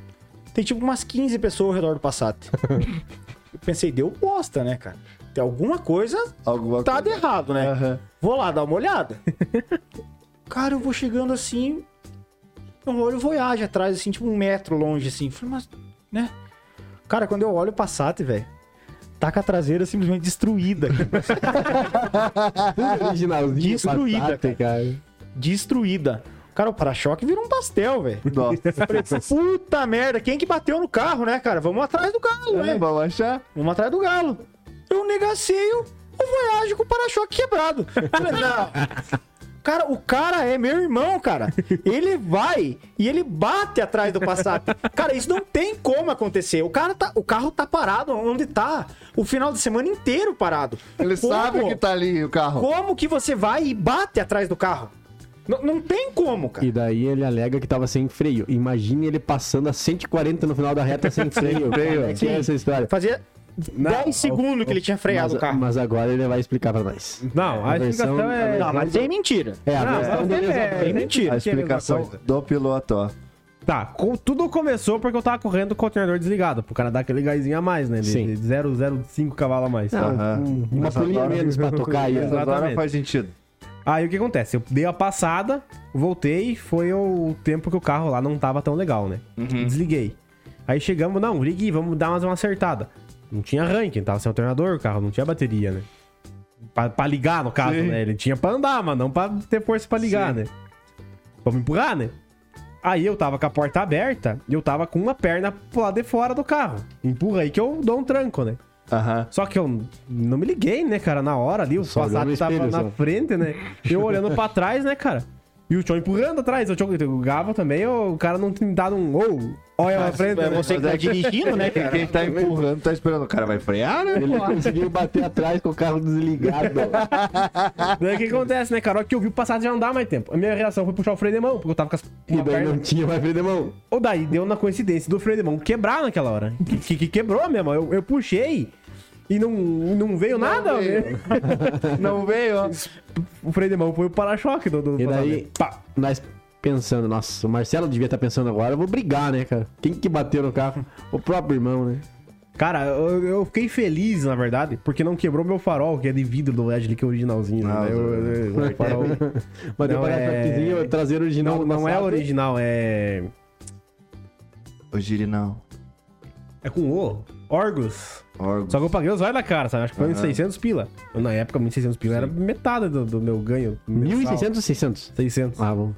Speaker 4: Tem tipo umas 15 pessoas ao redor do Passat. eu pensei, deu bosta, né, cara? Tem alguma coisa
Speaker 1: Alguma
Speaker 4: tá de
Speaker 1: coisa.
Speaker 4: errado, né?
Speaker 1: Aham.
Speaker 4: Vou lá dar uma olhada. cara, eu vou chegando assim. Eu olho o Voyage atrás, assim, tipo um metro longe, assim. Falei, mas, né? Cara, quando eu olho o Passat, velho. Tá com a traseira simplesmente destruída. cara.
Speaker 2: Originalzinho.
Speaker 4: Destruída,
Speaker 2: batata, cara.
Speaker 4: destruída. Cara, o para-choque virou um pastel, velho.
Speaker 1: Nossa.
Speaker 4: Puta merda, quem que bateu no carro, né, cara? Vamos atrás do carro, né?
Speaker 1: Vamos achar?
Speaker 4: Vamos atrás do galo. Eu negaceio o Voyage com o para-choque quebrado. Falei, Não. Cara, o cara é meu irmão, cara. Ele vai e ele bate atrás do Passat. Cara, isso não tem como acontecer. O cara tá, o carro tá parado onde tá o final de semana inteiro parado.
Speaker 1: Ele
Speaker 4: Como?
Speaker 1: sabe que tá ali o carro.
Speaker 4: Como que você vai e bate atrás do carro? N- não tem como, cara.
Speaker 2: E daí ele alega que tava sem freio. Imagine ele passando a 140 no final da reta sem freio. freio. É que é essa história.
Speaker 4: Fazia
Speaker 3: Não,
Speaker 4: 10 segundos que ele tinha Tá freado
Speaker 1: é
Speaker 2: Mas,
Speaker 4: o carro.
Speaker 2: mas agora ele vai explicar pra nós.
Speaker 3: Não, a
Speaker 2: A versão-
Speaker 3: explicação
Speaker 2: a
Speaker 3: é.
Speaker 2: versão-
Speaker 1: Ah,
Speaker 4: Não, mas tem mentira.
Speaker 2: É, a
Speaker 3: Não,
Speaker 2: versão
Speaker 3: é-
Speaker 2: dele
Speaker 3: é-
Speaker 2: é...
Speaker 1: A
Speaker 4: mentira.
Speaker 3: que é a mesma
Speaker 1: explicação
Speaker 3: coisa.
Speaker 1: do piloto, ó.
Speaker 3: Tá, com- tudo começou porque eu tava correndo com o alternador desligado. Pro cara dar aquele gásinho a mais, né? De,
Speaker 2: Sim.
Speaker 3: de 0,05 cavalo a mais.
Speaker 1: Aham.
Speaker 2: um- uma pulinha menos pra tocar aí. ó.
Speaker 1: Mas Agora
Speaker 3: Exatamente.
Speaker 1: faz sentido.
Speaker 3: Aí o que acontece? Eu dei a passada, voltei, foi o tempo que o carro lá não tava tão legal, né? Desliguei. Aí chegamos, não, liguei, vamos dar mais uma acertada. Não tinha ranking, tava sem alternador, o carro não tinha bateria, né? Pra, pra ligar, no caso, né? Ele tinha pra andar, mas não pra ter força pra ligar, né? Vamos empurrar, né? Aí eu tava com a porta aberta e eu tava com uma perna pro lado de fora do carro. Empurra aí que eu dou um tranco, né?
Speaker 1: Aham.
Speaker 3: Só que eu não me liguei, né, cara? Na hora ali, o
Speaker 2: Só olhou
Speaker 3: Passat
Speaker 2: no
Speaker 3: tava
Speaker 2: espelho, assim.
Speaker 3: na
Speaker 2: só.
Speaker 3: frente, né? Eu olhando pra trás, né, cara? E o Tchon empurrando atrás. O Tchon o Gava também, o cara não tem dado um. Ou, olha pra frente.
Speaker 4: É
Speaker 3: né?
Speaker 4: você que tá dirigindo, né, cara?
Speaker 1: Quem tá empurrando tá esperando. O cara vai frear, né?
Speaker 2: Ele conseguiu bater atrás com o carro desligado.
Speaker 3: Daí o que acontece, né, cara? A hora que eu vi o Passat já não dá mais tempo. A minha reação foi puxar o freio de mão, porque eu tava com as.
Speaker 2: E
Speaker 3: uma
Speaker 2: daí
Speaker 3: perna-
Speaker 2: não tinha mais freio de mão.
Speaker 3: Ou daí deu na coincidência do freio de mão quebrar naquela hora. Que, que quebrou mesmo. Eu, eu puxei e não, não veio nada.
Speaker 1: veio.
Speaker 3: né?
Speaker 1: Não veio, ó.
Speaker 3: O freio de mão foi o para-choque do, do
Speaker 2: E daí-
Speaker 3: Passat. Pá.
Speaker 2: Nós pensando, nossa, o Marcelo devia estar pensando agora, eu vou brigar, né, cara? Quem que bateu no carro? O próprio irmão, né?
Speaker 3: Cara, eu, eu fiquei feliz, na verdade, porque não quebrou meu farol, que é de vidro do LED, que é originalzinho.
Speaker 1: Ah,
Speaker 3: né? Eu- eu- eu- o farol-
Speaker 2: Mas deu
Speaker 3: Não,
Speaker 2: para
Speaker 3: é-
Speaker 2: é... traseiro original.
Speaker 3: não, não é
Speaker 2: passado.
Speaker 3: original, é.
Speaker 1: O Girinal.
Speaker 3: É com O. Orgus.
Speaker 1: Orgos.
Speaker 3: Só que eu paguei os olhos na cara, sabe? Acho que foi uns
Speaker 1: Aham.
Speaker 3: 600 pila. Eu, na época, 1.600 pila era metade do, do meu ganho.
Speaker 1: Uhum.
Speaker 3: mensal.
Speaker 2: 1600 ou 600?
Speaker 3: 600.
Speaker 2: Ah, bom.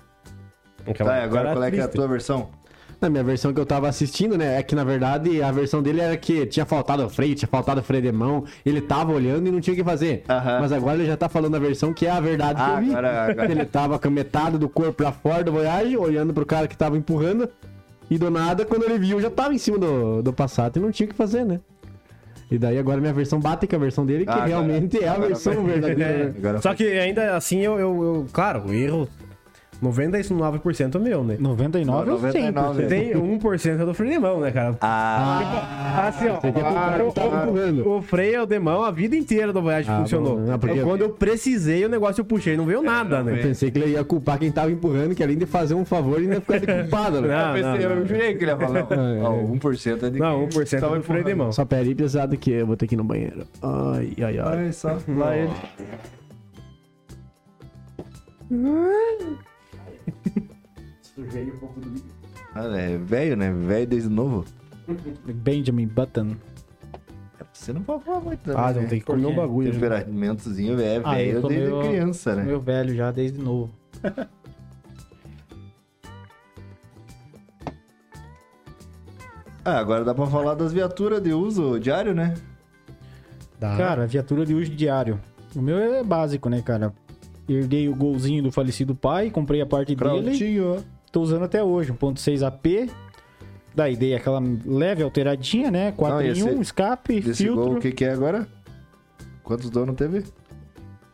Speaker 3: Aquela-
Speaker 1: Tá, e agora
Speaker 3: era
Speaker 1: qual é que é a
Speaker 3: triste.
Speaker 1: tua versão?
Speaker 2: Na minha versão que eu tava assistindo, né? É que na verdade a versão dele era que tinha faltado freio, tinha faltado freio de mão, ele tava olhando e não tinha o que fazer.
Speaker 1: Aham.
Speaker 2: Mas agora ele já tá falando a versão que é a verdade que
Speaker 1: Ah,
Speaker 2: eu vi.
Speaker 1: agora- agora.
Speaker 2: Ele tava com a metade do corpo pra fora do Voyage, olhando pro cara que tava empurrando. E do nada, quando ele viu, já tava em cima do, do Passat e não tinha o que fazer, né? E daí agora minha versão bate com a versão dele, que
Speaker 1: Ah, agora-
Speaker 2: realmente é a
Speaker 1: agora
Speaker 2: versão
Speaker 1: vai.
Speaker 3: É.
Speaker 2: verdadeira. né?
Speaker 1: Agora
Speaker 3: Só que ainda assim, eu, eu, eu- Claro, o erro. 99% é meu, né?
Speaker 4: 99 eu
Speaker 1: Não, 99.
Speaker 3: Tem 1% é do Frenimão, né, cara?
Speaker 1: Ah,
Speaker 3: assim, ó.
Speaker 1: um
Speaker 3: o- tá
Speaker 2: empurrando.
Speaker 3: o, o freio de mão a vida inteira do Voyage
Speaker 2: Ah,
Speaker 3: funcionou.
Speaker 2: bom, não, porque-
Speaker 3: Então, Quando eu precisei, o negócio eu puxei, não veio nada, né?
Speaker 2: Eu pensei que ele ia culpar quem tava empurrando, que além de fazer um favor, ainda ia ficar de culpado, né?
Speaker 3: Não,
Speaker 1: eu, pensei,
Speaker 3: não,
Speaker 1: eu
Speaker 3: não.
Speaker 1: jurei que ele ia falar.
Speaker 2: É,
Speaker 1: Ó, 1% é de
Speaker 3: Não, 1% é do freio de mão.
Speaker 2: Só peraí, pesado que eu vou ter que ir no banheiro. Ai, ai, ai.
Speaker 1: Ai, só lá ele. Cara, é velho, né? Velho desde novo.
Speaker 4: Benjamin Button.
Speaker 1: Você não pode falar muito também,
Speaker 3: Ah, não
Speaker 1: né?
Speaker 3: tem que comer um bagulho. né?
Speaker 1: Temperamentozinho, velho.
Speaker 4: Ah, eu
Speaker 1: velho
Speaker 4: tô
Speaker 1: desde
Speaker 4: meio-
Speaker 1: criança, né?
Speaker 4: Meu velho já, desde novo.
Speaker 1: Ah, agora dá pra falar das viaturas de uso diário, né? Ah.
Speaker 3: Dá.
Speaker 4: Cara, viatura de uso diário. O meu é básico, né, cara? Herdei o golzinho do falecido pai, comprei a parte dele.
Speaker 1: Crautinho.
Speaker 4: Tô usando até hoje, 1.6 AP. Daí dei aquela leve alteradinha, né? 4
Speaker 1: Não, e
Speaker 4: em 1,
Speaker 1: esse-
Speaker 4: escape,
Speaker 1: Desse gol, o
Speaker 4: filtro.
Speaker 1: que que é agora? Quantos donos teve?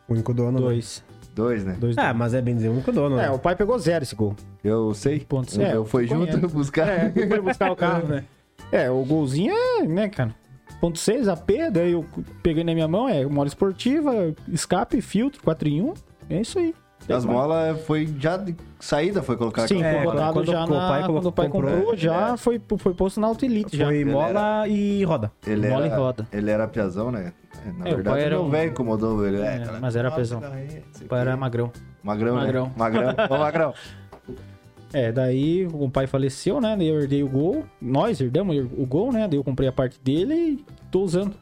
Speaker 3: O único dono. né?
Speaker 4: Dois.
Speaker 1: Dois, né?
Speaker 4: Dois.
Speaker 3: Ah, mas é bem dizer o único dono,
Speaker 4: É,
Speaker 1: Ah.
Speaker 3: né?
Speaker 4: o pai pegou zero esse gol.
Speaker 1: Eu sei.
Speaker 4: Ponto
Speaker 1: O
Speaker 4: certo.
Speaker 1: meu foi junto
Speaker 4: Conheço.
Speaker 1: buscar.
Speaker 4: É, foi buscar o carro, né? É, o golzinho é, né, cara? 1.6 AP, daí eu peguei na minha mão, é mola esportiva, escape, filtro, 4 em 1. É isso aí.
Speaker 1: As molas é, foi já de saída, foi colocar
Speaker 4: Sim,
Speaker 1: aquela
Speaker 4: foi
Speaker 3: É,
Speaker 1: mola.
Speaker 4: botado
Speaker 3: quando
Speaker 4: já
Speaker 3: o
Speaker 4: na.
Speaker 3: pai
Speaker 4: quando o pai
Speaker 3: comprou,
Speaker 4: comprou, é. já foi, foi posto na Autoelite já.
Speaker 3: Foi mola e roda.
Speaker 1: Ele
Speaker 4: Mola
Speaker 1: era,
Speaker 4: e roda.
Speaker 1: Ele era piazão, né? É, Na
Speaker 4: É, o
Speaker 1: verdade,
Speaker 4: pai era
Speaker 1: meu
Speaker 4: um-
Speaker 1: velho incomodou ele. É,
Speaker 4: É,
Speaker 1: cara,
Speaker 4: mas era pesão. O pai era magrão.
Speaker 1: Magrão,
Speaker 4: Magrão.
Speaker 1: né? Magrão. Ô, Magrão.
Speaker 4: É, daí o pai faleceu, né? Daí eu herdei o gol. Nós herdamos o gol, né? Daí eu comprei a parte dele e tô usando.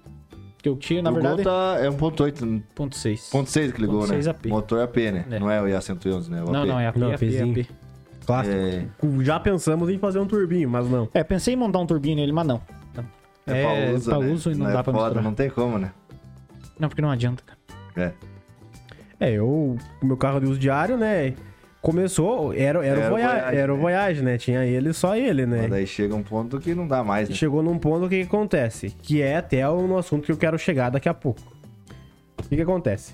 Speaker 4: Que eu tinha, na
Speaker 1: o gol
Speaker 4: verdade,
Speaker 1: tá, é 1.8,
Speaker 4: 1.6.
Speaker 1: 1.6 que ligou, né?
Speaker 4: 1.6 AP.
Speaker 1: Motor AP, né?
Speaker 4: É.
Speaker 1: Não é o IA111, né? O
Speaker 4: Não,
Speaker 1: AP.
Speaker 4: não, é AP,
Speaker 3: Não,
Speaker 4: AP,
Speaker 3: APzinho.
Speaker 4: AP.
Speaker 3: Clássico.
Speaker 1: É,
Speaker 3: Já pensamos em fazer um turbinho, mas não.
Speaker 4: É, pensei em montar um turbinho nele, mas não.
Speaker 1: é,
Speaker 4: É,
Speaker 1: pra uso,
Speaker 4: pra
Speaker 1: né?
Speaker 4: uso e não
Speaker 1: é
Speaker 4: dá pra
Speaker 1: foda,
Speaker 4: misturar.
Speaker 1: Não tem como, né?
Speaker 4: Não, porque não adianta, cara.
Speaker 1: É.
Speaker 3: É, eu, o meu carro de uso diário, né? Começou, era, era, o, Voyage, era o Voyage, né? Tinha ele, só ele,
Speaker 4: É.
Speaker 3: né?
Speaker 1: Mas daí chega um ponto que não dá mais, né?
Speaker 3: Chegou num ponto que, que acontece, que é até um assunto que eu quero chegar daqui a pouco. O que, que acontece?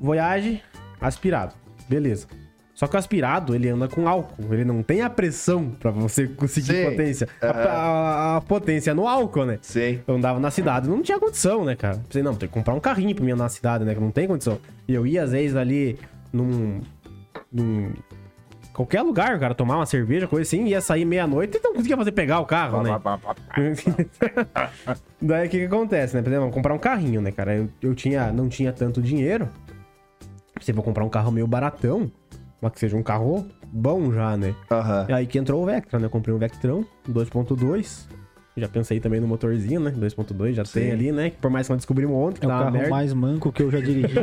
Speaker 3: Voyage, aspirado, beleza. Só que o aspirado, ele anda com álcool, ele não tem a pressão pra você conseguir
Speaker 1: Sim.
Speaker 3: potência. A- a- a potência no álcool, né?
Speaker 1: Sei.
Speaker 3: Eu andava na cidade, não tinha condição, né, cara? Pensei, não, tem que comprar um carrinho pra mim andar na cidade, né? Que não tem condição. E eu ia, às vezes, ali num. num. qualquer lugar, cara, tomar uma cerveja, coisa assim, ia sair meia-noite e não conseguia fazer pegar o carro, né? Daí o que, que acontece, né? Por exemplo, comprar um carrinho, né, cara? Eu, eu tinha, não tinha tanto dinheiro. Você vai comprar um carro meio baratão, mas que seja um carro bom já, né?
Speaker 1: Aham.
Speaker 3: É aí que entrou o Vectra, né? Eu comprei um Vectrão 2.2. Já pensei também no motorzinho, né? 2.2 já tem ali, né? Que Por mais que nós descobrimos ontem que
Speaker 4: É o
Speaker 3: dá uma
Speaker 4: carro
Speaker 3: merda.
Speaker 4: mais manco que eu já dirigi.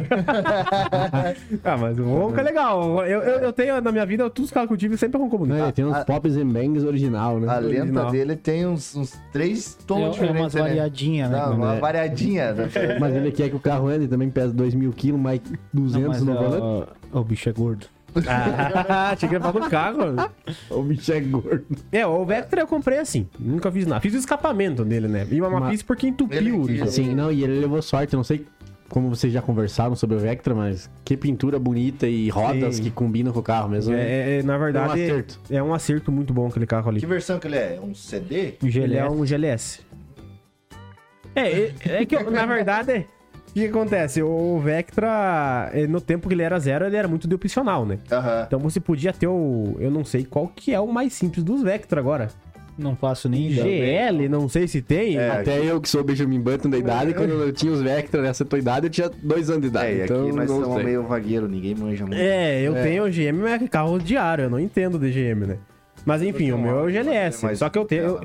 Speaker 3: Ah, mas o Ronco é legal. Eu, eu, eu tenho na minha vida, todos os carros que eu tive sempre Ronco bonito.
Speaker 2: Né, tem uns
Speaker 1: a-
Speaker 2: pops and bangs original, né?
Speaker 1: A lenta
Speaker 3: original.
Speaker 1: dele tem uns, uns três
Speaker 4: é,
Speaker 1: tons
Speaker 4: é umas
Speaker 1: diferentes, né?
Speaker 4: variadinhas, né?
Speaker 1: Dá
Speaker 4: cara?
Speaker 1: uma variadinha. né?
Speaker 2: Mas ele quer que o carro ande também pesa 2 mil quilos, mais 200 no volante.
Speaker 4: ó, o bicho é gordo.
Speaker 3: Ah, tinha que levar no carro.
Speaker 2: O bicho é gordo.
Speaker 3: É, o Vectra eu comprei assim. Nunca fiz nada. Fiz o escapamento nele, né? E uma, uma
Speaker 2: Mas-
Speaker 3: fiz porque
Speaker 1: Ele
Speaker 3: entupiu.
Speaker 1: quis.
Speaker 3: né?
Speaker 2: Sim, não, e ele levou sorte. eu Não sei como vocês já conversaram sobre o Vectra, mas que pintura bonita e rodas
Speaker 3: Sim.
Speaker 2: que combinam com o carro mesmo. né?
Speaker 3: É, é- é, na verdade,
Speaker 2: É um acerto.
Speaker 3: é um acerto muito bom aquele carro ali.
Speaker 1: Que versão que ele é? Um CD?
Speaker 3: Ele é um GLS. É, e- é que eu- na verdade. O que acontece? O Vectra, eh, no tempo que ele era zero, ele era muito de opcional, né?
Speaker 1: Aham.
Speaker 3: Então você podia ter o. Eu não sei qual que é o mais simples dos Vectra agora.
Speaker 4: Não faço nem ideia.
Speaker 3: GL, não sei se tem.
Speaker 1: É,
Speaker 2: Até eu que sou Benjamin Button da idade, quando eu tinha os Vectra nessa tua idade, eu tinha dois anos de idade.
Speaker 1: É, e
Speaker 2: então,
Speaker 1: aqui nós
Speaker 2: não
Speaker 1: somos
Speaker 2: sei.
Speaker 1: meio vagueiro, ninguém manja muito.
Speaker 3: É, eu tenho o GM, mas é carro diário, eu não entendo de GM, né? Mas enfim, o meu é o GLS.
Speaker 1: um Mas- é
Speaker 3: só que eu tenho. eu-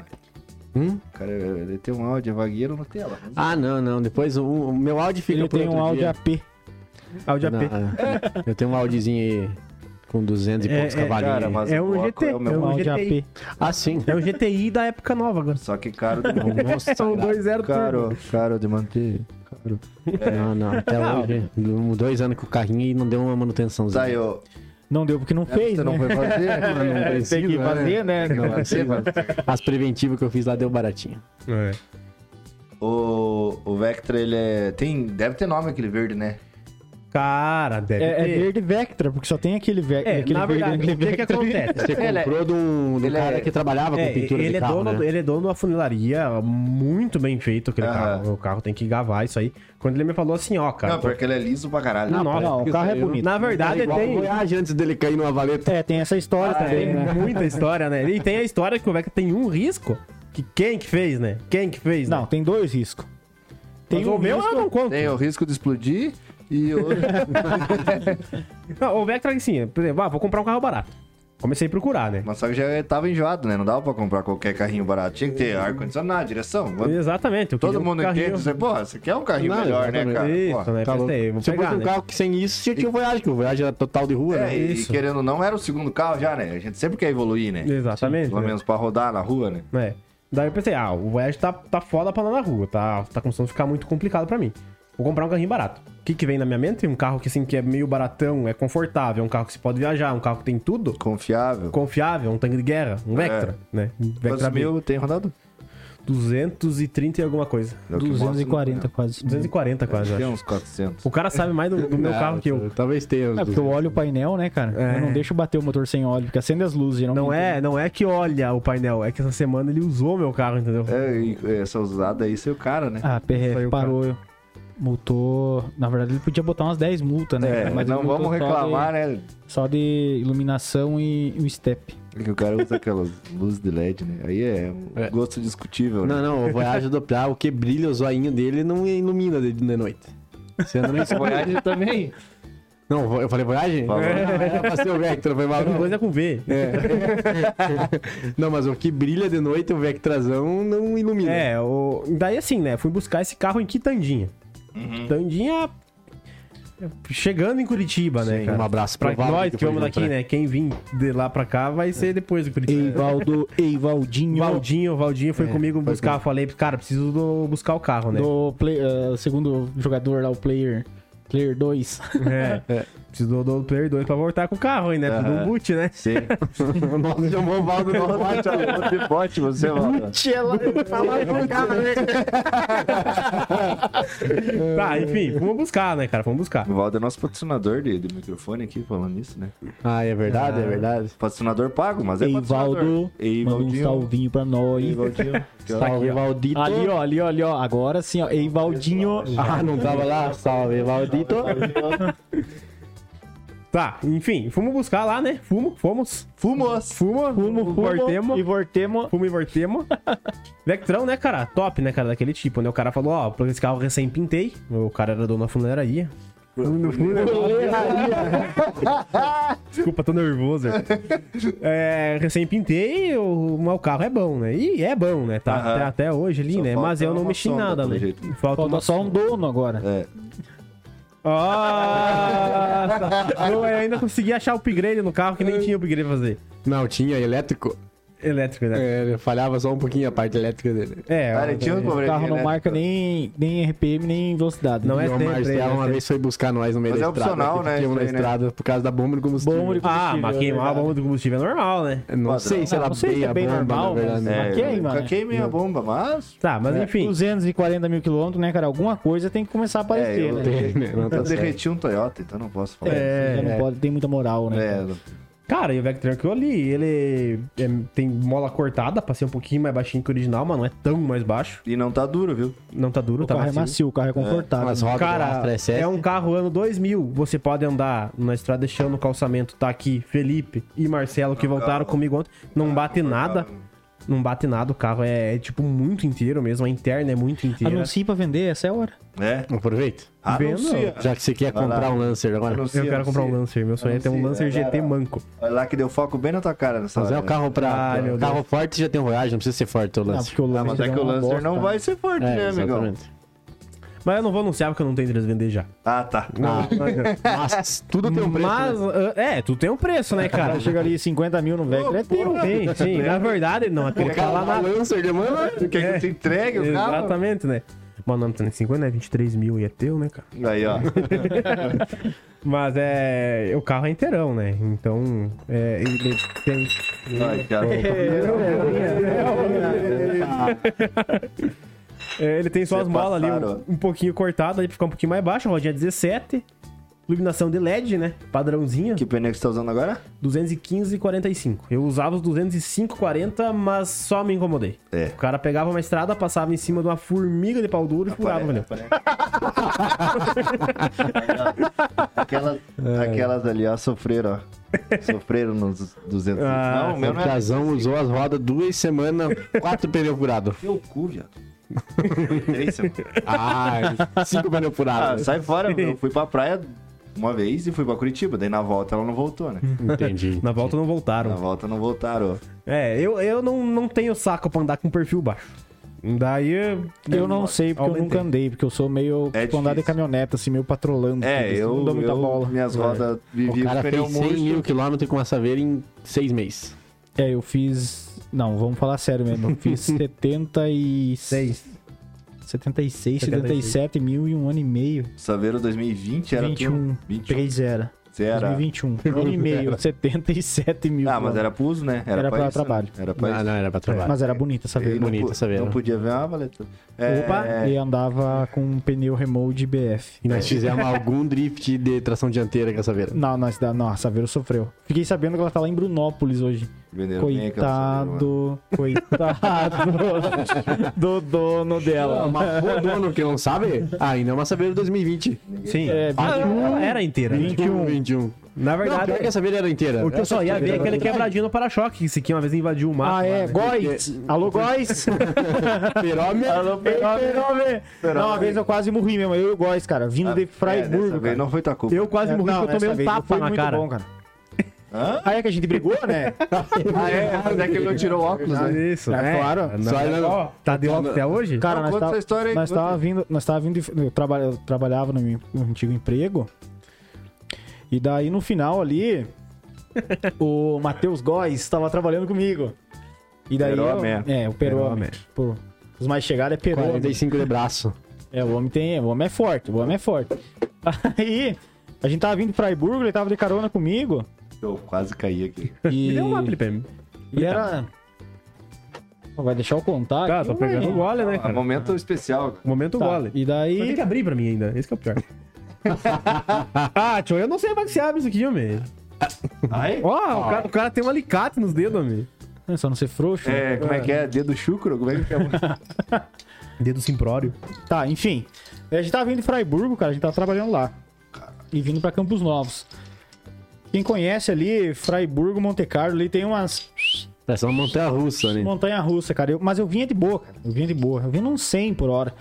Speaker 2: Hum?
Speaker 1: Cara, ele tem um áudio, é vagueiro na tela.
Speaker 2: Ah, não, não. Depois o, o meu Audi fica
Speaker 4: Ele
Speaker 2: pro
Speaker 4: tem
Speaker 2: outro
Speaker 4: um Audi
Speaker 2: dia.
Speaker 4: AP.
Speaker 3: Audi AP.
Speaker 2: Não, é. Eu tenho um Audizinho aí com 200 e
Speaker 3: É,
Speaker 2: poucos
Speaker 3: é,
Speaker 2: cavalinhos.
Speaker 1: cara, mas
Speaker 3: É
Speaker 1: o
Speaker 3: um
Speaker 1: bloco
Speaker 3: GT.
Speaker 1: é o meu
Speaker 3: É
Speaker 4: Um
Speaker 3: um
Speaker 4: Audi
Speaker 3: GTI.
Speaker 4: AP.
Speaker 2: Ah, sim.
Speaker 3: É um GTI da época nova agora.
Speaker 1: Só que caro de manter.
Speaker 2: Nossa,
Speaker 3: É um 2.0
Speaker 1: caro, caro de manter. Caro.
Speaker 3: né?
Speaker 2: Não, não. Até hoje, um- dois anos com o carrinho e não deu uma manutençãozinha.
Speaker 1: Tá, eu...
Speaker 4: Não deu porque não fez,
Speaker 1: Você
Speaker 4: né?
Speaker 1: não foi fazer?
Speaker 2: Não
Speaker 4: Tem que
Speaker 2: precisa,
Speaker 4: fazer, né?
Speaker 2: Não
Speaker 1: Vai ser,
Speaker 2: precisa.
Speaker 1: mano.
Speaker 2: As preventivas que eu fiz lá deu baratinho.
Speaker 3: É.
Speaker 1: O, o Vectra, ele é... Tem... Deve ter nome aquele verde, né?
Speaker 3: Cara, deve
Speaker 4: É, é
Speaker 3: ter.
Speaker 4: verde Vectra, porque só tem aquele, ve
Speaker 3: É,
Speaker 4: aquele
Speaker 3: na
Speaker 4: verde
Speaker 3: verdade,
Speaker 4: aquele
Speaker 3: o que, que
Speaker 4: Vectra.
Speaker 3: acontece?
Speaker 2: Você
Speaker 1: Ele é-
Speaker 2: comprou do, do
Speaker 1: ele
Speaker 2: um cara
Speaker 1: é-
Speaker 2: que trabalhava com
Speaker 3: É,
Speaker 2: pintura
Speaker 3: ele,
Speaker 2: de
Speaker 3: é
Speaker 2: carro,
Speaker 3: dono,
Speaker 2: né?
Speaker 3: ele é dono de uma funilaria, muito bem feito aquele
Speaker 1: Aham.
Speaker 3: carro. O carro tem que gavar isso aí. Quando ele me falou assim, ó, cara.
Speaker 1: Não, porque ele é liso pra caralho.
Speaker 3: Não, Nossa,
Speaker 4: não, o carro é bonito.
Speaker 3: Na verdade,
Speaker 2: Igual
Speaker 3: tem,
Speaker 2: o Voyage antes dele cair numa valeta.
Speaker 4: É, tem essa história também,
Speaker 3: tem
Speaker 4: né?
Speaker 3: muita história, né? E tem a história que o Vectra tem um risco. Que quem que fez, né? Quem que fez,
Speaker 4: Não,
Speaker 3: né?
Speaker 4: tem dois riscos.
Speaker 3: Mas
Speaker 4: um
Speaker 3: o meu é eu não conto.
Speaker 1: Tem o risco de explodir e o.
Speaker 3: Não, o Vectra, assim, por exemplo, ah, vou comprar um carro barato. Comecei a procurar, né?
Speaker 1: Mas só que já tava enjoado, né? Não dava pra comprar qualquer carrinho barato. Tinha
Speaker 3: É.
Speaker 1: que ter ar-condicionado, direção.
Speaker 3: Exatamente. eu
Speaker 1: Todo
Speaker 3: queria um
Speaker 1: mundo
Speaker 3: carrinho-
Speaker 1: entende. Você, porra, você quer um carrinho
Speaker 2: Não,
Speaker 1: melhor, né,
Speaker 2: exatamente.
Speaker 1: cara?
Speaker 3: Isso,
Speaker 1: Porra.
Speaker 3: né?
Speaker 2: Tá louco.
Speaker 3: Pensei, vou
Speaker 2: Se
Speaker 3: pegar,
Speaker 2: fosse um
Speaker 3: né?
Speaker 2: carro que sem isso, tinha, tinha o Voyage, que o Voyage era total de rua,
Speaker 1: É,
Speaker 2: né?
Speaker 1: e
Speaker 3: Isso.
Speaker 1: querendo ou não, era o segundo carro já, né? A gente sempre quer evoluir, né?
Speaker 3: Exatamente.
Speaker 1: Pelo
Speaker 3: né?
Speaker 1: menos pra rodar na rua, né?
Speaker 3: É. Daí eu pensei, ah, o Voyage tá, tá foda pra andar na rua, tá, tá começando a ficar muito complicado pra mim. Vou comprar um carrinho barato. O que que vem na minha mente? Um carro que assim, que é meio baratão, é confortável, é um carro que se pode viajar, um carro que tem tudo,
Speaker 1: Confiável.
Speaker 3: confiável, um tanque de guerra, um Vectra, né? Um Vectra
Speaker 1: Quantos
Speaker 3: B,
Speaker 1: mil tem rodado?
Speaker 3: 230 e alguma coisa.
Speaker 1: É o que mostra no
Speaker 4: 240 quase.
Speaker 3: 240 quase, eu
Speaker 1: Tem
Speaker 3: acho.
Speaker 1: é uns 400.
Speaker 3: O cara sabe mais do, do meu
Speaker 2: Ah,
Speaker 3: carro que eu.
Speaker 2: Talvez tenha. uns
Speaker 4: É porque eu olho o painel, né, cara?
Speaker 3: É.
Speaker 4: Eu não deixo bater o motor sem óleo, porque acende as luzes. geralmente.
Speaker 3: Não é, não é que olha o painel, é que essa semana ele usou meu carro, entendeu?
Speaker 1: É, e essa usada aí, seu cara, né?
Speaker 4: Ah,
Speaker 3: Saiu o
Speaker 4: PRF
Speaker 3: cara.
Speaker 4: parou. Multou. Na verdade, ele podia botar umas 10 multas, né?
Speaker 1: É,
Speaker 4: cara?
Speaker 1: mas
Speaker 4: ele
Speaker 1: não
Speaker 4: multou
Speaker 1: vamos
Speaker 4: só
Speaker 1: reclamar, né?
Speaker 4: de- Só de, iluminação e e um step.
Speaker 1: Que o cara usa aquelas luzes de LED, né? Aí é um
Speaker 2: É.
Speaker 1: gosto discutível, né?
Speaker 2: Não, não, o Voyage do Pra, o que brilha o zoinho dele não ilumina de, de noite. Você anda nem
Speaker 1: Voyage
Speaker 2: também. Não, eu falei Voyage?
Speaker 1: Falou.
Speaker 2: É, passei o Vectra, foi mal.
Speaker 3: Os dois é com V.
Speaker 2: Não, mas o que brilha de noite, o Vectrazão, não ilumina.
Speaker 3: É, o... daí assim, né? Fui buscar esse carro em Quitandinha. Quitandinha. Chegando em Curitiba, né,
Speaker 2: Um
Speaker 3: cara?
Speaker 2: abraço
Speaker 3: Pra
Speaker 2: pro Valdo,
Speaker 3: nós que
Speaker 2: foi
Speaker 3: vamos daqui,
Speaker 2: comprar.
Speaker 3: né? Quem vir de lá pra cá vai ser depois do
Speaker 4: Então,
Speaker 3: Curitiba.
Speaker 4: Eivaldo, Eivaldinho.
Speaker 3: Valdinho, Valdinho foi comigo buscar. Falei, cara, preciso do- buscar o carro, né?
Speaker 4: Do play- ah, segundo jogador lá, o player. Player 2.
Speaker 3: É. Preciso do, do Player 2 pra voltar com o carro, hein, né? Preciso do
Speaker 1: Aham.
Speaker 3: boot, né?
Speaker 1: Sim.
Speaker 2: Nossa, chamou o Valdo no
Speaker 1: Bote, bote, bote, você, mano.
Speaker 3: Tá, enfim, vamos buscar, né, cara? Vamos buscar.
Speaker 1: O Valdo é nosso patrocinador de, de microfone aqui, falando nisso, né?
Speaker 2: Ah, é verdade, é verdade.
Speaker 1: Patrocinador pago, mas é
Speaker 4: Eivaldo.
Speaker 1: patrocinador.
Speaker 4: Manda um Tá
Speaker 1: Eivaldinho.
Speaker 4: salvinho pra nós.
Speaker 1: Eivaldinho. Aqui, ó.
Speaker 2: Salve, Valdito.
Speaker 4: Ali, ó, ali, ó, ali, ó. Agora sim, ó. Eivaldinho.
Speaker 2: Ah, não tava lá? Salve, Valdito.
Speaker 3: Tá, enfim, fomos buscar lá, né? Fumo, fomos.
Speaker 1: Fumos.
Speaker 3: Fumo,
Speaker 4: Fumo, fumo
Speaker 3: Voltemos.
Speaker 4: e voltemo.
Speaker 3: Fumo e Vortemo. Vectrão, né, cara? Top, né, cara? Daquele tipo, né? O cara falou, ó, esse carro recém pintei. O cara era dono da funeraria. Desculpa, tô nervoso. É, recém pintei, o, mas o carro é bom, né? E é bom, né? Tá
Speaker 1: Aham.
Speaker 3: até, até hoje ali,
Speaker 1: Só
Speaker 3: né?
Speaker 1: falta
Speaker 3: Mas eu não
Speaker 1: uma
Speaker 3: mexi em
Speaker 1: sonda,
Speaker 3: nada,
Speaker 1: pelo
Speaker 3: né?
Speaker 1: jeito.
Speaker 3: Falta
Speaker 4: Falta
Speaker 3: uma...
Speaker 4: só um dono agora.
Speaker 1: É.
Speaker 3: Nossa! eu ainda consegui achar o upgrade no carro que nem tinha upgrade pra fazer.
Speaker 2: Não, tinha elétrico.
Speaker 3: Elétrico, né?
Speaker 2: É, falhava só um pouquinho a parte elétrica dele.
Speaker 3: É,
Speaker 1: Cara, tinha um
Speaker 4: O
Speaker 1: problema.
Speaker 4: carro não marca nem, nem RPM, nem velocidade. Então,
Speaker 3: Não é
Speaker 2: E o
Speaker 3: sempre, é
Speaker 2: Marcelo uma
Speaker 3: sempre.
Speaker 2: vez foi buscar nós no meio
Speaker 1: Mas
Speaker 2: da
Speaker 1: é
Speaker 2: estrada.
Speaker 1: opcional,
Speaker 2: que
Speaker 1: né, isso
Speaker 2: ficamos na
Speaker 1: aí, né?
Speaker 2: estrada por causa da bomba de combustível. Ah,
Speaker 4: Bomba de
Speaker 3: Ah, mas queimar a
Speaker 4: verdade.
Speaker 3: bomba do combustível é normal, né?
Speaker 2: Não
Speaker 1: Padrão.
Speaker 2: sei se
Speaker 4: Não,
Speaker 2: era
Speaker 4: não sei se
Speaker 2: bem
Speaker 4: é
Speaker 2: a
Speaker 4: bem
Speaker 2: bomba,
Speaker 4: normal,
Speaker 2: na verdade.
Speaker 4: mas-
Speaker 2: né?
Speaker 1: É,
Speaker 4: queima,
Speaker 1: nunca
Speaker 4: né?
Speaker 1: queimei a bomba, mas.
Speaker 3: Tá,
Speaker 4: É,
Speaker 3: mas enfim.
Speaker 4: 240 mil quilômetros, né, cara? Alguma coisa tem que começar a
Speaker 1: É,
Speaker 4: aparecer,
Speaker 1: eu,
Speaker 4: né?
Speaker 2: Tem, né? Não tá
Speaker 1: eu
Speaker 2: certo.
Speaker 1: derreti um Toyota, então não posso falar.
Speaker 4: É, já não pode ter muita moral, né?
Speaker 1: É,
Speaker 3: Cara, e o Vectran que eu li, ele é- tem mola cortada, passei um pouquinho mais baixinho que o original, mas não é tão mais baixo.
Speaker 1: e não tá duro, viu?
Speaker 3: Não tá duro,
Speaker 4: O
Speaker 3: tá
Speaker 4: carro é
Speaker 3: macio.
Speaker 4: macio, o carro é confortável.
Speaker 2: Mas roda
Speaker 3: Cara,
Speaker 2: Astra SS.
Speaker 3: é um carro ano 2000, você pode andar na estrada deixando o calçamento, tá aqui Felipe e Marcelo que voltaram
Speaker 1: carro-
Speaker 3: comigo ontem, não bate nada,
Speaker 1: confortável.
Speaker 3: não bate nada, o carro é, é, tipo muito inteiro mesmo, a interna é muito inteira.
Speaker 4: Anuncie pra vender, essa é a hora.
Speaker 1: É.
Speaker 2: né? Aproveita.
Speaker 1: Anuncia.
Speaker 2: Já que você quer
Speaker 1: Vai
Speaker 2: comprar
Speaker 1: lá.
Speaker 2: um Lancer agora.
Speaker 1: Anuncia,
Speaker 3: Eu quero comprar um
Speaker 1: anuncia.
Speaker 3: Lancer, meu sonho é ter um
Speaker 1: Anuncie, é,
Speaker 3: Lancer GT
Speaker 1: cara.
Speaker 3: manco.
Speaker 1: Olha lá que deu foco bem na tua cara nessa
Speaker 2: Mas é
Speaker 1: hora.
Speaker 2: o carro pra.
Speaker 3: Ah, meu Deus.
Speaker 2: carro forte já tem o Voyage, não precisa ser forte o
Speaker 4: Ah,
Speaker 2: Lancer.
Speaker 4: porque o
Speaker 1: Ah, mas
Speaker 4: Lancer
Speaker 1: é
Speaker 4: é
Speaker 1: que o
Speaker 4: uma
Speaker 1: Lancer
Speaker 4: bosta,
Speaker 1: não
Speaker 4: né?
Speaker 1: vai ser forte,
Speaker 2: é,
Speaker 1: né, amigão?
Speaker 2: exatamente.
Speaker 3: Mas eu não vou anunciar porque eu não tenho eles vender já.
Speaker 1: Ah, tá.
Speaker 2: Mas tudo tem um preço.
Speaker 3: Mas,
Speaker 2: né?
Speaker 3: ah, é, tu tem um preço, né, cara?
Speaker 4: Cara, chega ali 50 mil no Vectra, é
Speaker 2: um
Speaker 4: teu.
Speaker 3: Sim, sim. Na verdade, não. Aquele
Speaker 2: O né? cara é
Speaker 3: cara lá
Speaker 2: tá lá
Speaker 3: na...
Speaker 2: Lancer demanda.
Speaker 3: né?
Speaker 1: Quer que tu entregue o carro?
Speaker 3: Exatamente, né? Mano, não tem 50, né? 23 mil e é teu, né, cara?
Speaker 1: Aí, ó.
Speaker 3: Mas é. O carro é inteirão, né? Então. É, ele tem.
Speaker 1: Ai, cara.
Speaker 3: é, ele tem só
Speaker 1: Cê
Speaker 3: as molas ali,
Speaker 1: passaram.
Speaker 3: um, um pouquinho cortada ali pra ficar um pouquinho mais baixo, a rodinha 17. é Iluminação de LED, né? Padrãozinha.
Speaker 1: Que pneu que você tá usando agora?
Speaker 3: 215 e 45. Eu usava os 205 40, mas só me incomodei.
Speaker 1: É.
Speaker 3: O cara pegava uma estrada, passava em cima de uma formiga de pau duro e furava, velho.
Speaker 1: Aquelas, aquelas ali, ó, sofreram, ó. Sofreram nos 200.
Speaker 4: Ah,
Speaker 1: não, o meu
Speaker 2: Meu
Speaker 1: não é.
Speaker 2: casão usou as rodas duas semanas, quatro pneus furados.
Speaker 1: Meu cu, viado.
Speaker 2: É
Speaker 1: Três semanas.
Speaker 2: Ah, cinco pneus
Speaker 1: Ah,
Speaker 2: furados.
Speaker 1: sai fora, meu. eu fui pra praia uma vez e fui pra Curitiba. Daí na volta ela não voltou, né?
Speaker 2: Entendi.
Speaker 3: Na volta não voltaram.
Speaker 1: Na volta não voltaram.
Speaker 3: É, eu, eu não, não tenho saco pra andar com um perfil baixo. Daí.
Speaker 4: Eu não sei, porque
Speaker 3: Aumentei.
Speaker 4: eu nunca andei, porque eu sou meio
Speaker 1: É
Speaker 4: tipo, andar de
Speaker 1: difícil.
Speaker 4: caminhoneta, assim, meio patrolando.
Speaker 1: É,
Speaker 4: tudo, assim,
Speaker 1: eu,
Speaker 4: Não dou muita
Speaker 1: eu-
Speaker 4: bola. É.
Speaker 1: minhas rodas
Speaker 2: O
Speaker 1: viviam
Speaker 2: cara
Speaker 1: com pneu
Speaker 2: fez 100
Speaker 1: murcho.
Speaker 2: mil quilômetros com a saveira em seis meses.
Speaker 4: É, eu fiz. Não, vamos falar sério mesmo. Eu fiz 76. 76, 77 mil e um ano e meio.
Speaker 1: Saveiro 2020 era
Speaker 4: 21.
Speaker 1: 21.
Speaker 4: 3 era.
Speaker 1: Você era.
Speaker 4: 2021. Um ano e meio. 77 mil.
Speaker 1: Ah, mas era pro uso, né?
Speaker 4: Era pra
Speaker 1: isso,
Speaker 4: trabalho.
Speaker 1: né? Era pra
Speaker 2: Não,
Speaker 1: isso.
Speaker 2: não, era pra trabalhar.
Speaker 4: Mas era bonita Tá essa
Speaker 1: E
Speaker 4: vez.
Speaker 1: não
Speaker 2: bonito
Speaker 1: pu-
Speaker 2: saber,
Speaker 1: Não
Speaker 2: né?
Speaker 1: podia ver ah, uma valeta. É,
Speaker 3: Opa,
Speaker 4: E andava com um pneu remote de BF.
Speaker 2: E nós fizemos algum drift de tração dianteira com a saveira.
Speaker 4: Não, não, esse da- não, a Saveiro sofreu. Fiquei sabendo que ela tá lá em Brunópolis hoje.
Speaker 1: Venderam bem aquela cerveja,
Speaker 4: Coitado, coitado do dono dela.
Speaker 2: Mas o dono que não sabe, ainda é uma saveira 2020.
Speaker 3: Sim.
Speaker 4: É,
Speaker 3: Ah, ela era inteira. né?
Speaker 2: 21. 21.
Speaker 3: Na
Speaker 2: Não,
Speaker 3: verdade,
Speaker 2: pior que a saveira era inteira.
Speaker 3: o que eu só ia ver é aquele quebradinho no para-choque, que esse aqui uma vez invadiu o mato.
Speaker 4: Ah,
Speaker 3: lá,
Speaker 4: é,
Speaker 3: né?
Speaker 4: Góis. Alô, Góis.
Speaker 2: Perome.
Speaker 4: Fenômeno. Não, uma vez eu quase morri mesmo, eu e o Góis, cara, vindo
Speaker 1: mano.
Speaker 4: de
Speaker 1: É, dessa
Speaker 4: Freiburgo,
Speaker 1: vez
Speaker 4: cara.
Speaker 1: Não foi tua culpa.
Speaker 3: Eu quase
Speaker 4: É,
Speaker 3: morri
Speaker 4: não,
Speaker 3: porque eu tomei
Speaker 4: essa
Speaker 3: um
Speaker 4: vez
Speaker 3: tapa
Speaker 4: foi
Speaker 3: na
Speaker 4: muito
Speaker 3: cara.
Speaker 4: bom, cara.
Speaker 1: Hã?
Speaker 4: Aí é que a gente brigou, né?
Speaker 1: Ah, é, mas é que ele não tirou o óculos, né?
Speaker 3: Isso,
Speaker 4: É, claro.
Speaker 2: Só
Speaker 3: Só
Speaker 2: ele-
Speaker 3: Tá de óculos até hoje?
Speaker 4: Cara, nós
Speaker 1: conta
Speaker 4: tava,
Speaker 1: essa história aí,
Speaker 4: nós
Speaker 1: conta
Speaker 4: tava vindo, nós tava vindo, de- eu, traba- eu trabalhava no meu antigo emprego. E daí no final ali, o Matheus Góes estava trabalhando comigo. E daí
Speaker 1: Perome.
Speaker 4: eu- é, o Perome.
Speaker 3: Perome.
Speaker 4: Pô, os mais chegados é Perome.
Speaker 2: 45 de braço.
Speaker 4: É, o homem tem. O homem é forte, o homem é forte. Aí, a gente tava vindo pra Friburgo, ele tava de carona comigo.
Speaker 1: Eu quase caí aqui.
Speaker 4: E,
Speaker 3: Me deu um uma, Felipe.
Speaker 4: e era. Pô, Vai deixar eu contar?
Speaker 3: Cara,
Speaker 4: aqui,
Speaker 3: Tá, tô
Speaker 4: vai.
Speaker 3: pegando o gole, né,
Speaker 1: Ah,
Speaker 3: cara?
Speaker 1: momento especial. cara.
Speaker 3: Momento
Speaker 4: é. Tá,
Speaker 3: gole.
Speaker 4: E
Speaker 3: Mas
Speaker 4: daí.
Speaker 3: tem que abrir pra mim ainda. Esse que é o pior. ah, tio, eu não sei como é que se abre isso aqui, homem.
Speaker 1: Ai?
Speaker 3: Ó, o, cara, o cara tem um alicate nos dedos, homem.
Speaker 4: É, Só não ser frouxo. né?
Speaker 1: É, como é que é? Dedo chucro? Como é que é?
Speaker 3: Dedo simprório.
Speaker 4: Tá, enfim. A gente tava vindo de Freiburgo, cara, a gente tava trabalhando lá. E vindo pra Campos Novos. Quem conhece ali, Freiburgo, Monte Carlo, ali tem umas
Speaker 2: Parece É uma montanha russa, né?
Speaker 4: montanha russa, cara. Eu- mas eu vinha de boa, cara. Eu vinha de boa. Eu vinha num 100 por hora.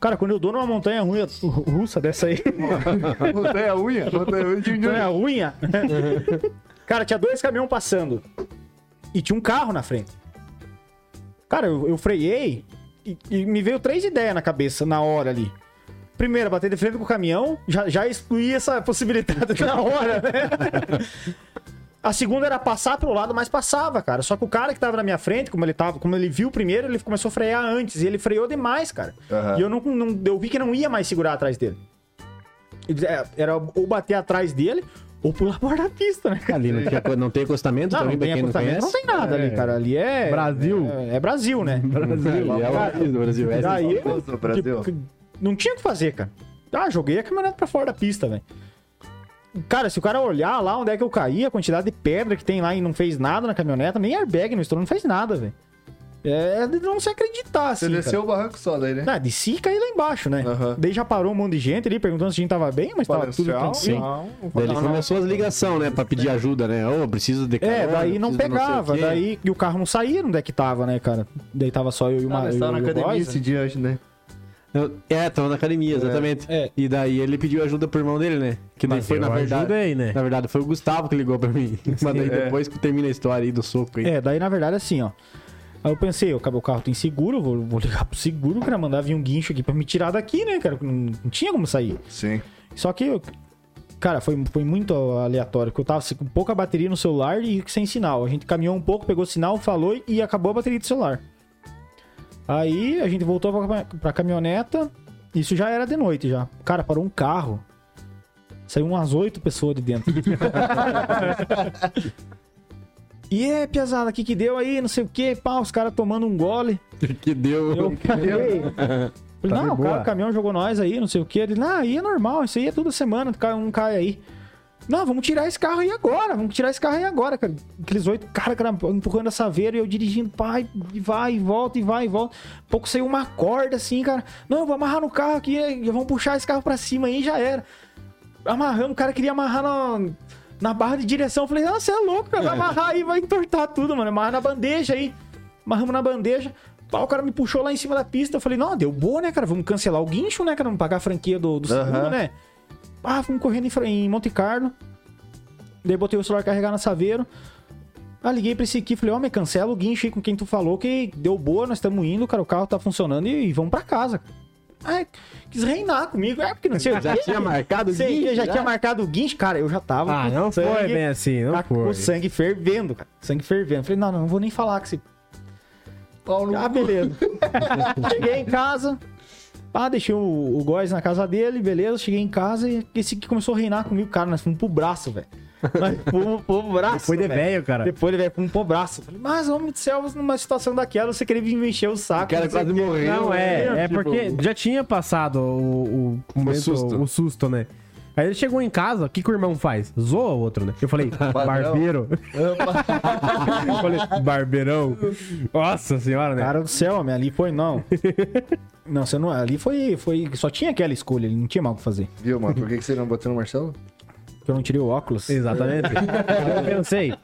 Speaker 4: Cara, quando eu dou numa montanha ruim, russa dessa aí,
Speaker 1: Botei a unha? Botei a unha de
Speaker 4: Não é a unha? cara, tinha dois caminhões passando. E tinha um carro na frente. Cara, eu, eu freiei e, e me veio três ideias na cabeça na hora ali. Primeiro, bater de frente com o caminhão, já, já excluí essa possibilidade na hora, né? A segunda era passar pelo lado, mas passava, cara. Só que o cara que tava na minha frente, como ele tava, como ele viu primeiro, ele começou a frear antes. E ele freou demais, cara.
Speaker 1: Aham.
Speaker 4: E eu não, não- eu vi que não ia mais segurar atrás dele. É, Era ou bater atrás dele ou pular fora da pista, né, cara?
Speaker 2: Ali não, tinha co- não tem acostamento
Speaker 4: Não,
Speaker 2: também,
Speaker 4: não
Speaker 2: pra
Speaker 4: tem
Speaker 2: quem não
Speaker 4: acostamento, não
Speaker 2: conhece.
Speaker 4: tem nada ali, cara. Ali é.
Speaker 3: Brasil.
Speaker 4: É, é Brasil, né?
Speaker 2: Brasil, é o país do Brasil. É,
Speaker 4: Daí,
Speaker 1: Nossa, Brasil.
Speaker 4: tipo, não tinha o que fazer, cara. Ah, joguei a caminhonete pra fora da pista, velho. Cara, se o cara olhar lá onde é que eu caí, a quantidade de pedra que tem lá e não fez nada na caminhoneta, nem airbag no estouro, não fez nada, velho. É de não se acreditar, assim.
Speaker 1: Você
Speaker 4: cara.
Speaker 1: desceu o barranco só daí, né?
Speaker 4: Ah, de si cair lá embaixo, né?
Speaker 1: Aham.
Speaker 4: Daí já parou um monte de gente ali perguntando se a gente tava bem, mas tava tudo
Speaker 1: Valencial,
Speaker 4: tranquilo.
Speaker 1: não.
Speaker 2: Daí ele começou as ligações, né? Pra pedir ajuda, né? Ô, preciso de
Speaker 4: É,
Speaker 2: carona,
Speaker 4: daí não
Speaker 2: preciso de sei o
Speaker 4: pegava,
Speaker 2: quê.
Speaker 4: daí e o carro não saía onde é que tava, né, cara? Daí tava só eu e uma
Speaker 1: Ah, nós
Speaker 4: eu,
Speaker 1: tava na
Speaker 4: e o
Speaker 1: academia
Speaker 4: Góis,
Speaker 1: esse
Speaker 4: né?
Speaker 1: dia hoje, né?
Speaker 2: Eu- É, tava na academia, exatamente.
Speaker 4: É.
Speaker 2: E daí ele pediu ajuda pro irmão dele, né? Que daí
Speaker 3: Mas
Speaker 2: foi, na
Speaker 3: eu
Speaker 2: verdade.
Speaker 3: ajudei,
Speaker 4: é.
Speaker 3: né?
Speaker 2: Na verdade, foi o Gustavo que ligou pra mim. Mas daí depois que termina a história aí do soco aí.
Speaker 4: É, daí na verdade assim, ó. Aí eu pensei, o cabo- o carro tem seguro, vou, vou ligar pro seguro, cara, mandar vir um guincho aqui pra me tirar daqui, né, cara? Não, não tinha como sair.
Speaker 1: Sim.
Speaker 4: Só que, eu- cara, foi, foi muito aleatório, que eu tava assim, com pouca bateria no celular e sem sinal. A gente caminhou um pouco, pegou sinal, falou e acabou a bateria do celular. Aí a gente voltou pra, pra caminhoneta, isso já era de noite já. Cara, parou um carro, saiu umas oito pessoas de dentro. E é, piazada, o que É. que deu aí, não sei o que, pá, os caras tomando um gole.
Speaker 2: Que deu.
Speaker 4: Eu caí. Falei,
Speaker 3: Tá de
Speaker 4: não, o cara
Speaker 3: boa.
Speaker 4: do caminhão jogou nós aí, não sei o quê. Ele, não, aí é normal, isso aí é toda semana, cai- um cai aí. Não, vamos tirar esse carro aí agora, vamos tirar esse carro aí agora, cara. Aqueles oito caras cara, empurrando a saveira e eu dirigindo, pai, e vai, e volta, e vai, e volta. Pouco saiu uma corda assim, cara. Não, eu vou amarrar no carro aqui, e vamos puxar esse carro pra cima aí e já era. Amarramos, o cara queria amarrar na, na barra de direção. Eu falei, ah, você é louco, cara, vai amarrar aí, vai entortar tudo, mano. Amarra na bandeja aí. Amarramos na bandeja. Pá, o cara me puxou lá em cima da pista. Eu falei, não, deu boa, né, cara? Vamos cancelar o guincho, né, cara? Vamos pagar a franquia do, do seguro,
Speaker 1: Aham.
Speaker 4: né? Ah, fomos correndo em, Fra- em Monte Carlo. Daí botei o celular carregar na Saveiro. Ah, liguei pra esse aqui, falei, ó, me cancela o guincho aí com quem tu falou que deu boa, nós estamos indo, cara, o carro tá funcionando e, e vamos pra casa. Ah, quis reinar comigo, é porque não sei o
Speaker 2: Já
Speaker 4: quê,
Speaker 2: tinha
Speaker 4: né?
Speaker 2: marcado o
Speaker 4: Sei,
Speaker 2: guincho,
Speaker 4: já,
Speaker 2: já?
Speaker 4: tinha marcado o guincho, cara, eu já tava
Speaker 3: Ah, não foi
Speaker 4: sangue-
Speaker 3: bem assim, não
Speaker 4: tá com
Speaker 3: foi.
Speaker 4: o sangue fervendo, cara. Sangue fervendo. Falei, não, não, não vou nem falar que esse
Speaker 1: Pau no
Speaker 4: ah, beleza. Cheguei em casa. Ah, deixei o, o Góis na casa dele, beleza. Cheguei em casa e esse que começou a reinar comigo, cara. Nós fomos pro braço, velho. Nós fomos pro braço.
Speaker 3: Foi de velho, cara.
Speaker 4: Depois ele veio fomos pro braço. Falei, mas, homem do céu, numa situação daquela, você queria vir me encher o saco.
Speaker 2: O cara
Speaker 4: não sei
Speaker 2: quase
Speaker 4: o quê.
Speaker 2: morreu.
Speaker 3: Não,
Speaker 2: né?
Speaker 3: é, é
Speaker 2: Tipo,
Speaker 3: porque já tinha passado o, o, momento-
Speaker 2: susto.
Speaker 3: o susto, né? Aí ele chegou em casa, o que, que o irmão faz? Zoa o outro, né? Eu falei, barbeiro. eu falei, barbeirão. Nossa senhora, né?
Speaker 4: Cara do céu, homem, ali foi não. não, você não. Ali foi, foi. Só tinha aquela escolha, ele não tinha mal o que fazer.
Speaker 1: Viu, mano? Por que, que você não botou no Marcelo?
Speaker 4: Porque eu não tirei o óculos.
Speaker 3: Exatamente. eu pensei.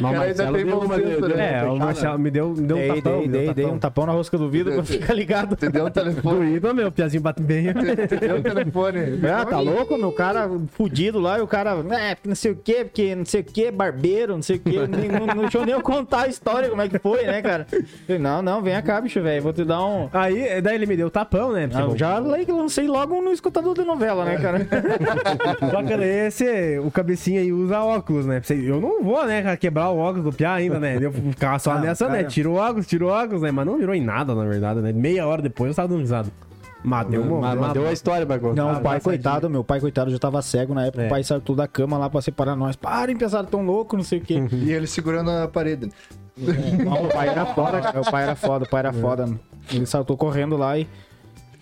Speaker 2: Mas o
Speaker 1: cara ainda
Speaker 2: Marcelo
Speaker 1: tem
Speaker 2: deu uma
Speaker 1: consenso,
Speaker 2: de-
Speaker 1: né?
Speaker 3: É, o Marcelo me deu, me deu um
Speaker 4: Dei,
Speaker 3: tapão.
Speaker 4: dei,
Speaker 3: me deu
Speaker 4: dei,
Speaker 3: um
Speaker 4: dei um
Speaker 3: tapão.
Speaker 4: tapão na rosca do vidro pra ficar ligado.
Speaker 1: Você deu o telefone.
Speaker 3: Doído, meu, o piazinho bate bem.
Speaker 1: Você deu o telefone.
Speaker 4: Ah, tá louco, meu cara fudido lá, e o cara, é, porque não sei o que, porque não sei o que, barbeiro, não sei o que, não, não deixou nem eu contar a história, como é que foi, né, cara? Falei, não, não, vem cá, bicho, velho, vou te dar um...
Speaker 3: Aí, daí ele me deu o tapão, né? Porque,
Speaker 4: Ah,
Speaker 3: bom,
Speaker 4: já lá que lancei logo no escutador de novela, né, cara?
Speaker 3: Só que esse, o cabecinha aí usa óculos, né? Você- Eu não vou, né, cara, quebrar o óculos do Piá ainda, né? Eu ficava só nessa, né? Tira o óculos, tira o óculos, né? Mas não virou em nada, na verdade, né? Meia hora depois eu tava dando risada. Mas deu um uma-
Speaker 2: Mas,
Speaker 3: deu
Speaker 2: mas
Speaker 3: uma-
Speaker 2: deu a história pra contar.
Speaker 4: Não, o pai, coitado, meu pai, coitado, já tava cego na época,
Speaker 3: É.
Speaker 4: o pai saiu tudo da cama lá pra separar nós, parem, pesado, tão louco, não sei o que.
Speaker 1: E ele segurando a parede.
Speaker 4: Não, o pai era foda, cara. O pai era foda, o pai era foda. mano. Ele saltou correndo lá e.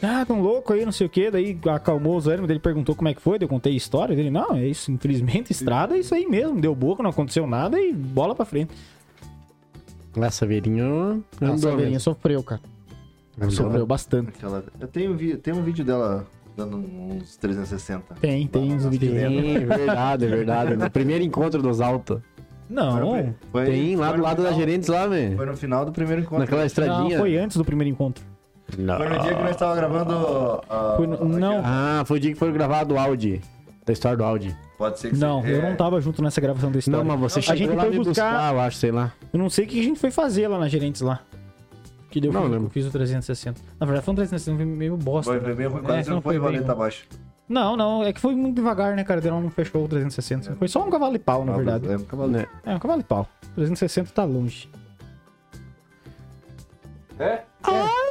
Speaker 4: Ah, tão louco aí, não sei o que. Daí acalmou os ânimos dele, perguntou como é que foi. daí Eu contei a história dele. Não, é isso. Infelizmente, estrada é isso aí mesmo. Deu boca, não aconteceu nada e bola pra frente.
Speaker 2: A Saveirinho...
Speaker 4: A Saveirinha sofreu, cara. Sofreu bastante.
Speaker 1: Aquela... Eu tenho, vi... Tem um vídeo dela dando uns 360.
Speaker 4: Tem, tem uns vídeos.
Speaker 2: Sim, verdade, é verdade. No primeiro encontro dos altos.
Speaker 4: Não,
Speaker 1: Foi-
Speaker 2: Tem lá
Speaker 1: foi
Speaker 2: do
Speaker 1: no
Speaker 2: lado da
Speaker 1: final-
Speaker 2: gerentes lá,
Speaker 1: Foi
Speaker 2: velho.
Speaker 1: no final do primeiro encontro.
Speaker 2: Naquela
Speaker 4: não,
Speaker 2: estradinha.
Speaker 4: foi antes do primeiro encontro.
Speaker 2: Não.
Speaker 1: Foi no dia que nós estávamos gravando. ah,
Speaker 4: Foi no- Não,
Speaker 2: Ah, foi o dia que foi gravado o Audi. Da história do Audi.
Speaker 1: Pode ser que É,
Speaker 4: não,
Speaker 1: você-
Speaker 4: eu não tava junto nessa gravação da história.
Speaker 2: É. Não, mas você
Speaker 4: a
Speaker 2: chegou
Speaker 4: gente
Speaker 2: lá
Speaker 4: foi
Speaker 2: me buscar...
Speaker 4: buscar-
Speaker 2: eu acho, sei lá.
Speaker 4: Eu não sei o que a gente foi fazer lá na gerentes lá. Que deu
Speaker 2: Não,
Speaker 4: fiz,
Speaker 2: lembro.
Speaker 4: fiz o 360. Na verdade, foi um 360 foi meio bosta.
Speaker 1: Foi, foi meio ruim,
Speaker 4: É,
Speaker 1: quase não foi
Speaker 4: bem ruim.
Speaker 1: valeta abaixo.
Speaker 4: Não, não, é que foi muito devagar, né, cara? Deram não fechou o 360. Foi só um cavalo e pau, na verdade.
Speaker 1: É, um cavalo.
Speaker 2: Né?
Speaker 4: É, um cavalo e pau. 360 tá longe. É?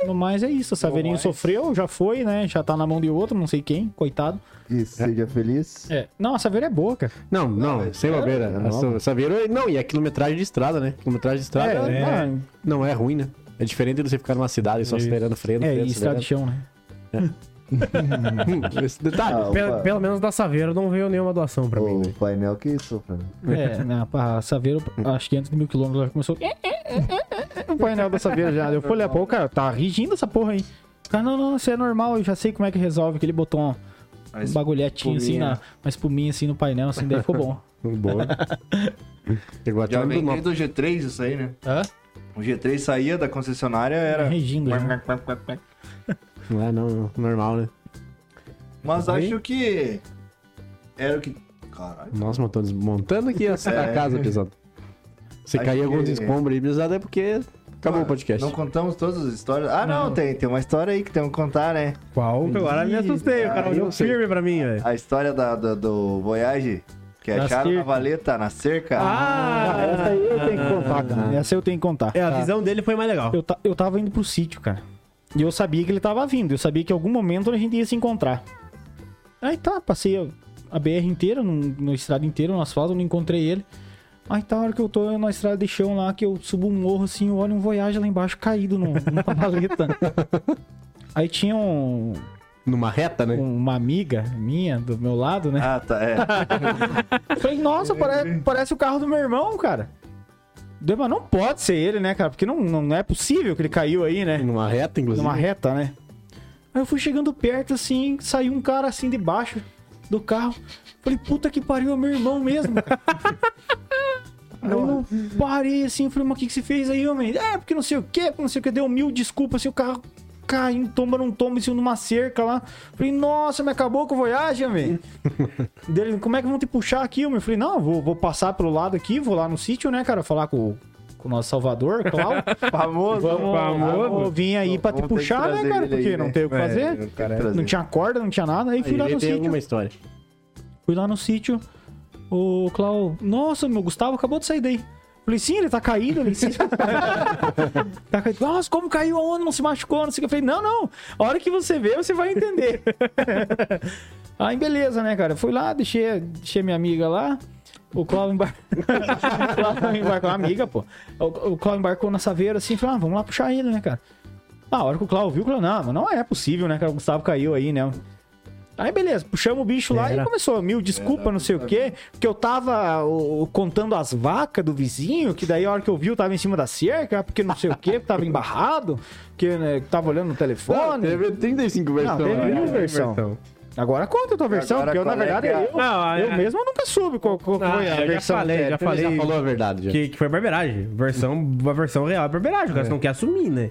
Speaker 4: No mais é isso, o Saverinho sofreu, já foi, né? Já tá na mão de outro, não sei quem, coitado.
Speaker 6: Isso, seja feliz.
Speaker 4: É. Não, a Saveira é boa, cara.
Speaker 2: Não, não, sem bobeira. Essa- Saveiro, não, e a quilometragem de estrada, né? Quilometragem de estrada
Speaker 4: é, não,
Speaker 2: não é ruim, né? É diferente de você ficar numa cidade só acelerando freio.
Speaker 4: é,
Speaker 2: freio,
Speaker 4: e estrada de chão, né?
Speaker 2: acelerando. Hum, Esse detalhe.
Speaker 6: Ah, o,
Speaker 3: Pelo,
Speaker 6: pa-
Speaker 3: pelo menos da Saveiro não veio nenhuma doação pra mim, né?
Speaker 6: É o painel que isso, cara.
Speaker 4: É, né, a Saveiro, acho que antes de mil quilômetros, ela começou. "É, o é, painel da Saveiro já. Eu fui olhar, pô, cara, tá rigindo essa porra aí. Cara, não, não, isso é normal, eu já sei como é que resolve, que ele botou um,
Speaker 1: Mas
Speaker 4: um bagulhetinho assim,
Speaker 1: espuminha.
Speaker 4: na, uma espuminha assim no painel, assim, daí ficou bom.
Speaker 2: Boa. Chegou até
Speaker 1: Já
Speaker 2: o
Speaker 1: vem
Speaker 2: nome.
Speaker 1: desde o G3 isso aí, né?
Speaker 4: Hã?
Speaker 1: O G3 saía da concessionária, era...
Speaker 4: Tá Rigindo. já.
Speaker 2: Não é não, não, normal, né?
Speaker 1: Mas acho que... Era o que... Caralho.
Speaker 2: Nossa, mas tô desmontando aqui a, a casa, pesado. Se
Speaker 1: É. Acho
Speaker 2: cair alguns
Speaker 1: que-
Speaker 2: escombros aí, pesado, é porque acabou
Speaker 1: Ah,
Speaker 2: o podcast.
Speaker 1: Não contamos todas as histórias. Ah, não, tem, tem uma história aí que temos que contar, né?
Speaker 3: Qual? Agora me assustei, o cara olhou firme pra mim, velho.
Speaker 1: A história da, da- do Voyage, que
Speaker 4: Na
Speaker 1: acharam na
Speaker 4: cerca.
Speaker 1: valeta, na cerca.
Speaker 4: Ah,
Speaker 3: Ah!
Speaker 4: essa aí eu tenho que contar, cara. Essa eu tenho que contar.
Speaker 3: É, a visão dele foi mais legal.
Speaker 4: Eu, ta- eu tava indo pro sítio, cara. E eu sabia que ele tava vindo. Eu sabia que em algum momento a gente ia se encontrar. Aí tá, passei a, a BR inteira, no, no estrada inteira, no asfalto, não encontrei ele. Aí tá, a hora que eu tô na estrada de chão lá, que eu subo um morro assim, eu olho um Voyage lá embaixo caído no, numa maleta. Aí tinha um,
Speaker 2: Numa reta, né?
Speaker 4: uma amiga minha do meu lado, né?
Speaker 1: Ah, tá, é.
Speaker 4: Eu falei, nossa, parece, parece o carro do meu irmão, cara. Daí, Mas não pode ser ele, né, cara? Porque não, não é possível que ele caiu aí, né?
Speaker 2: Numa reta, inclusive.
Speaker 4: Numa reta, né? Aí eu fui chegando perto, assim, saiu um cara assim debaixo do carro. Falei, puta que pariu, é meu irmão mesmo. cara. Aí eu parei assim, falei, mas o que, que você fez aí, homem? É, porque não sei o que, porque não sei o que, deu mil desculpas, assim, o carro caiu, tomba num tombo, assim, numa cerca lá. Falei, nossa, me acabou com a viagem, homem. Dele, como é que vão te puxar aqui, homem? Eu Falei, não, vou, vou passar pelo lado aqui, vou lá no sítio, né, cara, falar com, o- com o nosso Salvador, Cláudio.
Speaker 1: Famoso.
Speaker 4: Vamos,
Speaker 3: Famoso.
Speaker 4: vamos Ah, vir aí pra te
Speaker 1: Vamos ter que
Speaker 4: puxar, né,
Speaker 1: trazer
Speaker 4: cara?
Speaker 1: ele aí,
Speaker 4: Porque não
Speaker 1: né?
Speaker 4: tem o que
Speaker 3: É,
Speaker 4: fazer.
Speaker 3: o cara é-
Speaker 4: Não tinha corda, não tinha nada. Aí fui lá
Speaker 2: Ele
Speaker 4: no
Speaker 2: tem
Speaker 4: sítio.
Speaker 2: alguma história.
Speaker 4: Fui lá no sítio. O Clau. Nossa, meu Gustavo acabou de sair daí. Falei, sim, ele tá caído ali. Sim. tá caído. Nossa, como caiu aonde? Não se machucou, não sei o que. Eu falei, não, não. A hora que você vê, você vai entender. Aí, beleza, né, cara? Fui lá, deixei, deixei minha amiga lá. O Clau embar... o Clau embarcou. Amiga, pô. O, o Clau embarcou na saveira assim. Falei, ah, vamos lá puxar ele, né, cara? Ah, a hora que o Clau viu, falou, não, mas não é possível, né, cara? O Gustavo caiu aí, né? Aí beleza, puxamos o bicho lá e começou. Mil desculpa, não sei o quê. Porque eu tava o- o, contando as vacas do vizinho, que daí a hora que eu vi, eu tava em cima da cerca, porque não sei o quê, porque tava embarrado, porque né, tava olhando no telefone.
Speaker 2: Teve 35
Speaker 4: Não, teve um mil versão.
Speaker 3: Então,
Speaker 4: Agora conta a tua versão,
Speaker 1: Agora
Speaker 4: porque eu, na
Speaker 1: qual é
Speaker 4: verdade,
Speaker 1: que é?
Speaker 4: eu,
Speaker 3: Não, é-
Speaker 4: eu mesmo nunca soube qual, qual
Speaker 3: Ah,
Speaker 4: foi a
Speaker 3: eu já
Speaker 4: versão.
Speaker 3: falei,
Speaker 4: dele.
Speaker 3: já
Speaker 2: Ele já
Speaker 3: falei.
Speaker 2: falou a verdade, já.
Speaker 3: que, que foi barberagem. Versão, a versão real é barberagem. O cara não quer assumir, né?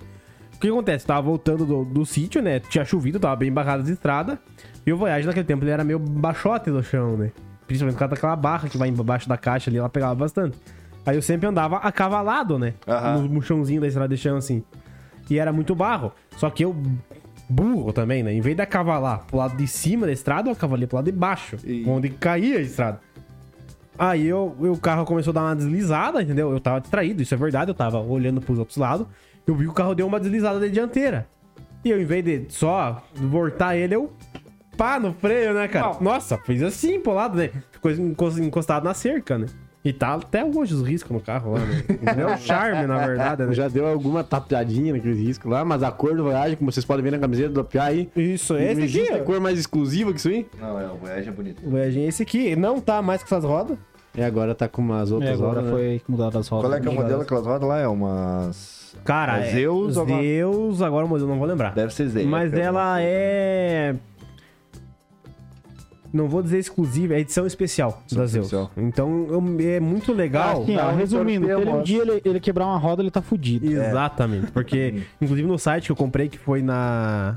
Speaker 3: O que acontece? Tava voltando do, do sítio, né? Tinha chovido, tava bem barrado de estrada. E o Voyage naquele tempo ele era meio baixote no chão, né? Principalmente por causa daquela barra que vai embaixo da caixa ali, ela pegava bastante. Aí eu sempre andava acavalado, né?
Speaker 1: Aham.
Speaker 3: No chãozinho da estrada de chão, assim. E era muito barro. Só que eu, burro também, né? Em vez de acavalar pro lado de cima da estrada, eu acavalei pro lado de baixo,
Speaker 1: E-
Speaker 3: onde caía a estrada. Aí eu, eu- o carro começou a dar uma deslizada, entendeu? Eu tava distraído, isso é verdade, eu tava olhando pros outros lados. Eu vi que o carro deu uma deslizada de dianteira. E eu, em vez de só voltar ele, eu pá no freio, né, cara? Nossa, fiz assim pro lado, né? Ficou encos- encostado na cerca, né? E tá até hoje os riscos no carro lá, né? É o charme, na verdade, né?
Speaker 2: Já deu alguma tapeadinha naquele risco lá, mas a cor do Voyage, como vocês podem ver na camiseta do PA aí,
Speaker 3: Isso, é
Speaker 2: não
Speaker 3: esse aqui.
Speaker 2: existe
Speaker 3: ó.
Speaker 2: cor mais exclusiva que isso aí.
Speaker 1: Não, é, o Voyage é bonito.
Speaker 3: O Edge é esse aqui. Não tá mais com essas rodas.
Speaker 2: E agora tá com umas
Speaker 4: É,
Speaker 2: outras
Speaker 4: agora
Speaker 2: rodas, né?
Speaker 4: foi mudado as rodas.
Speaker 1: Qual é que é o modelo que elas rodam lá? É umas...
Speaker 3: Cara,
Speaker 1: É
Speaker 3: é-
Speaker 1: Zeus ou-
Speaker 3: Zeus, agora o modelo não vou lembrar.
Speaker 1: Deve ser Z.
Speaker 3: Mas
Speaker 1: é
Speaker 3: ela é. Não vou dizer exclusiva, é edição especial da Zeus.
Speaker 1: especial.
Speaker 3: Então eu- é muito legal.
Speaker 4: Assim, ó,
Speaker 6: Não,
Speaker 4: resumindo,
Speaker 6: torpedo,
Speaker 4: se ele um
Speaker 6: mano.
Speaker 4: dia ele, ele quebrar uma roda, ele tá fudido.
Speaker 3: Exatamente. Porque, inclusive, no site que eu comprei, que foi na.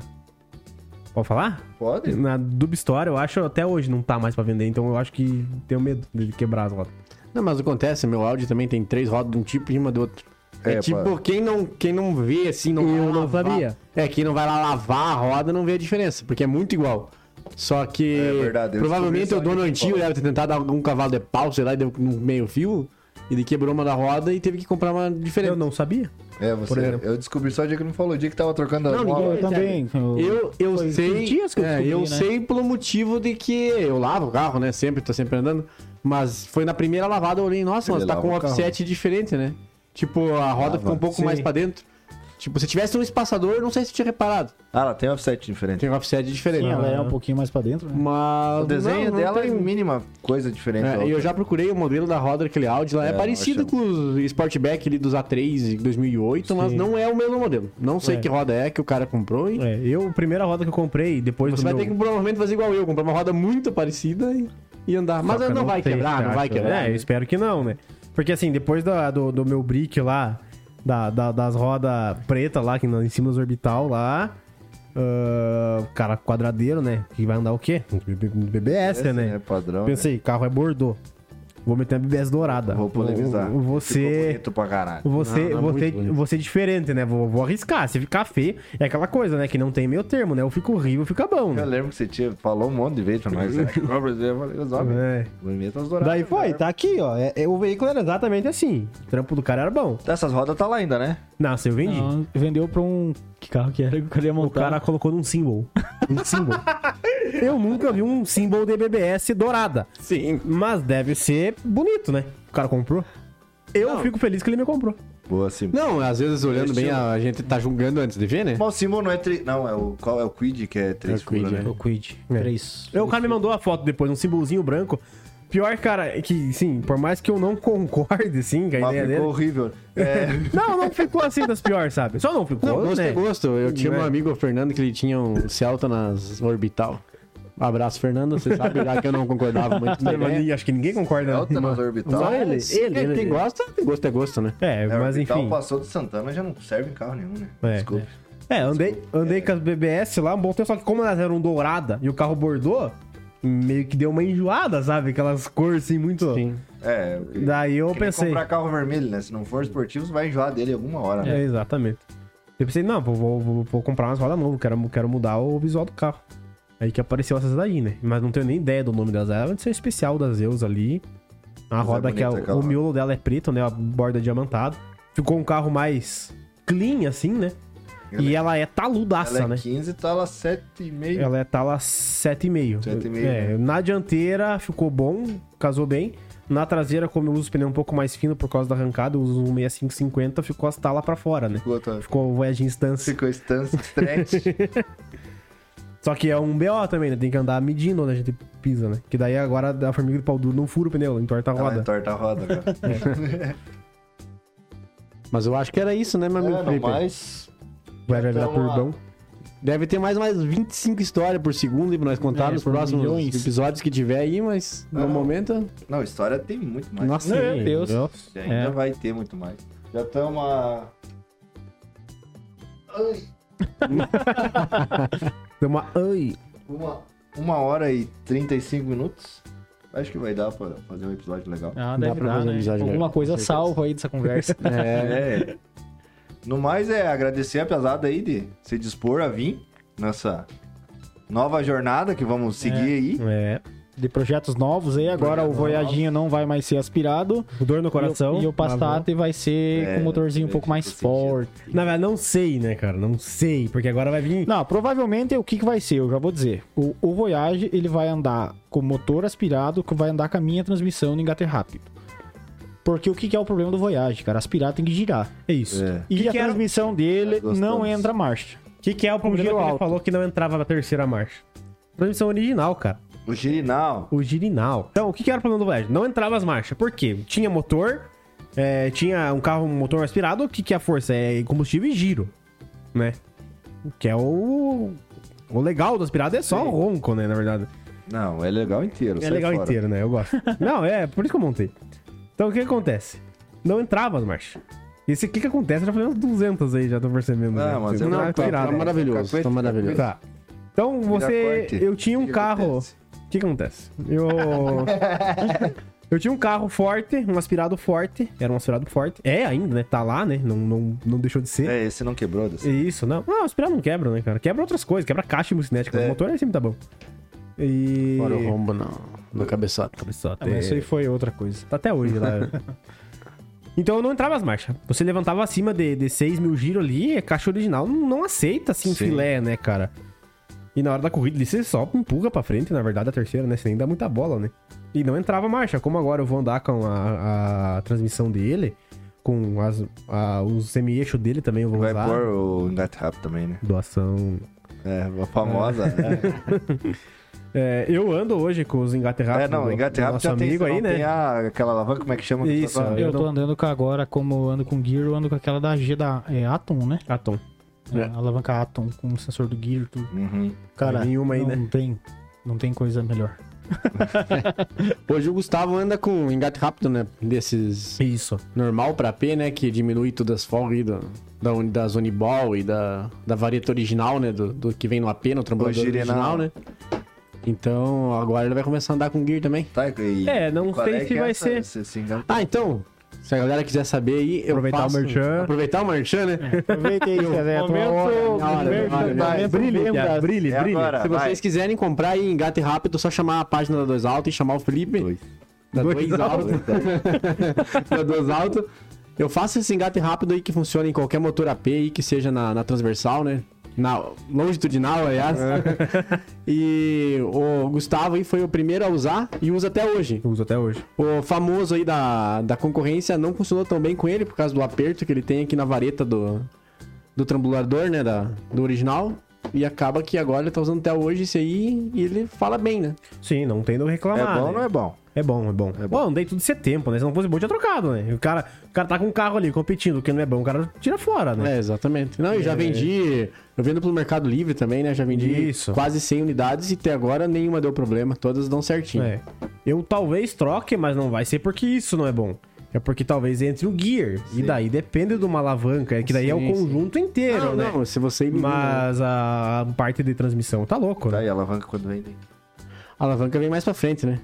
Speaker 3: Pode falar?
Speaker 1: Pode?
Speaker 3: Na Dub Store, eu acho até hoje não tá mais pra vender, então eu acho que tenho medo de quebrar as rodas.
Speaker 2: Não, mas acontece, meu áudio também tem três rodas de um tipo e uma do outro. É,
Speaker 1: É,
Speaker 2: tipo,
Speaker 1: pá.
Speaker 2: quem não, quem não vê assim, não
Speaker 3: Eu
Speaker 2: vai
Speaker 3: não
Speaker 2: lavar-
Speaker 3: sabia.
Speaker 2: É, quem não vai lá lavar a roda não vê a diferença, porque é muito igual. Só que
Speaker 1: É verdade, eu
Speaker 2: provavelmente
Speaker 1: descobri isso
Speaker 2: o
Speaker 1: aí,
Speaker 2: dono
Speaker 1: que
Speaker 2: antigo
Speaker 1: falou.
Speaker 2: deve ter tentado algum cavalo de pau, sei lá, e deu no meio fio, ele quebrou uma da roda e teve que comprar uma diferente.
Speaker 3: Eu não sabia.
Speaker 1: É,
Speaker 3: Por
Speaker 1: você...
Speaker 3: exemplo.
Speaker 1: Eu descobri só o dia que não falou. O dia que tava trocando as
Speaker 2: Não,
Speaker 1: molas.
Speaker 4: Eu É. também.
Speaker 2: Eu, eu
Speaker 4: Foi
Speaker 2: sei.
Speaker 4: esses dias que eu
Speaker 2: é,
Speaker 4: descobri,
Speaker 2: eu
Speaker 4: né?
Speaker 2: sei pelo motivo de que eu lavo o carro, né? Sempre, tô sempre andando. Mas foi na primeira lavada eu olhei, nossa,
Speaker 1: Ele
Speaker 2: mas tá
Speaker 1: lava
Speaker 2: com um
Speaker 1: o carro.
Speaker 2: offset diferente, né? Tipo, a roda ficou um pouco
Speaker 3: sim.
Speaker 2: mais pra dentro. Tipo, se tivesse um espaçador, não sei se tinha reparado.
Speaker 1: Ah, ela tem um offset diferente.
Speaker 2: Tem um offset diferente.
Speaker 4: Sim, ela é um pouquinho mais pra dentro, né?
Speaker 2: Mas.
Speaker 1: O desenho
Speaker 2: não, não
Speaker 1: dela
Speaker 2: tem-
Speaker 1: é mínima coisa diferente. da
Speaker 2: É, e
Speaker 1: outra.
Speaker 2: eu já procurei o modelo da roda daquele Audi lá. É,
Speaker 1: É,
Speaker 2: parecido
Speaker 1: não
Speaker 2: com o Sportback ali dos A3 de 2008, mas não é o mesmo modelo. Não sei
Speaker 3: É.
Speaker 2: que roda é que o cara comprou e.
Speaker 3: É, eu, a primeira roda que eu comprei, depois
Speaker 2: Você
Speaker 3: do
Speaker 2: vai
Speaker 3: meu...
Speaker 2: ter que provavelmente fazer igual eu, comprar uma roda muito parecida e, e andar. Mas
Speaker 3: Só que
Speaker 2: não,
Speaker 3: eu
Speaker 2: vai
Speaker 3: sei,
Speaker 2: quebrar,
Speaker 3: cara,
Speaker 2: não vai
Speaker 3: acho.
Speaker 2: quebrar.
Speaker 3: É, eu espero que não, né? Porque assim, depois da- do, do meu brick lá, da- da- das rodas preta lá, que na- em cima dos orbital lá. ah, cara, quadradeiro, né? Que vai andar o quê? um BBS,
Speaker 1: Esse,
Speaker 3: né?
Speaker 1: Padrão. né?
Speaker 3: Pensei, carro é bordô. Vou meter a BBS dourada.
Speaker 1: Vou polemizar.
Speaker 3: Vou- vou
Speaker 1: Ficou
Speaker 3: ser.
Speaker 1: bonito pra caralho.
Speaker 3: Vou ser,
Speaker 2: não, é
Speaker 3: vou,
Speaker 2: muito
Speaker 3: ser,
Speaker 2: bonito.
Speaker 3: vou ser diferente, né? Vou, vou arriscar. Se ficar feio, é aquela coisa, né? Que não tem meio termo, né? Ou fica horrível, ou fica bom,
Speaker 1: Eu
Speaker 3: né?
Speaker 1: lembro que você tinha, falou um monte de vezes pra nós. né? Igual brasileiro, eu falei, os homens.
Speaker 3: É.
Speaker 1: bonito, os dourados. né?
Speaker 3: Daí foi, tá aqui, ó. É- é- o veículo era exatamente assim. O trampo do cara era bom.
Speaker 1: Dessas rodas tá lá ainda, né?
Speaker 3: Nossa, eu vendi.
Speaker 4: Não, vendeu pra um. Que carro que era que o cara ia
Speaker 3: O
Speaker 4: montar?
Speaker 3: cara colocou num símbolo. Um símbolo. eu nunca vi um símbolo de BBS dourada.
Speaker 2: Sim.
Speaker 3: Mas deve ser bonito, né? O cara comprou. Eu fico feliz que ele me comprou.
Speaker 1: Boa, Simba.
Speaker 2: Não, às vezes olhando bem, a gente tá julgando antes de ver, né?
Speaker 1: Mas o Simba não é três... Não, é o... Qual é o Quid que é três
Speaker 2: É o Quid,
Speaker 1: figuras, né?
Speaker 4: O Quid.
Speaker 3: É.
Speaker 4: Três.
Speaker 3: Eu, o cara me mandou a foto depois, um símbolozinho branco. Pior, cara, é que, sim, por mais que eu não concorde, assim, com a
Speaker 1: Mas
Speaker 3: ideia
Speaker 1: Ah, ficou
Speaker 3: dele.
Speaker 1: horrível. É,
Speaker 3: Não, não ficou assim das piores, sabe? Só não ficou,
Speaker 2: Não, gosto
Speaker 3: né?
Speaker 2: é gosto. Eu tinha
Speaker 3: Né?
Speaker 2: um amigo, o Fernando, que ele tinha um Celta nas Orbital. Abraço, Fernando. Você sabe já que eu não concordava muito com a
Speaker 3: Mas
Speaker 2: ideia.
Speaker 3: ninguém- acho que ninguém concorda. né?
Speaker 1: Delta nas É orbital.
Speaker 2: Só ele,
Speaker 3: Mas
Speaker 2: ele,
Speaker 3: ele-
Speaker 2: Tá. quem gosta, gosto é gosto, né?
Speaker 3: É,
Speaker 1: É,
Speaker 3: mas
Speaker 1: o Vital
Speaker 3: enfim.
Speaker 1: passou de Santana já não serve em carro nenhum, né?
Speaker 3: É,
Speaker 1: Desculpa.
Speaker 3: É, andei, andei com as BBS lá um bom tempo, só que como elas eram dourada e o carro bordou, meio que deu uma enjoada, sabe? Aquelas cores assim muito.
Speaker 2: Sim.
Speaker 1: É, o que-
Speaker 3: Daí eu
Speaker 1: que nem
Speaker 3: pensei.
Speaker 1: comprar carro vermelho, né? Se não for esportivo, você vai enjoar dele alguma hora, né?
Speaker 3: É, exatamente. Eu pensei, não, vou, vou- vou- vou comprar umas rodas novas, quero, quero mudar o visual do carro. Aí que apareceu essas daí, né? Mas não tenho nem ideia do nome delas. Ela deve ser especial da Zeus ali. A
Speaker 1: Mas é
Speaker 3: roda que é,
Speaker 1: bonita aquela
Speaker 3: o
Speaker 1: lá.
Speaker 3: miolo dela é preto, né? A borda diamantada. Ficou um carro mais clean, assim, né?
Speaker 1: Ela é-
Speaker 3: e ela é taludaça,
Speaker 1: Ela é
Speaker 3: né?
Speaker 1: 15 tá lá 7,5.
Speaker 3: Ela é tala 7,5.
Speaker 1: 7,5,
Speaker 3: É,
Speaker 1: né?
Speaker 3: na dianteira ficou bom, casou bem. Na traseira, como eu uso o pneu um pouco mais fino por causa da arrancada, eu uso um 6550, ficou as talas pra fora, né?
Speaker 1: Ficou, tá...
Speaker 3: Ficou o Voyage Instance.
Speaker 1: Ficou stance, stretch.
Speaker 3: Só que é um BO também, né? Tem que andar medindo onde a gente pisa, né? Que daí agora a formiga do pau duro não fura o pneu, ela entorta a
Speaker 1: ela
Speaker 3: roda.
Speaker 1: entorta a roda, cara.
Speaker 2: Mas eu acho que era isso, né, meu amigo
Speaker 1: É, no
Speaker 2: Felipe?
Speaker 1: mais...
Speaker 3: Vai virar
Speaker 1: Então, a-
Speaker 3: turbão.
Speaker 2: Deve ter mais mais 25 histórias por segundo aí pra nós contar
Speaker 5: É,
Speaker 2: nos
Speaker 5: por
Speaker 2: próximos
Speaker 5: milhões.
Speaker 2: episódios que tiver aí, mas no
Speaker 1: Ah.
Speaker 2: momento.
Speaker 1: Não, história tem muito mais.
Speaker 2: Nossa,
Speaker 5: Meu
Speaker 2: sim,
Speaker 5: Deus.
Speaker 2: eu-
Speaker 1: Ainda
Speaker 5: É.
Speaker 1: vai ter muito mais. Já estamos a... Ai,
Speaker 3: Deu uma. Ai!
Speaker 1: Uma, uma hora e 35 minutos. Acho que vai dar pra fazer um episódio legal.
Speaker 5: Ah,
Speaker 2: Dá
Speaker 5: deve
Speaker 2: pra
Speaker 5: dar,
Speaker 2: fazer
Speaker 5: né?
Speaker 2: amizade,
Speaker 5: Alguma
Speaker 2: né?
Speaker 5: coisa
Speaker 2: Com certeza.
Speaker 5: salva aí dessa conversa.
Speaker 2: É,
Speaker 1: É. No mais é agradecer a pesada aí de se dispor a vir nessa nova jornada que vamos seguir aí.
Speaker 3: É.
Speaker 4: De projetos novos aí. Agora o Voyadinho não vai mais ser aspirado.
Speaker 3: Dor no coração.
Speaker 4: E o, e o Passat vai ser
Speaker 1: É,
Speaker 4: com um motorzinho um
Speaker 1: é,
Speaker 4: pouco mais
Speaker 1: faz sentido.
Speaker 4: forte.
Speaker 3: Na verdade, não sei, né, cara? Não sei, porque agora vai vir.
Speaker 4: Não, provavelmente é o que, que vai ser, eu já vou dizer. O, o Voyage, ele vai andar com motor aspirado, que vai andar com a minha transmissão no engate rápido. Porque o que, que é o problema do Voyage, cara? Aspirar tem que girar.
Speaker 3: É isso. O
Speaker 1: É.
Speaker 4: E
Speaker 3: Que
Speaker 4: a
Speaker 3: que era-
Speaker 4: transmissão dele
Speaker 1: Nós gostamos.
Speaker 4: não entra marcha.
Speaker 3: que, que é o problema
Speaker 4: giro
Speaker 3: que ele
Speaker 4: alto.
Speaker 3: falou que não entrava na terceira marcha? Transmissão original, cara.
Speaker 1: O Girinal.
Speaker 3: O girinal. Então, o que, que era o problema do Voyage? Não entrava as marchas. Por quê? Tinha motor, é, tinha um carro, um motor aspirado. O que, que é a força? É combustível e giro, né? O Que é o... O legal do aspirado é só o ronco, né, na verdade.
Speaker 1: Não, é legal inteiro.
Speaker 3: É
Speaker 1: sai
Speaker 3: legal
Speaker 1: fora.
Speaker 3: inteiro, né? Eu gosto. Não, é, por isso que eu montei. Então, o que, que acontece? Não entrava as marchas. Esse o que que acontece? Já falei umas 200 aí, já tô percebendo.
Speaker 1: Ah,
Speaker 3: né?
Speaker 1: mas
Speaker 3: Você
Speaker 1: é
Speaker 2: Não,
Speaker 1: Tá
Speaker 2: tá, tá
Speaker 1: virado, né?
Speaker 2: maravilhoso.
Speaker 1: Cacuete,
Speaker 2: Tá maravilhoso.
Speaker 3: Tá. Então, você...
Speaker 1: corte.
Speaker 3: Eu tinha
Speaker 1: O
Speaker 3: um
Speaker 1: que
Speaker 3: carro...
Speaker 1: acontece?
Speaker 3: O que que acontece? Eu. eu tinha um carro forte, um aspirado forte. Era um aspirado forte. É ainda, né? Tá lá, né? Não, não, não deixou de ser.
Speaker 1: É, esse não quebrou dessa.
Speaker 3: É. Isso, não. Não, aspirado não quebra, né, cara? Quebra outras coisas, quebra caixa e bucinética.
Speaker 1: É.
Speaker 3: O motor aí sempre tá bom. E.
Speaker 2: Fora o rombo, não. No cabeçote.
Speaker 3: Cabeçote.
Speaker 4: Ah, mas Isso aí foi outra coisa.
Speaker 3: Tá até hoje lá. então eu não entrava as marchas. Você levantava acima de, de 6 mil giros ali, a caixa original não, não aceita assim
Speaker 1: Sim.
Speaker 3: filé, né, cara? E na hora da corrida ali, você só empurra pra frente, na verdade, a terceira, né? Você nem dá muita bola, né? E não entrava marcha. Como agora eu vou andar com a, a transmissão dele, com as, a- os semi-eixo dele também eu vou
Speaker 1: Vai
Speaker 3: usar.
Speaker 1: pôr o engate rápido também, né?
Speaker 3: Doação.
Speaker 1: É, a famosa. né?
Speaker 3: É, eu ando hoje com os engate
Speaker 1: É,
Speaker 3: rápido.
Speaker 1: não,
Speaker 3: do-
Speaker 1: engate
Speaker 3: do
Speaker 1: rápido
Speaker 3: nosso
Speaker 1: já tem,
Speaker 3: amigo
Speaker 1: senão
Speaker 3: aí, né?
Speaker 1: tem a, aquela alavanca, como é que chama?
Speaker 3: Isso,
Speaker 1: Aquela-
Speaker 3: Eu
Speaker 4: Eu, tô
Speaker 3: não-
Speaker 4: andando com agora, como eu ando com Gear, eu ando com aquela da G da é, Atom, né?
Speaker 3: Atom.
Speaker 4: É, a alavanca Atom, com o sensor do Gear, tudo.
Speaker 1: Uhum.
Speaker 4: Cara,
Speaker 3: Nenhuma aí,
Speaker 4: não
Speaker 3: né?
Speaker 4: tem. Não tem coisa melhor.
Speaker 2: Hoje o Gustavo anda com engate rápido, né? Desses
Speaker 3: Isso.
Speaker 2: normal pra P, né? Que diminui todas as folgas aí do- da, uni- das Uniball e da, da vareta original, né? Do, do que vem no AP, no trambulador
Speaker 1: girinal.
Speaker 2: original, né? Então, agora ele vai começar a andar com gear também.
Speaker 1: Tá, e
Speaker 3: É, não
Speaker 1: qual
Speaker 3: sei
Speaker 1: é
Speaker 3: se
Speaker 1: que é
Speaker 3: vai
Speaker 1: essa-
Speaker 3: ser.
Speaker 1: esse- esse engate?
Speaker 2: Ah, então, se a galera quiser saber aí, eu
Speaker 3: Aproveitar o
Speaker 2: faço-
Speaker 3: merchan. É.
Speaker 2: Aproveitar o merchan, né?
Speaker 4: Aproveita aí, Zezé. a tua
Speaker 2: momento-
Speaker 4: hora, minha hora,
Speaker 2: momento-
Speaker 4: minha hora, minha hora.
Speaker 2: vai,
Speaker 3: Brilhe,
Speaker 4: Momento
Speaker 3: Piá,
Speaker 4: vendas.
Speaker 3: brilhe,
Speaker 1: É
Speaker 3: brilhe.
Speaker 1: agora,
Speaker 2: Se vocês
Speaker 1: vai.
Speaker 2: quiserem comprar e engate rápido, é só chamar a página da Dois Alto e chamar o Felipe.
Speaker 1: Dois.
Speaker 2: Da
Speaker 3: Dois
Speaker 2: Dois, Alto.
Speaker 1: então.
Speaker 2: da Dois Alto. Eu faço esse engate rápido aí que funciona em qualquer motor AP aí, que seja na, na transversal, né? na longitudinal, aliás.
Speaker 3: É.
Speaker 2: e o Gustavo aí foi o primeiro a usar e usa até hoje.
Speaker 3: Eu uso até hoje.
Speaker 2: O famoso aí da, da concorrência não funcionou tão bem com ele por causa do aperto que ele tem aqui na vareta do, do trambulador, né? Da, do original. E acaba que agora ele tá usando até hoje esse aí e ele fala bem, né?
Speaker 3: Sim, não tem do que
Speaker 1: É
Speaker 3: reclamar.
Speaker 1: bom ou
Speaker 3: né?
Speaker 1: não é bom?
Speaker 3: É bom, é bom.
Speaker 1: É bom.
Speaker 3: Bom, daí tudo isso é tempo, né? Se não fosse bom, tinha trocado, né? E O cara, o cara tá com um carro ali competindo, o que não é bom, o cara tira fora, né?
Speaker 2: É, exatamente. Não, eu já vendi. Eu vendo pelo Mercado Livre também, né? Já vendi
Speaker 3: Isso.
Speaker 2: quase 100 unidades e até agora nenhuma deu problema. Todas dão certinho.
Speaker 3: É. Eu talvez troque, mas não vai ser porque isso não é bom. É porque talvez entre o gear. E daí depende de uma alavanca, é que daí é o
Speaker 2: Sim, sim.
Speaker 3: conjunto inteiro,
Speaker 2: Não,
Speaker 3: né?
Speaker 2: Ah, não, se você elimina, né?
Speaker 3: Mas a a parte de transmissão tá louco,
Speaker 1: Tá
Speaker 3: né?
Speaker 1: aí, alavanca quando vem dentro.
Speaker 2: A alavanca vem mais pra frente, né?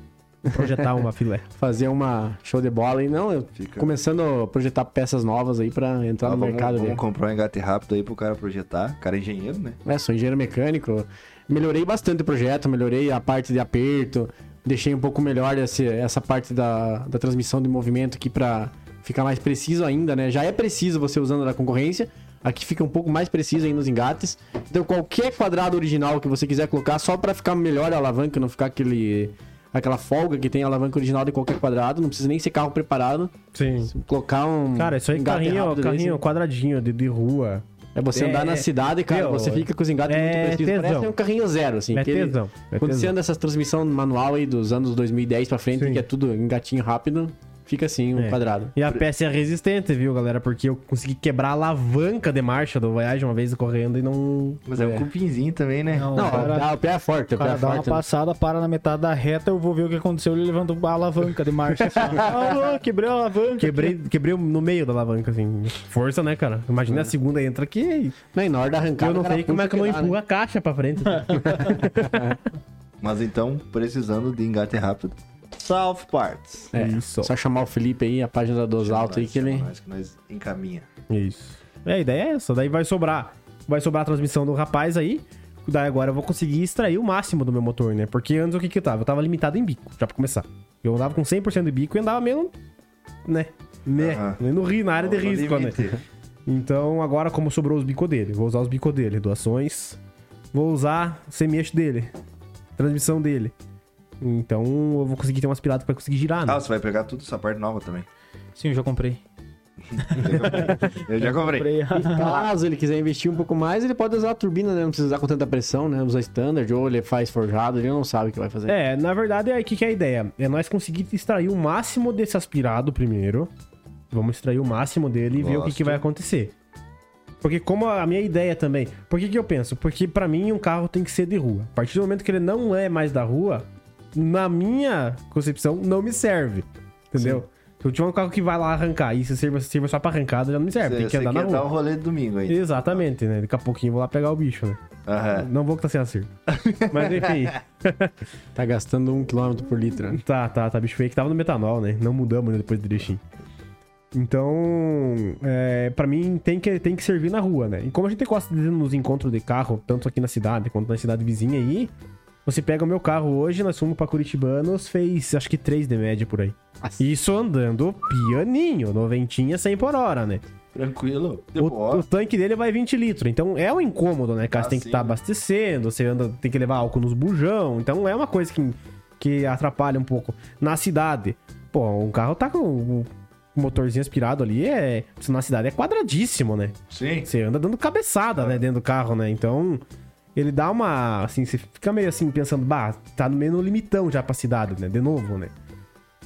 Speaker 3: Projetar uma filé.
Speaker 2: Fazer uma show de bola e não, eu
Speaker 1: Fica.
Speaker 2: começando a projetar peças novas aí pra entrar
Speaker 3: Tá
Speaker 1: Ah,
Speaker 2: no
Speaker 1: vamos,
Speaker 2: mercado.
Speaker 1: vamos
Speaker 2: mesmo.
Speaker 1: comprar um engate rápido aí pro cara projetar. O cara é engenheiro, né?
Speaker 2: É, sou engenheiro mecânico. Melhorei bastante o projeto, melhorei a parte de aperto, deixei um pouco melhor esse- essa parte da, da transmissão de movimento aqui pra ficar mais preciso ainda, né? Já é preciso você usando da concorrência, aqui fica um pouco mais preciso aí nos engates. Então qualquer quadrado original que você quiser colocar, só pra ficar melhor a alavanca, não ficar aquele aquela folga que tem a alavanca original de qualquer quadrado, não precisa nem ser carro preparado,
Speaker 3: Sim.
Speaker 2: colocar um
Speaker 3: Cara, isso aí é
Speaker 2: engate
Speaker 3: carrinho,
Speaker 2: rápido desse. né?
Speaker 3: carrinho quadradinho de, de rua.
Speaker 2: É você
Speaker 3: É,
Speaker 2: andar na cidade, cara,
Speaker 3: meu,
Speaker 2: você fica com os engates
Speaker 3: é
Speaker 2: muito precisos. Parece
Speaker 3: tesão.
Speaker 2: um carrinho zero, assim.
Speaker 3: É
Speaker 2: que ele-
Speaker 3: tesão, é
Speaker 2: quando você
Speaker 3: tesão.
Speaker 2: anda essas transmissão manual aí dos anos 2010 pra frente,
Speaker 3: Sim.
Speaker 2: que é tudo engatinho rápido, fica assim, um
Speaker 3: É.
Speaker 2: quadrado.
Speaker 3: E a peça é resistente, viu, galera? Porque eu consegui quebrar a alavanca de marcha do Voyage uma vez correndo e não.
Speaker 1: Mas é, um cupinzinho também, né?
Speaker 3: Então,
Speaker 4: Não,
Speaker 2: Não,
Speaker 4: o cara,
Speaker 2: dá- o pé é forte, o
Speaker 4: o
Speaker 2: pé é
Speaker 4: cara dá uma
Speaker 2: forte. né?
Speaker 4: passada, para na metade da reta, eu vou ver o que aconteceu. Ele levanta a alavanca de marcha. assim, ó. Ah, quebrei a alavanca.
Speaker 3: Quebrei, quebrei no meio da alavanca, assim. Força, né, cara? Imagina a segunda entra aqui.
Speaker 2: Não, e na hora da arrancada,
Speaker 3: Eu não
Speaker 2: o cara
Speaker 3: sei como
Speaker 2: puxa
Speaker 3: é que eu não
Speaker 2: dá, né?
Speaker 3: empurro a caixa pra frente.
Speaker 1: Mas então, precisando de engate rápido. South Parts.
Speaker 2: É,
Speaker 3: Isso.
Speaker 2: Só chamar o Felipe aí, a página da Dos Alto aí,
Speaker 1: Nós,
Speaker 2: que ele...
Speaker 1: nós que nós encaminha.
Speaker 3: Isso. É, a ideia é essa. Daí vai sobrar. Vai sobrar a transmissão do rapaz aí. Daí agora eu vou conseguir extrair o máximo do meu motor, né? Porque antes o que que eu tava? Eu tava limitado em bico, já pra começar. Eu andava com 100% de bico e andava meio... Né? Né?
Speaker 1: Aham.
Speaker 3: No rio, na área de risco, né? Então agora como sobrou os bicos dele, vou usar os bicos dele, doações. Vou usar semi-eixo dele. Transmissão dele. Então eu vou conseguir ter umas piratas pra conseguir girar, né?
Speaker 1: Ah, você vai pegar tudo essa parte nova também.
Speaker 4: Sim, eu já comprei.
Speaker 3: É,
Speaker 1: Eu já comprei.
Speaker 4: Comprei.
Speaker 2: Caso ele quiser investir um pouco mais, ele pode usar a turbina, né? Não precisa usar com tanta pressão, né? Usa standard, ou ele faz forjado, ele não sabe o que vai fazer.
Speaker 3: É, na verdade, é o que, que é a ideia? É nós conseguir extrair o máximo desse aspirado primeiro. Vamos extrair o máximo dele e ver o que, que
Speaker 1: Gosto.
Speaker 3: vai acontecer. Porque como a minha ideia também... Por que, que eu penso? Porque pra mim um carro tem que ser de rua. A partir do momento que ele não é mais da rua, na minha concepção, não me serve. Entendeu? Se eu tiver um carro que vai lá arrancar e se sirva, sirva só pra arrancada, já não me serve. É, tem que andar na
Speaker 1: quer dar o
Speaker 3: rua.
Speaker 1: rolê É. de domingo aí.
Speaker 3: Exatamente, né? Daqui a pouquinho eu vou lá pegar o bicho, né?
Speaker 1: Aham.
Speaker 3: Não vou que tá sem acerto. Mas enfim...
Speaker 2: Tá gastando um quilômetro por litro, né?
Speaker 3: Tá, tá, tá. Bicho feio que tava no metanol, né? Não mudamos né, depois do direitinho. Então, é, para mim tem que, tem que servir na rua, né? E como a gente gosta de ir nos encontros de carro, tanto aqui na cidade quanto na cidade vizinha aí, você pega o meu carro hoje, nós fomos pra Curitibanos, fez acho que 3 de média por aí. Isso andando pianinho, noventinha, 100 por hora, né?
Speaker 1: Tranquilo. De
Speaker 3: O,
Speaker 1: boa.
Speaker 3: o tanque dele vai 20 litros, então é um incômodo, né? Cara,
Speaker 1: Ah,
Speaker 3: você tem que
Speaker 1: sim.
Speaker 3: estar abastecendo, você anda, tem que levar álcool nos bujão, então é uma coisa que, que atrapalha um pouco. Na cidade, pô, um carro tá com um motorzinho aspirado ali, é, na cidade é quadradíssimo, né?
Speaker 1: Sim.
Speaker 3: Você anda dando cabeçada, né, dentro do carro, né? Então, ele dá uma, assim, você fica meio assim pensando, bah, tá no meio no limitão já pra cidade, né? De novo, né?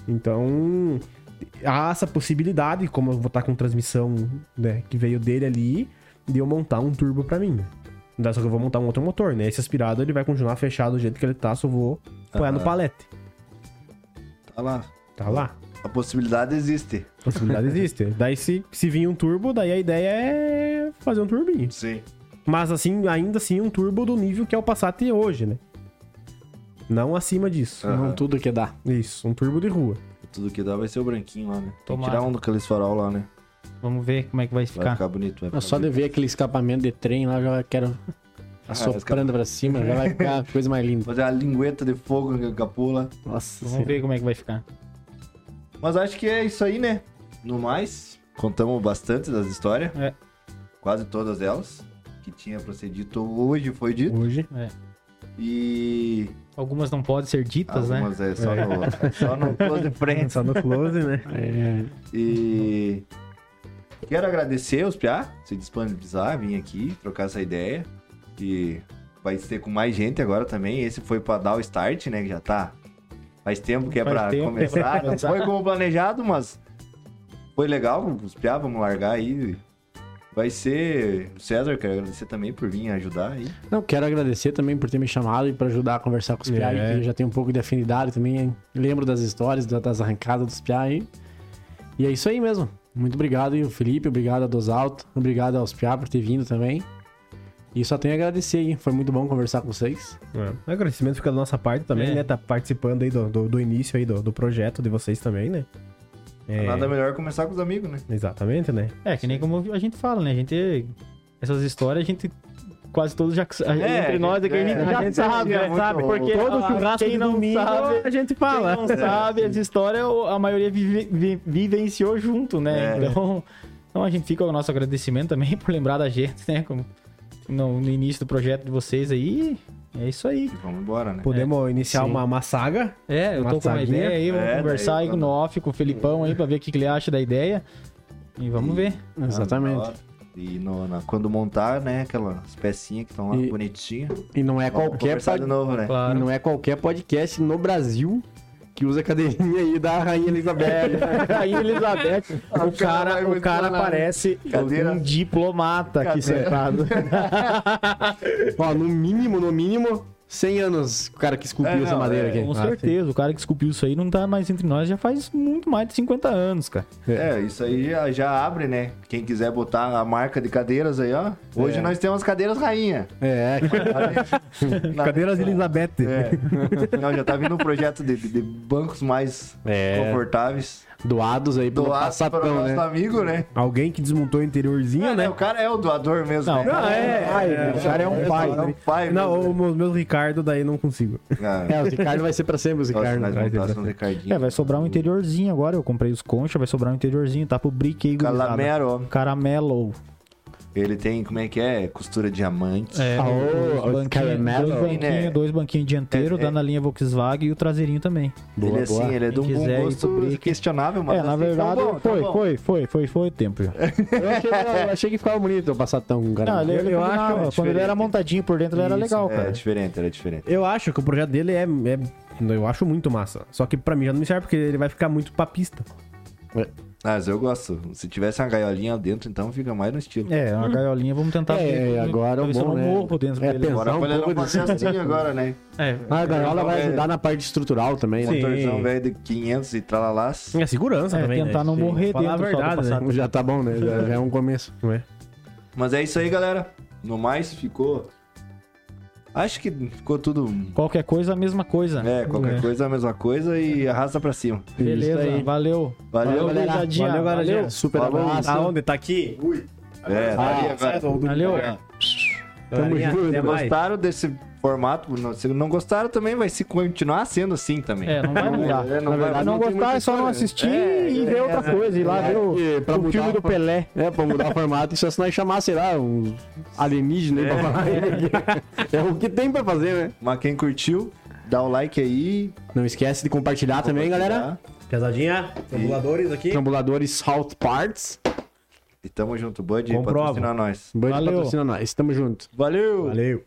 Speaker 3: Então, há essa possibilidade, como eu vou estar com transmissão, né, que veio dele ali, de eu montar um turbo pra mim, né? Dá Só que eu vou montar um outro motor, né? Esse aspirado, ele vai continuar fechado do jeito que ele tá, só vou apoiar no
Speaker 1: Aham.
Speaker 3: palete.
Speaker 1: Tá lá.
Speaker 3: Tá lá.
Speaker 1: A possibilidade existe.
Speaker 3: A possibilidade existe. Daí, se, se vir um turbo, daí a ideia é fazer um turbinho.
Speaker 1: Sim.
Speaker 3: Mas assim, ainda assim, um turbo do nível que é o Passat hoje, né? Não acima disso.
Speaker 2: Não tudo que dá.
Speaker 3: Isso, um turbo de rua.
Speaker 1: Tudo que dá vai ser o branquinho lá, né? Tem que
Speaker 4: Tomara.
Speaker 1: tirar um daqueles farol lá, né?
Speaker 4: Vamos ver como é que vai
Speaker 1: Vai
Speaker 4: ficar.
Speaker 1: ficar bonito. Vai
Speaker 2: Não,
Speaker 1: ficar
Speaker 2: É só de
Speaker 1: bonito.
Speaker 2: ver aquele escapamento de trem lá, já quero
Speaker 1: Ah,
Speaker 2: assoprando pra cima, já vai ficar a coisa mais linda.
Speaker 1: Fazer uma lingueta de fogo com a capula.
Speaker 2: Nossa
Speaker 4: Vamos ver como é que vai ficar.
Speaker 1: Mas acho que é isso aí, né? No mais, contamos bastante das histórias.
Speaker 4: É.
Speaker 1: Quase todas elas. que tinha pra ser dito hoje foi dito.
Speaker 5: Hoje.
Speaker 1: E
Speaker 4: Algumas não podem ser ditas, né?
Speaker 1: algumas é só no, só no Close Friends.
Speaker 3: Só no close, né?
Speaker 1: E quero agradecer os Piá, se disponibilizar, vir aqui, trocar essa ideia. E vai ser com mais gente agora também. Esse foi pra dar o start, né? Que já tá. Faz tempo que é
Speaker 5: Faz
Speaker 1: pra
Speaker 5: tempo, é
Speaker 1: começar.
Speaker 5: pra
Speaker 1: Não
Speaker 5: começar.
Speaker 1: foi como planejado, mas foi legal com os Piá, vamos largar aí. Vai ser. O César, quero agradecer também por vir ajudar aí.
Speaker 2: Não, quero agradecer também por ter me chamado e pra ajudar a conversar com os piá,
Speaker 5: É.
Speaker 2: que eu já tenho um pouco de afinidade também. hein? Lembro das histórias, da- das arrancadas dos piá aí. E é isso aí mesmo. Muito obrigado, aí, o Felipe, obrigado a Dosalto, obrigado aos piá por ter vindo também. E só tenho a agradecer aí, foi muito bom conversar com vocês.
Speaker 3: É. Agradecimento fica da nossa parte também,
Speaker 5: É.
Speaker 3: né? Tá participando aí do, do, do início aí do, do projeto de vocês também, né? É,
Speaker 1: Nada melhor começar com os amigos, né?
Speaker 3: Exatamente, né?
Speaker 4: É, que nem como a gente fala, né? A gente. Essas histórias a gente. Quase todos já. a-
Speaker 1: É,
Speaker 4: entre nós aqui a gente
Speaker 1: é,
Speaker 4: já
Speaker 1: a gente
Speaker 4: sabe,
Speaker 1: é
Speaker 4: né?
Speaker 1: muito
Speaker 4: sabe?
Speaker 1: bom.
Speaker 4: Porque
Speaker 3: Todo
Speaker 4: ah,
Speaker 3: churrasco
Speaker 4: quem
Speaker 3: de
Speaker 4: não
Speaker 3: domingo
Speaker 4: sabe.
Speaker 3: a gente
Speaker 4: Quem
Speaker 3: fala.
Speaker 4: não sabe essa história, o- a maioria vive- vi- vivenciou junto, né?
Speaker 1: É.
Speaker 4: Então, então a gente fica com o nosso agradecimento também por lembrar da gente, né? Como no, no início do projeto de vocês aí. É isso aí.
Speaker 1: E vamos embora, né?
Speaker 3: Podemos iniciar
Speaker 4: Sim.
Speaker 3: uma, uma saga.
Speaker 4: É, eu
Speaker 3: Uma
Speaker 4: tô com uma
Speaker 3: saguinha.
Speaker 4: ideia aí, vamos
Speaker 1: É,
Speaker 4: conversar
Speaker 1: daí
Speaker 4: aí com o
Speaker 1: quando-
Speaker 4: Noff, com o Felipão aí, pra ver o que, que ele acha da ideia. E vamos ver.
Speaker 1: Ah,
Speaker 2: Exatamente.
Speaker 1: E no- na- quando montar, né? Aquelas pecinhas que estão lá
Speaker 2: E-
Speaker 1: bonitinhas.
Speaker 2: E não é
Speaker 1: Vamos
Speaker 2: qualquer
Speaker 1: conversar
Speaker 2: pod...
Speaker 1: de novo, né?
Speaker 2: e não é qualquer podcast no Brasil que usa a cadeirinha aí da Rainha Elizabeth.
Speaker 4: Aí, Elizabeth, o
Speaker 1: vai
Speaker 4: cara, o
Speaker 1: Ah, é muito
Speaker 4: cara
Speaker 1: falar.
Speaker 4: parece
Speaker 1: Cadeira.
Speaker 4: um diplomata aqui
Speaker 1: Cadeira.
Speaker 4: sentado.
Speaker 2: Ó, no mínimo, no mínimo, 100 anos o cara que esculpiu
Speaker 1: É,
Speaker 2: essa
Speaker 1: não,
Speaker 2: madeira
Speaker 1: é,
Speaker 2: aqui.
Speaker 4: Com
Speaker 3: Ah,
Speaker 4: certeza, o cara que esculpiu isso aí não tá mais entre nós já faz muito mais de 50 anos, cara.
Speaker 1: É, isso aí já, já abre, né? Quem quiser botar a marca de cadeiras aí, ó. Hoje nós temos cadeiras rainha.
Speaker 2: É,
Speaker 1: Na-
Speaker 3: Cadeiras Elizabeth.
Speaker 1: É. Não, já tá vindo um projeto de, de bancos mais
Speaker 2: É.
Speaker 1: confortáveis.
Speaker 2: doados aí pelo
Speaker 1: Doado para o
Speaker 2: passatão,
Speaker 1: nosso
Speaker 2: né?
Speaker 1: amigo, né?
Speaker 3: Alguém que desmontou o interiorzinho,
Speaker 1: Ah,
Speaker 3: né?
Speaker 1: O cara é o doador mesmo,
Speaker 4: Não,
Speaker 1: né?
Speaker 4: não,
Speaker 3: é, é,
Speaker 4: o cara é um pai.
Speaker 1: É um pai
Speaker 3: Não,
Speaker 1: mesmo,
Speaker 3: o- os meus Ricardo daí não consigo.
Speaker 1: né? Ah,
Speaker 2: É, o Ricardo vai ser pra sempre o
Speaker 1: nossa,
Speaker 2: Ricardo. né?
Speaker 1: nós
Speaker 3: vai ter
Speaker 1: montássemos um
Speaker 4: É,
Speaker 1: Ricardinho.
Speaker 4: vai sobrar um interiorzinho agora. Eu comprei os conchas, vai sobrar um interiorzinho, tá pro brick aí, gurizada.
Speaker 1: Calamero,
Speaker 4: Caramelo.
Speaker 1: ele tem, como é que é? Costura diamante.
Speaker 4: É,
Speaker 2: Aô,
Speaker 4: dois
Speaker 2: os
Speaker 4: banquinhos-
Speaker 2: caramelo.
Speaker 4: Dois banquinhos
Speaker 1: Né?
Speaker 4: banquinho dianteiro,
Speaker 1: É, é.
Speaker 4: dá na linha Volkswagen e o traseirinho também.
Speaker 1: ele,
Speaker 2: Boa,
Speaker 1: assim,
Speaker 2: boa.
Speaker 1: ele é de um
Speaker 4: Quem
Speaker 1: bom
Speaker 4: quiser ir
Speaker 1: gosto
Speaker 4: pro brick.
Speaker 1: questionável, mas
Speaker 4: é, na
Speaker 1: assim, tá
Speaker 4: verdade,
Speaker 1: bom, tá
Speaker 4: foi,
Speaker 1: bom.
Speaker 4: foi, foi, foi, foi o tempo já.
Speaker 2: Eu achei, eu achei que ficava bonito o passatão com o cara.
Speaker 4: Não, ele, é
Speaker 3: Eu-
Speaker 4: ele
Speaker 3: eu
Speaker 4: combinava.
Speaker 3: acho
Speaker 4: Quando ele era
Speaker 1: diferente.
Speaker 4: montadinho por dentro, ele era
Speaker 3: Isso,
Speaker 4: legal,
Speaker 1: É,
Speaker 4: cara.
Speaker 1: era diferente, era diferente.
Speaker 3: Eu acho que o projeto dele é, é- Eu acho muito massa. Só que pra mim já não me serve, porque ele vai ficar muito papista.
Speaker 1: Mas eu gosto. Se tivesse uma gaiolinha dentro, então fica mais no estilo.
Speaker 4: É, uma gaiolinha, vamos tentar
Speaker 2: É, agora o
Speaker 4: talvez
Speaker 2: bom,
Speaker 4: eu não
Speaker 2: né?
Speaker 4: morro dentro
Speaker 2: é
Speaker 4: dele.
Speaker 2: pensar
Speaker 1: Agora
Speaker 2: um
Speaker 1: pode
Speaker 2: pouco
Speaker 1: um
Speaker 2: desse...
Speaker 1: processinho agora, né?
Speaker 4: É,
Speaker 2: Ah, a gaiola vai
Speaker 1: É.
Speaker 2: ajudar na parte estrutural também, né?
Speaker 1: Um Motorzão velho de 500 e tralalás.
Speaker 3: É segurança
Speaker 4: é,
Speaker 3: também,
Speaker 4: tentar
Speaker 3: né?
Speaker 4: não
Speaker 3: Sim.
Speaker 4: morrer
Speaker 3: Falar a
Speaker 4: dentro só do
Speaker 3: verdade,
Speaker 4: passado.
Speaker 3: né?
Speaker 2: Já tá bom, né? Já, já é um começo.
Speaker 3: Não é?
Speaker 1: Mas é isso aí, galera. No mais, ficou... Acho que ficou tudo...
Speaker 4: Qualquer coisa, a mesma coisa.
Speaker 1: É, qualquer
Speaker 4: É.
Speaker 1: coisa é a mesma coisa e arrasta pra cima.
Speaker 4: Beleza,
Speaker 2: Isso aí.
Speaker 4: valeu.
Speaker 1: Valeu,
Speaker 4: Valeu,
Speaker 2: galera.
Speaker 4: gurizadinha.
Speaker 3: Valeu, galera.
Speaker 4: Valeu.
Speaker 2: Super
Speaker 1: Falou.
Speaker 2: abraço.
Speaker 3: Aonde? Tá aqui?
Speaker 1: É, tá aí agora.
Speaker 4: Valeu.
Speaker 2: Tamo
Speaker 3: Então, Galerinha,
Speaker 2: junto.
Speaker 3: Até mais.
Speaker 1: Gostaram desse formato? Não- Se não gostaram também, vai se continuar sendo assim também.
Speaker 4: É, não vai mudar.
Speaker 1: É, não
Speaker 2: Na
Speaker 1: vai mudar.
Speaker 2: verdade,
Speaker 4: Não gostar é só não assistir e ver outra coisa. E lá ver o,
Speaker 2: E É, pra
Speaker 4: o
Speaker 2: mudar
Speaker 4: filme
Speaker 2: o
Speaker 4: do
Speaker 2: formato.
Speaker 4: Pelé.
Speaker 2: É, pra mudar o formato, isso é se nós chamar, sei lá, um alienígena aí pra falar. É o que tem pra fazer, né?
Speaker 1: Mas quem curtiu, dá o like aí. Tá?
Speaker 2: Não esquece de compartilhar também, galera.
Speaker 3: Pesadinha. Reguladores aqui.
Speaker 2: Trambuladores South Parts.
Speaker 1: E tamo junto, Bud.
Speaker 3: Comprova.
Speaker 1: Patrocina nós.
Speaker 2: Band
Speaker 4: Valeu.
Speaker 2: patrocina nós. Tamo junto.
Speaker 1: Valeu!
Speaker 3: Valeu.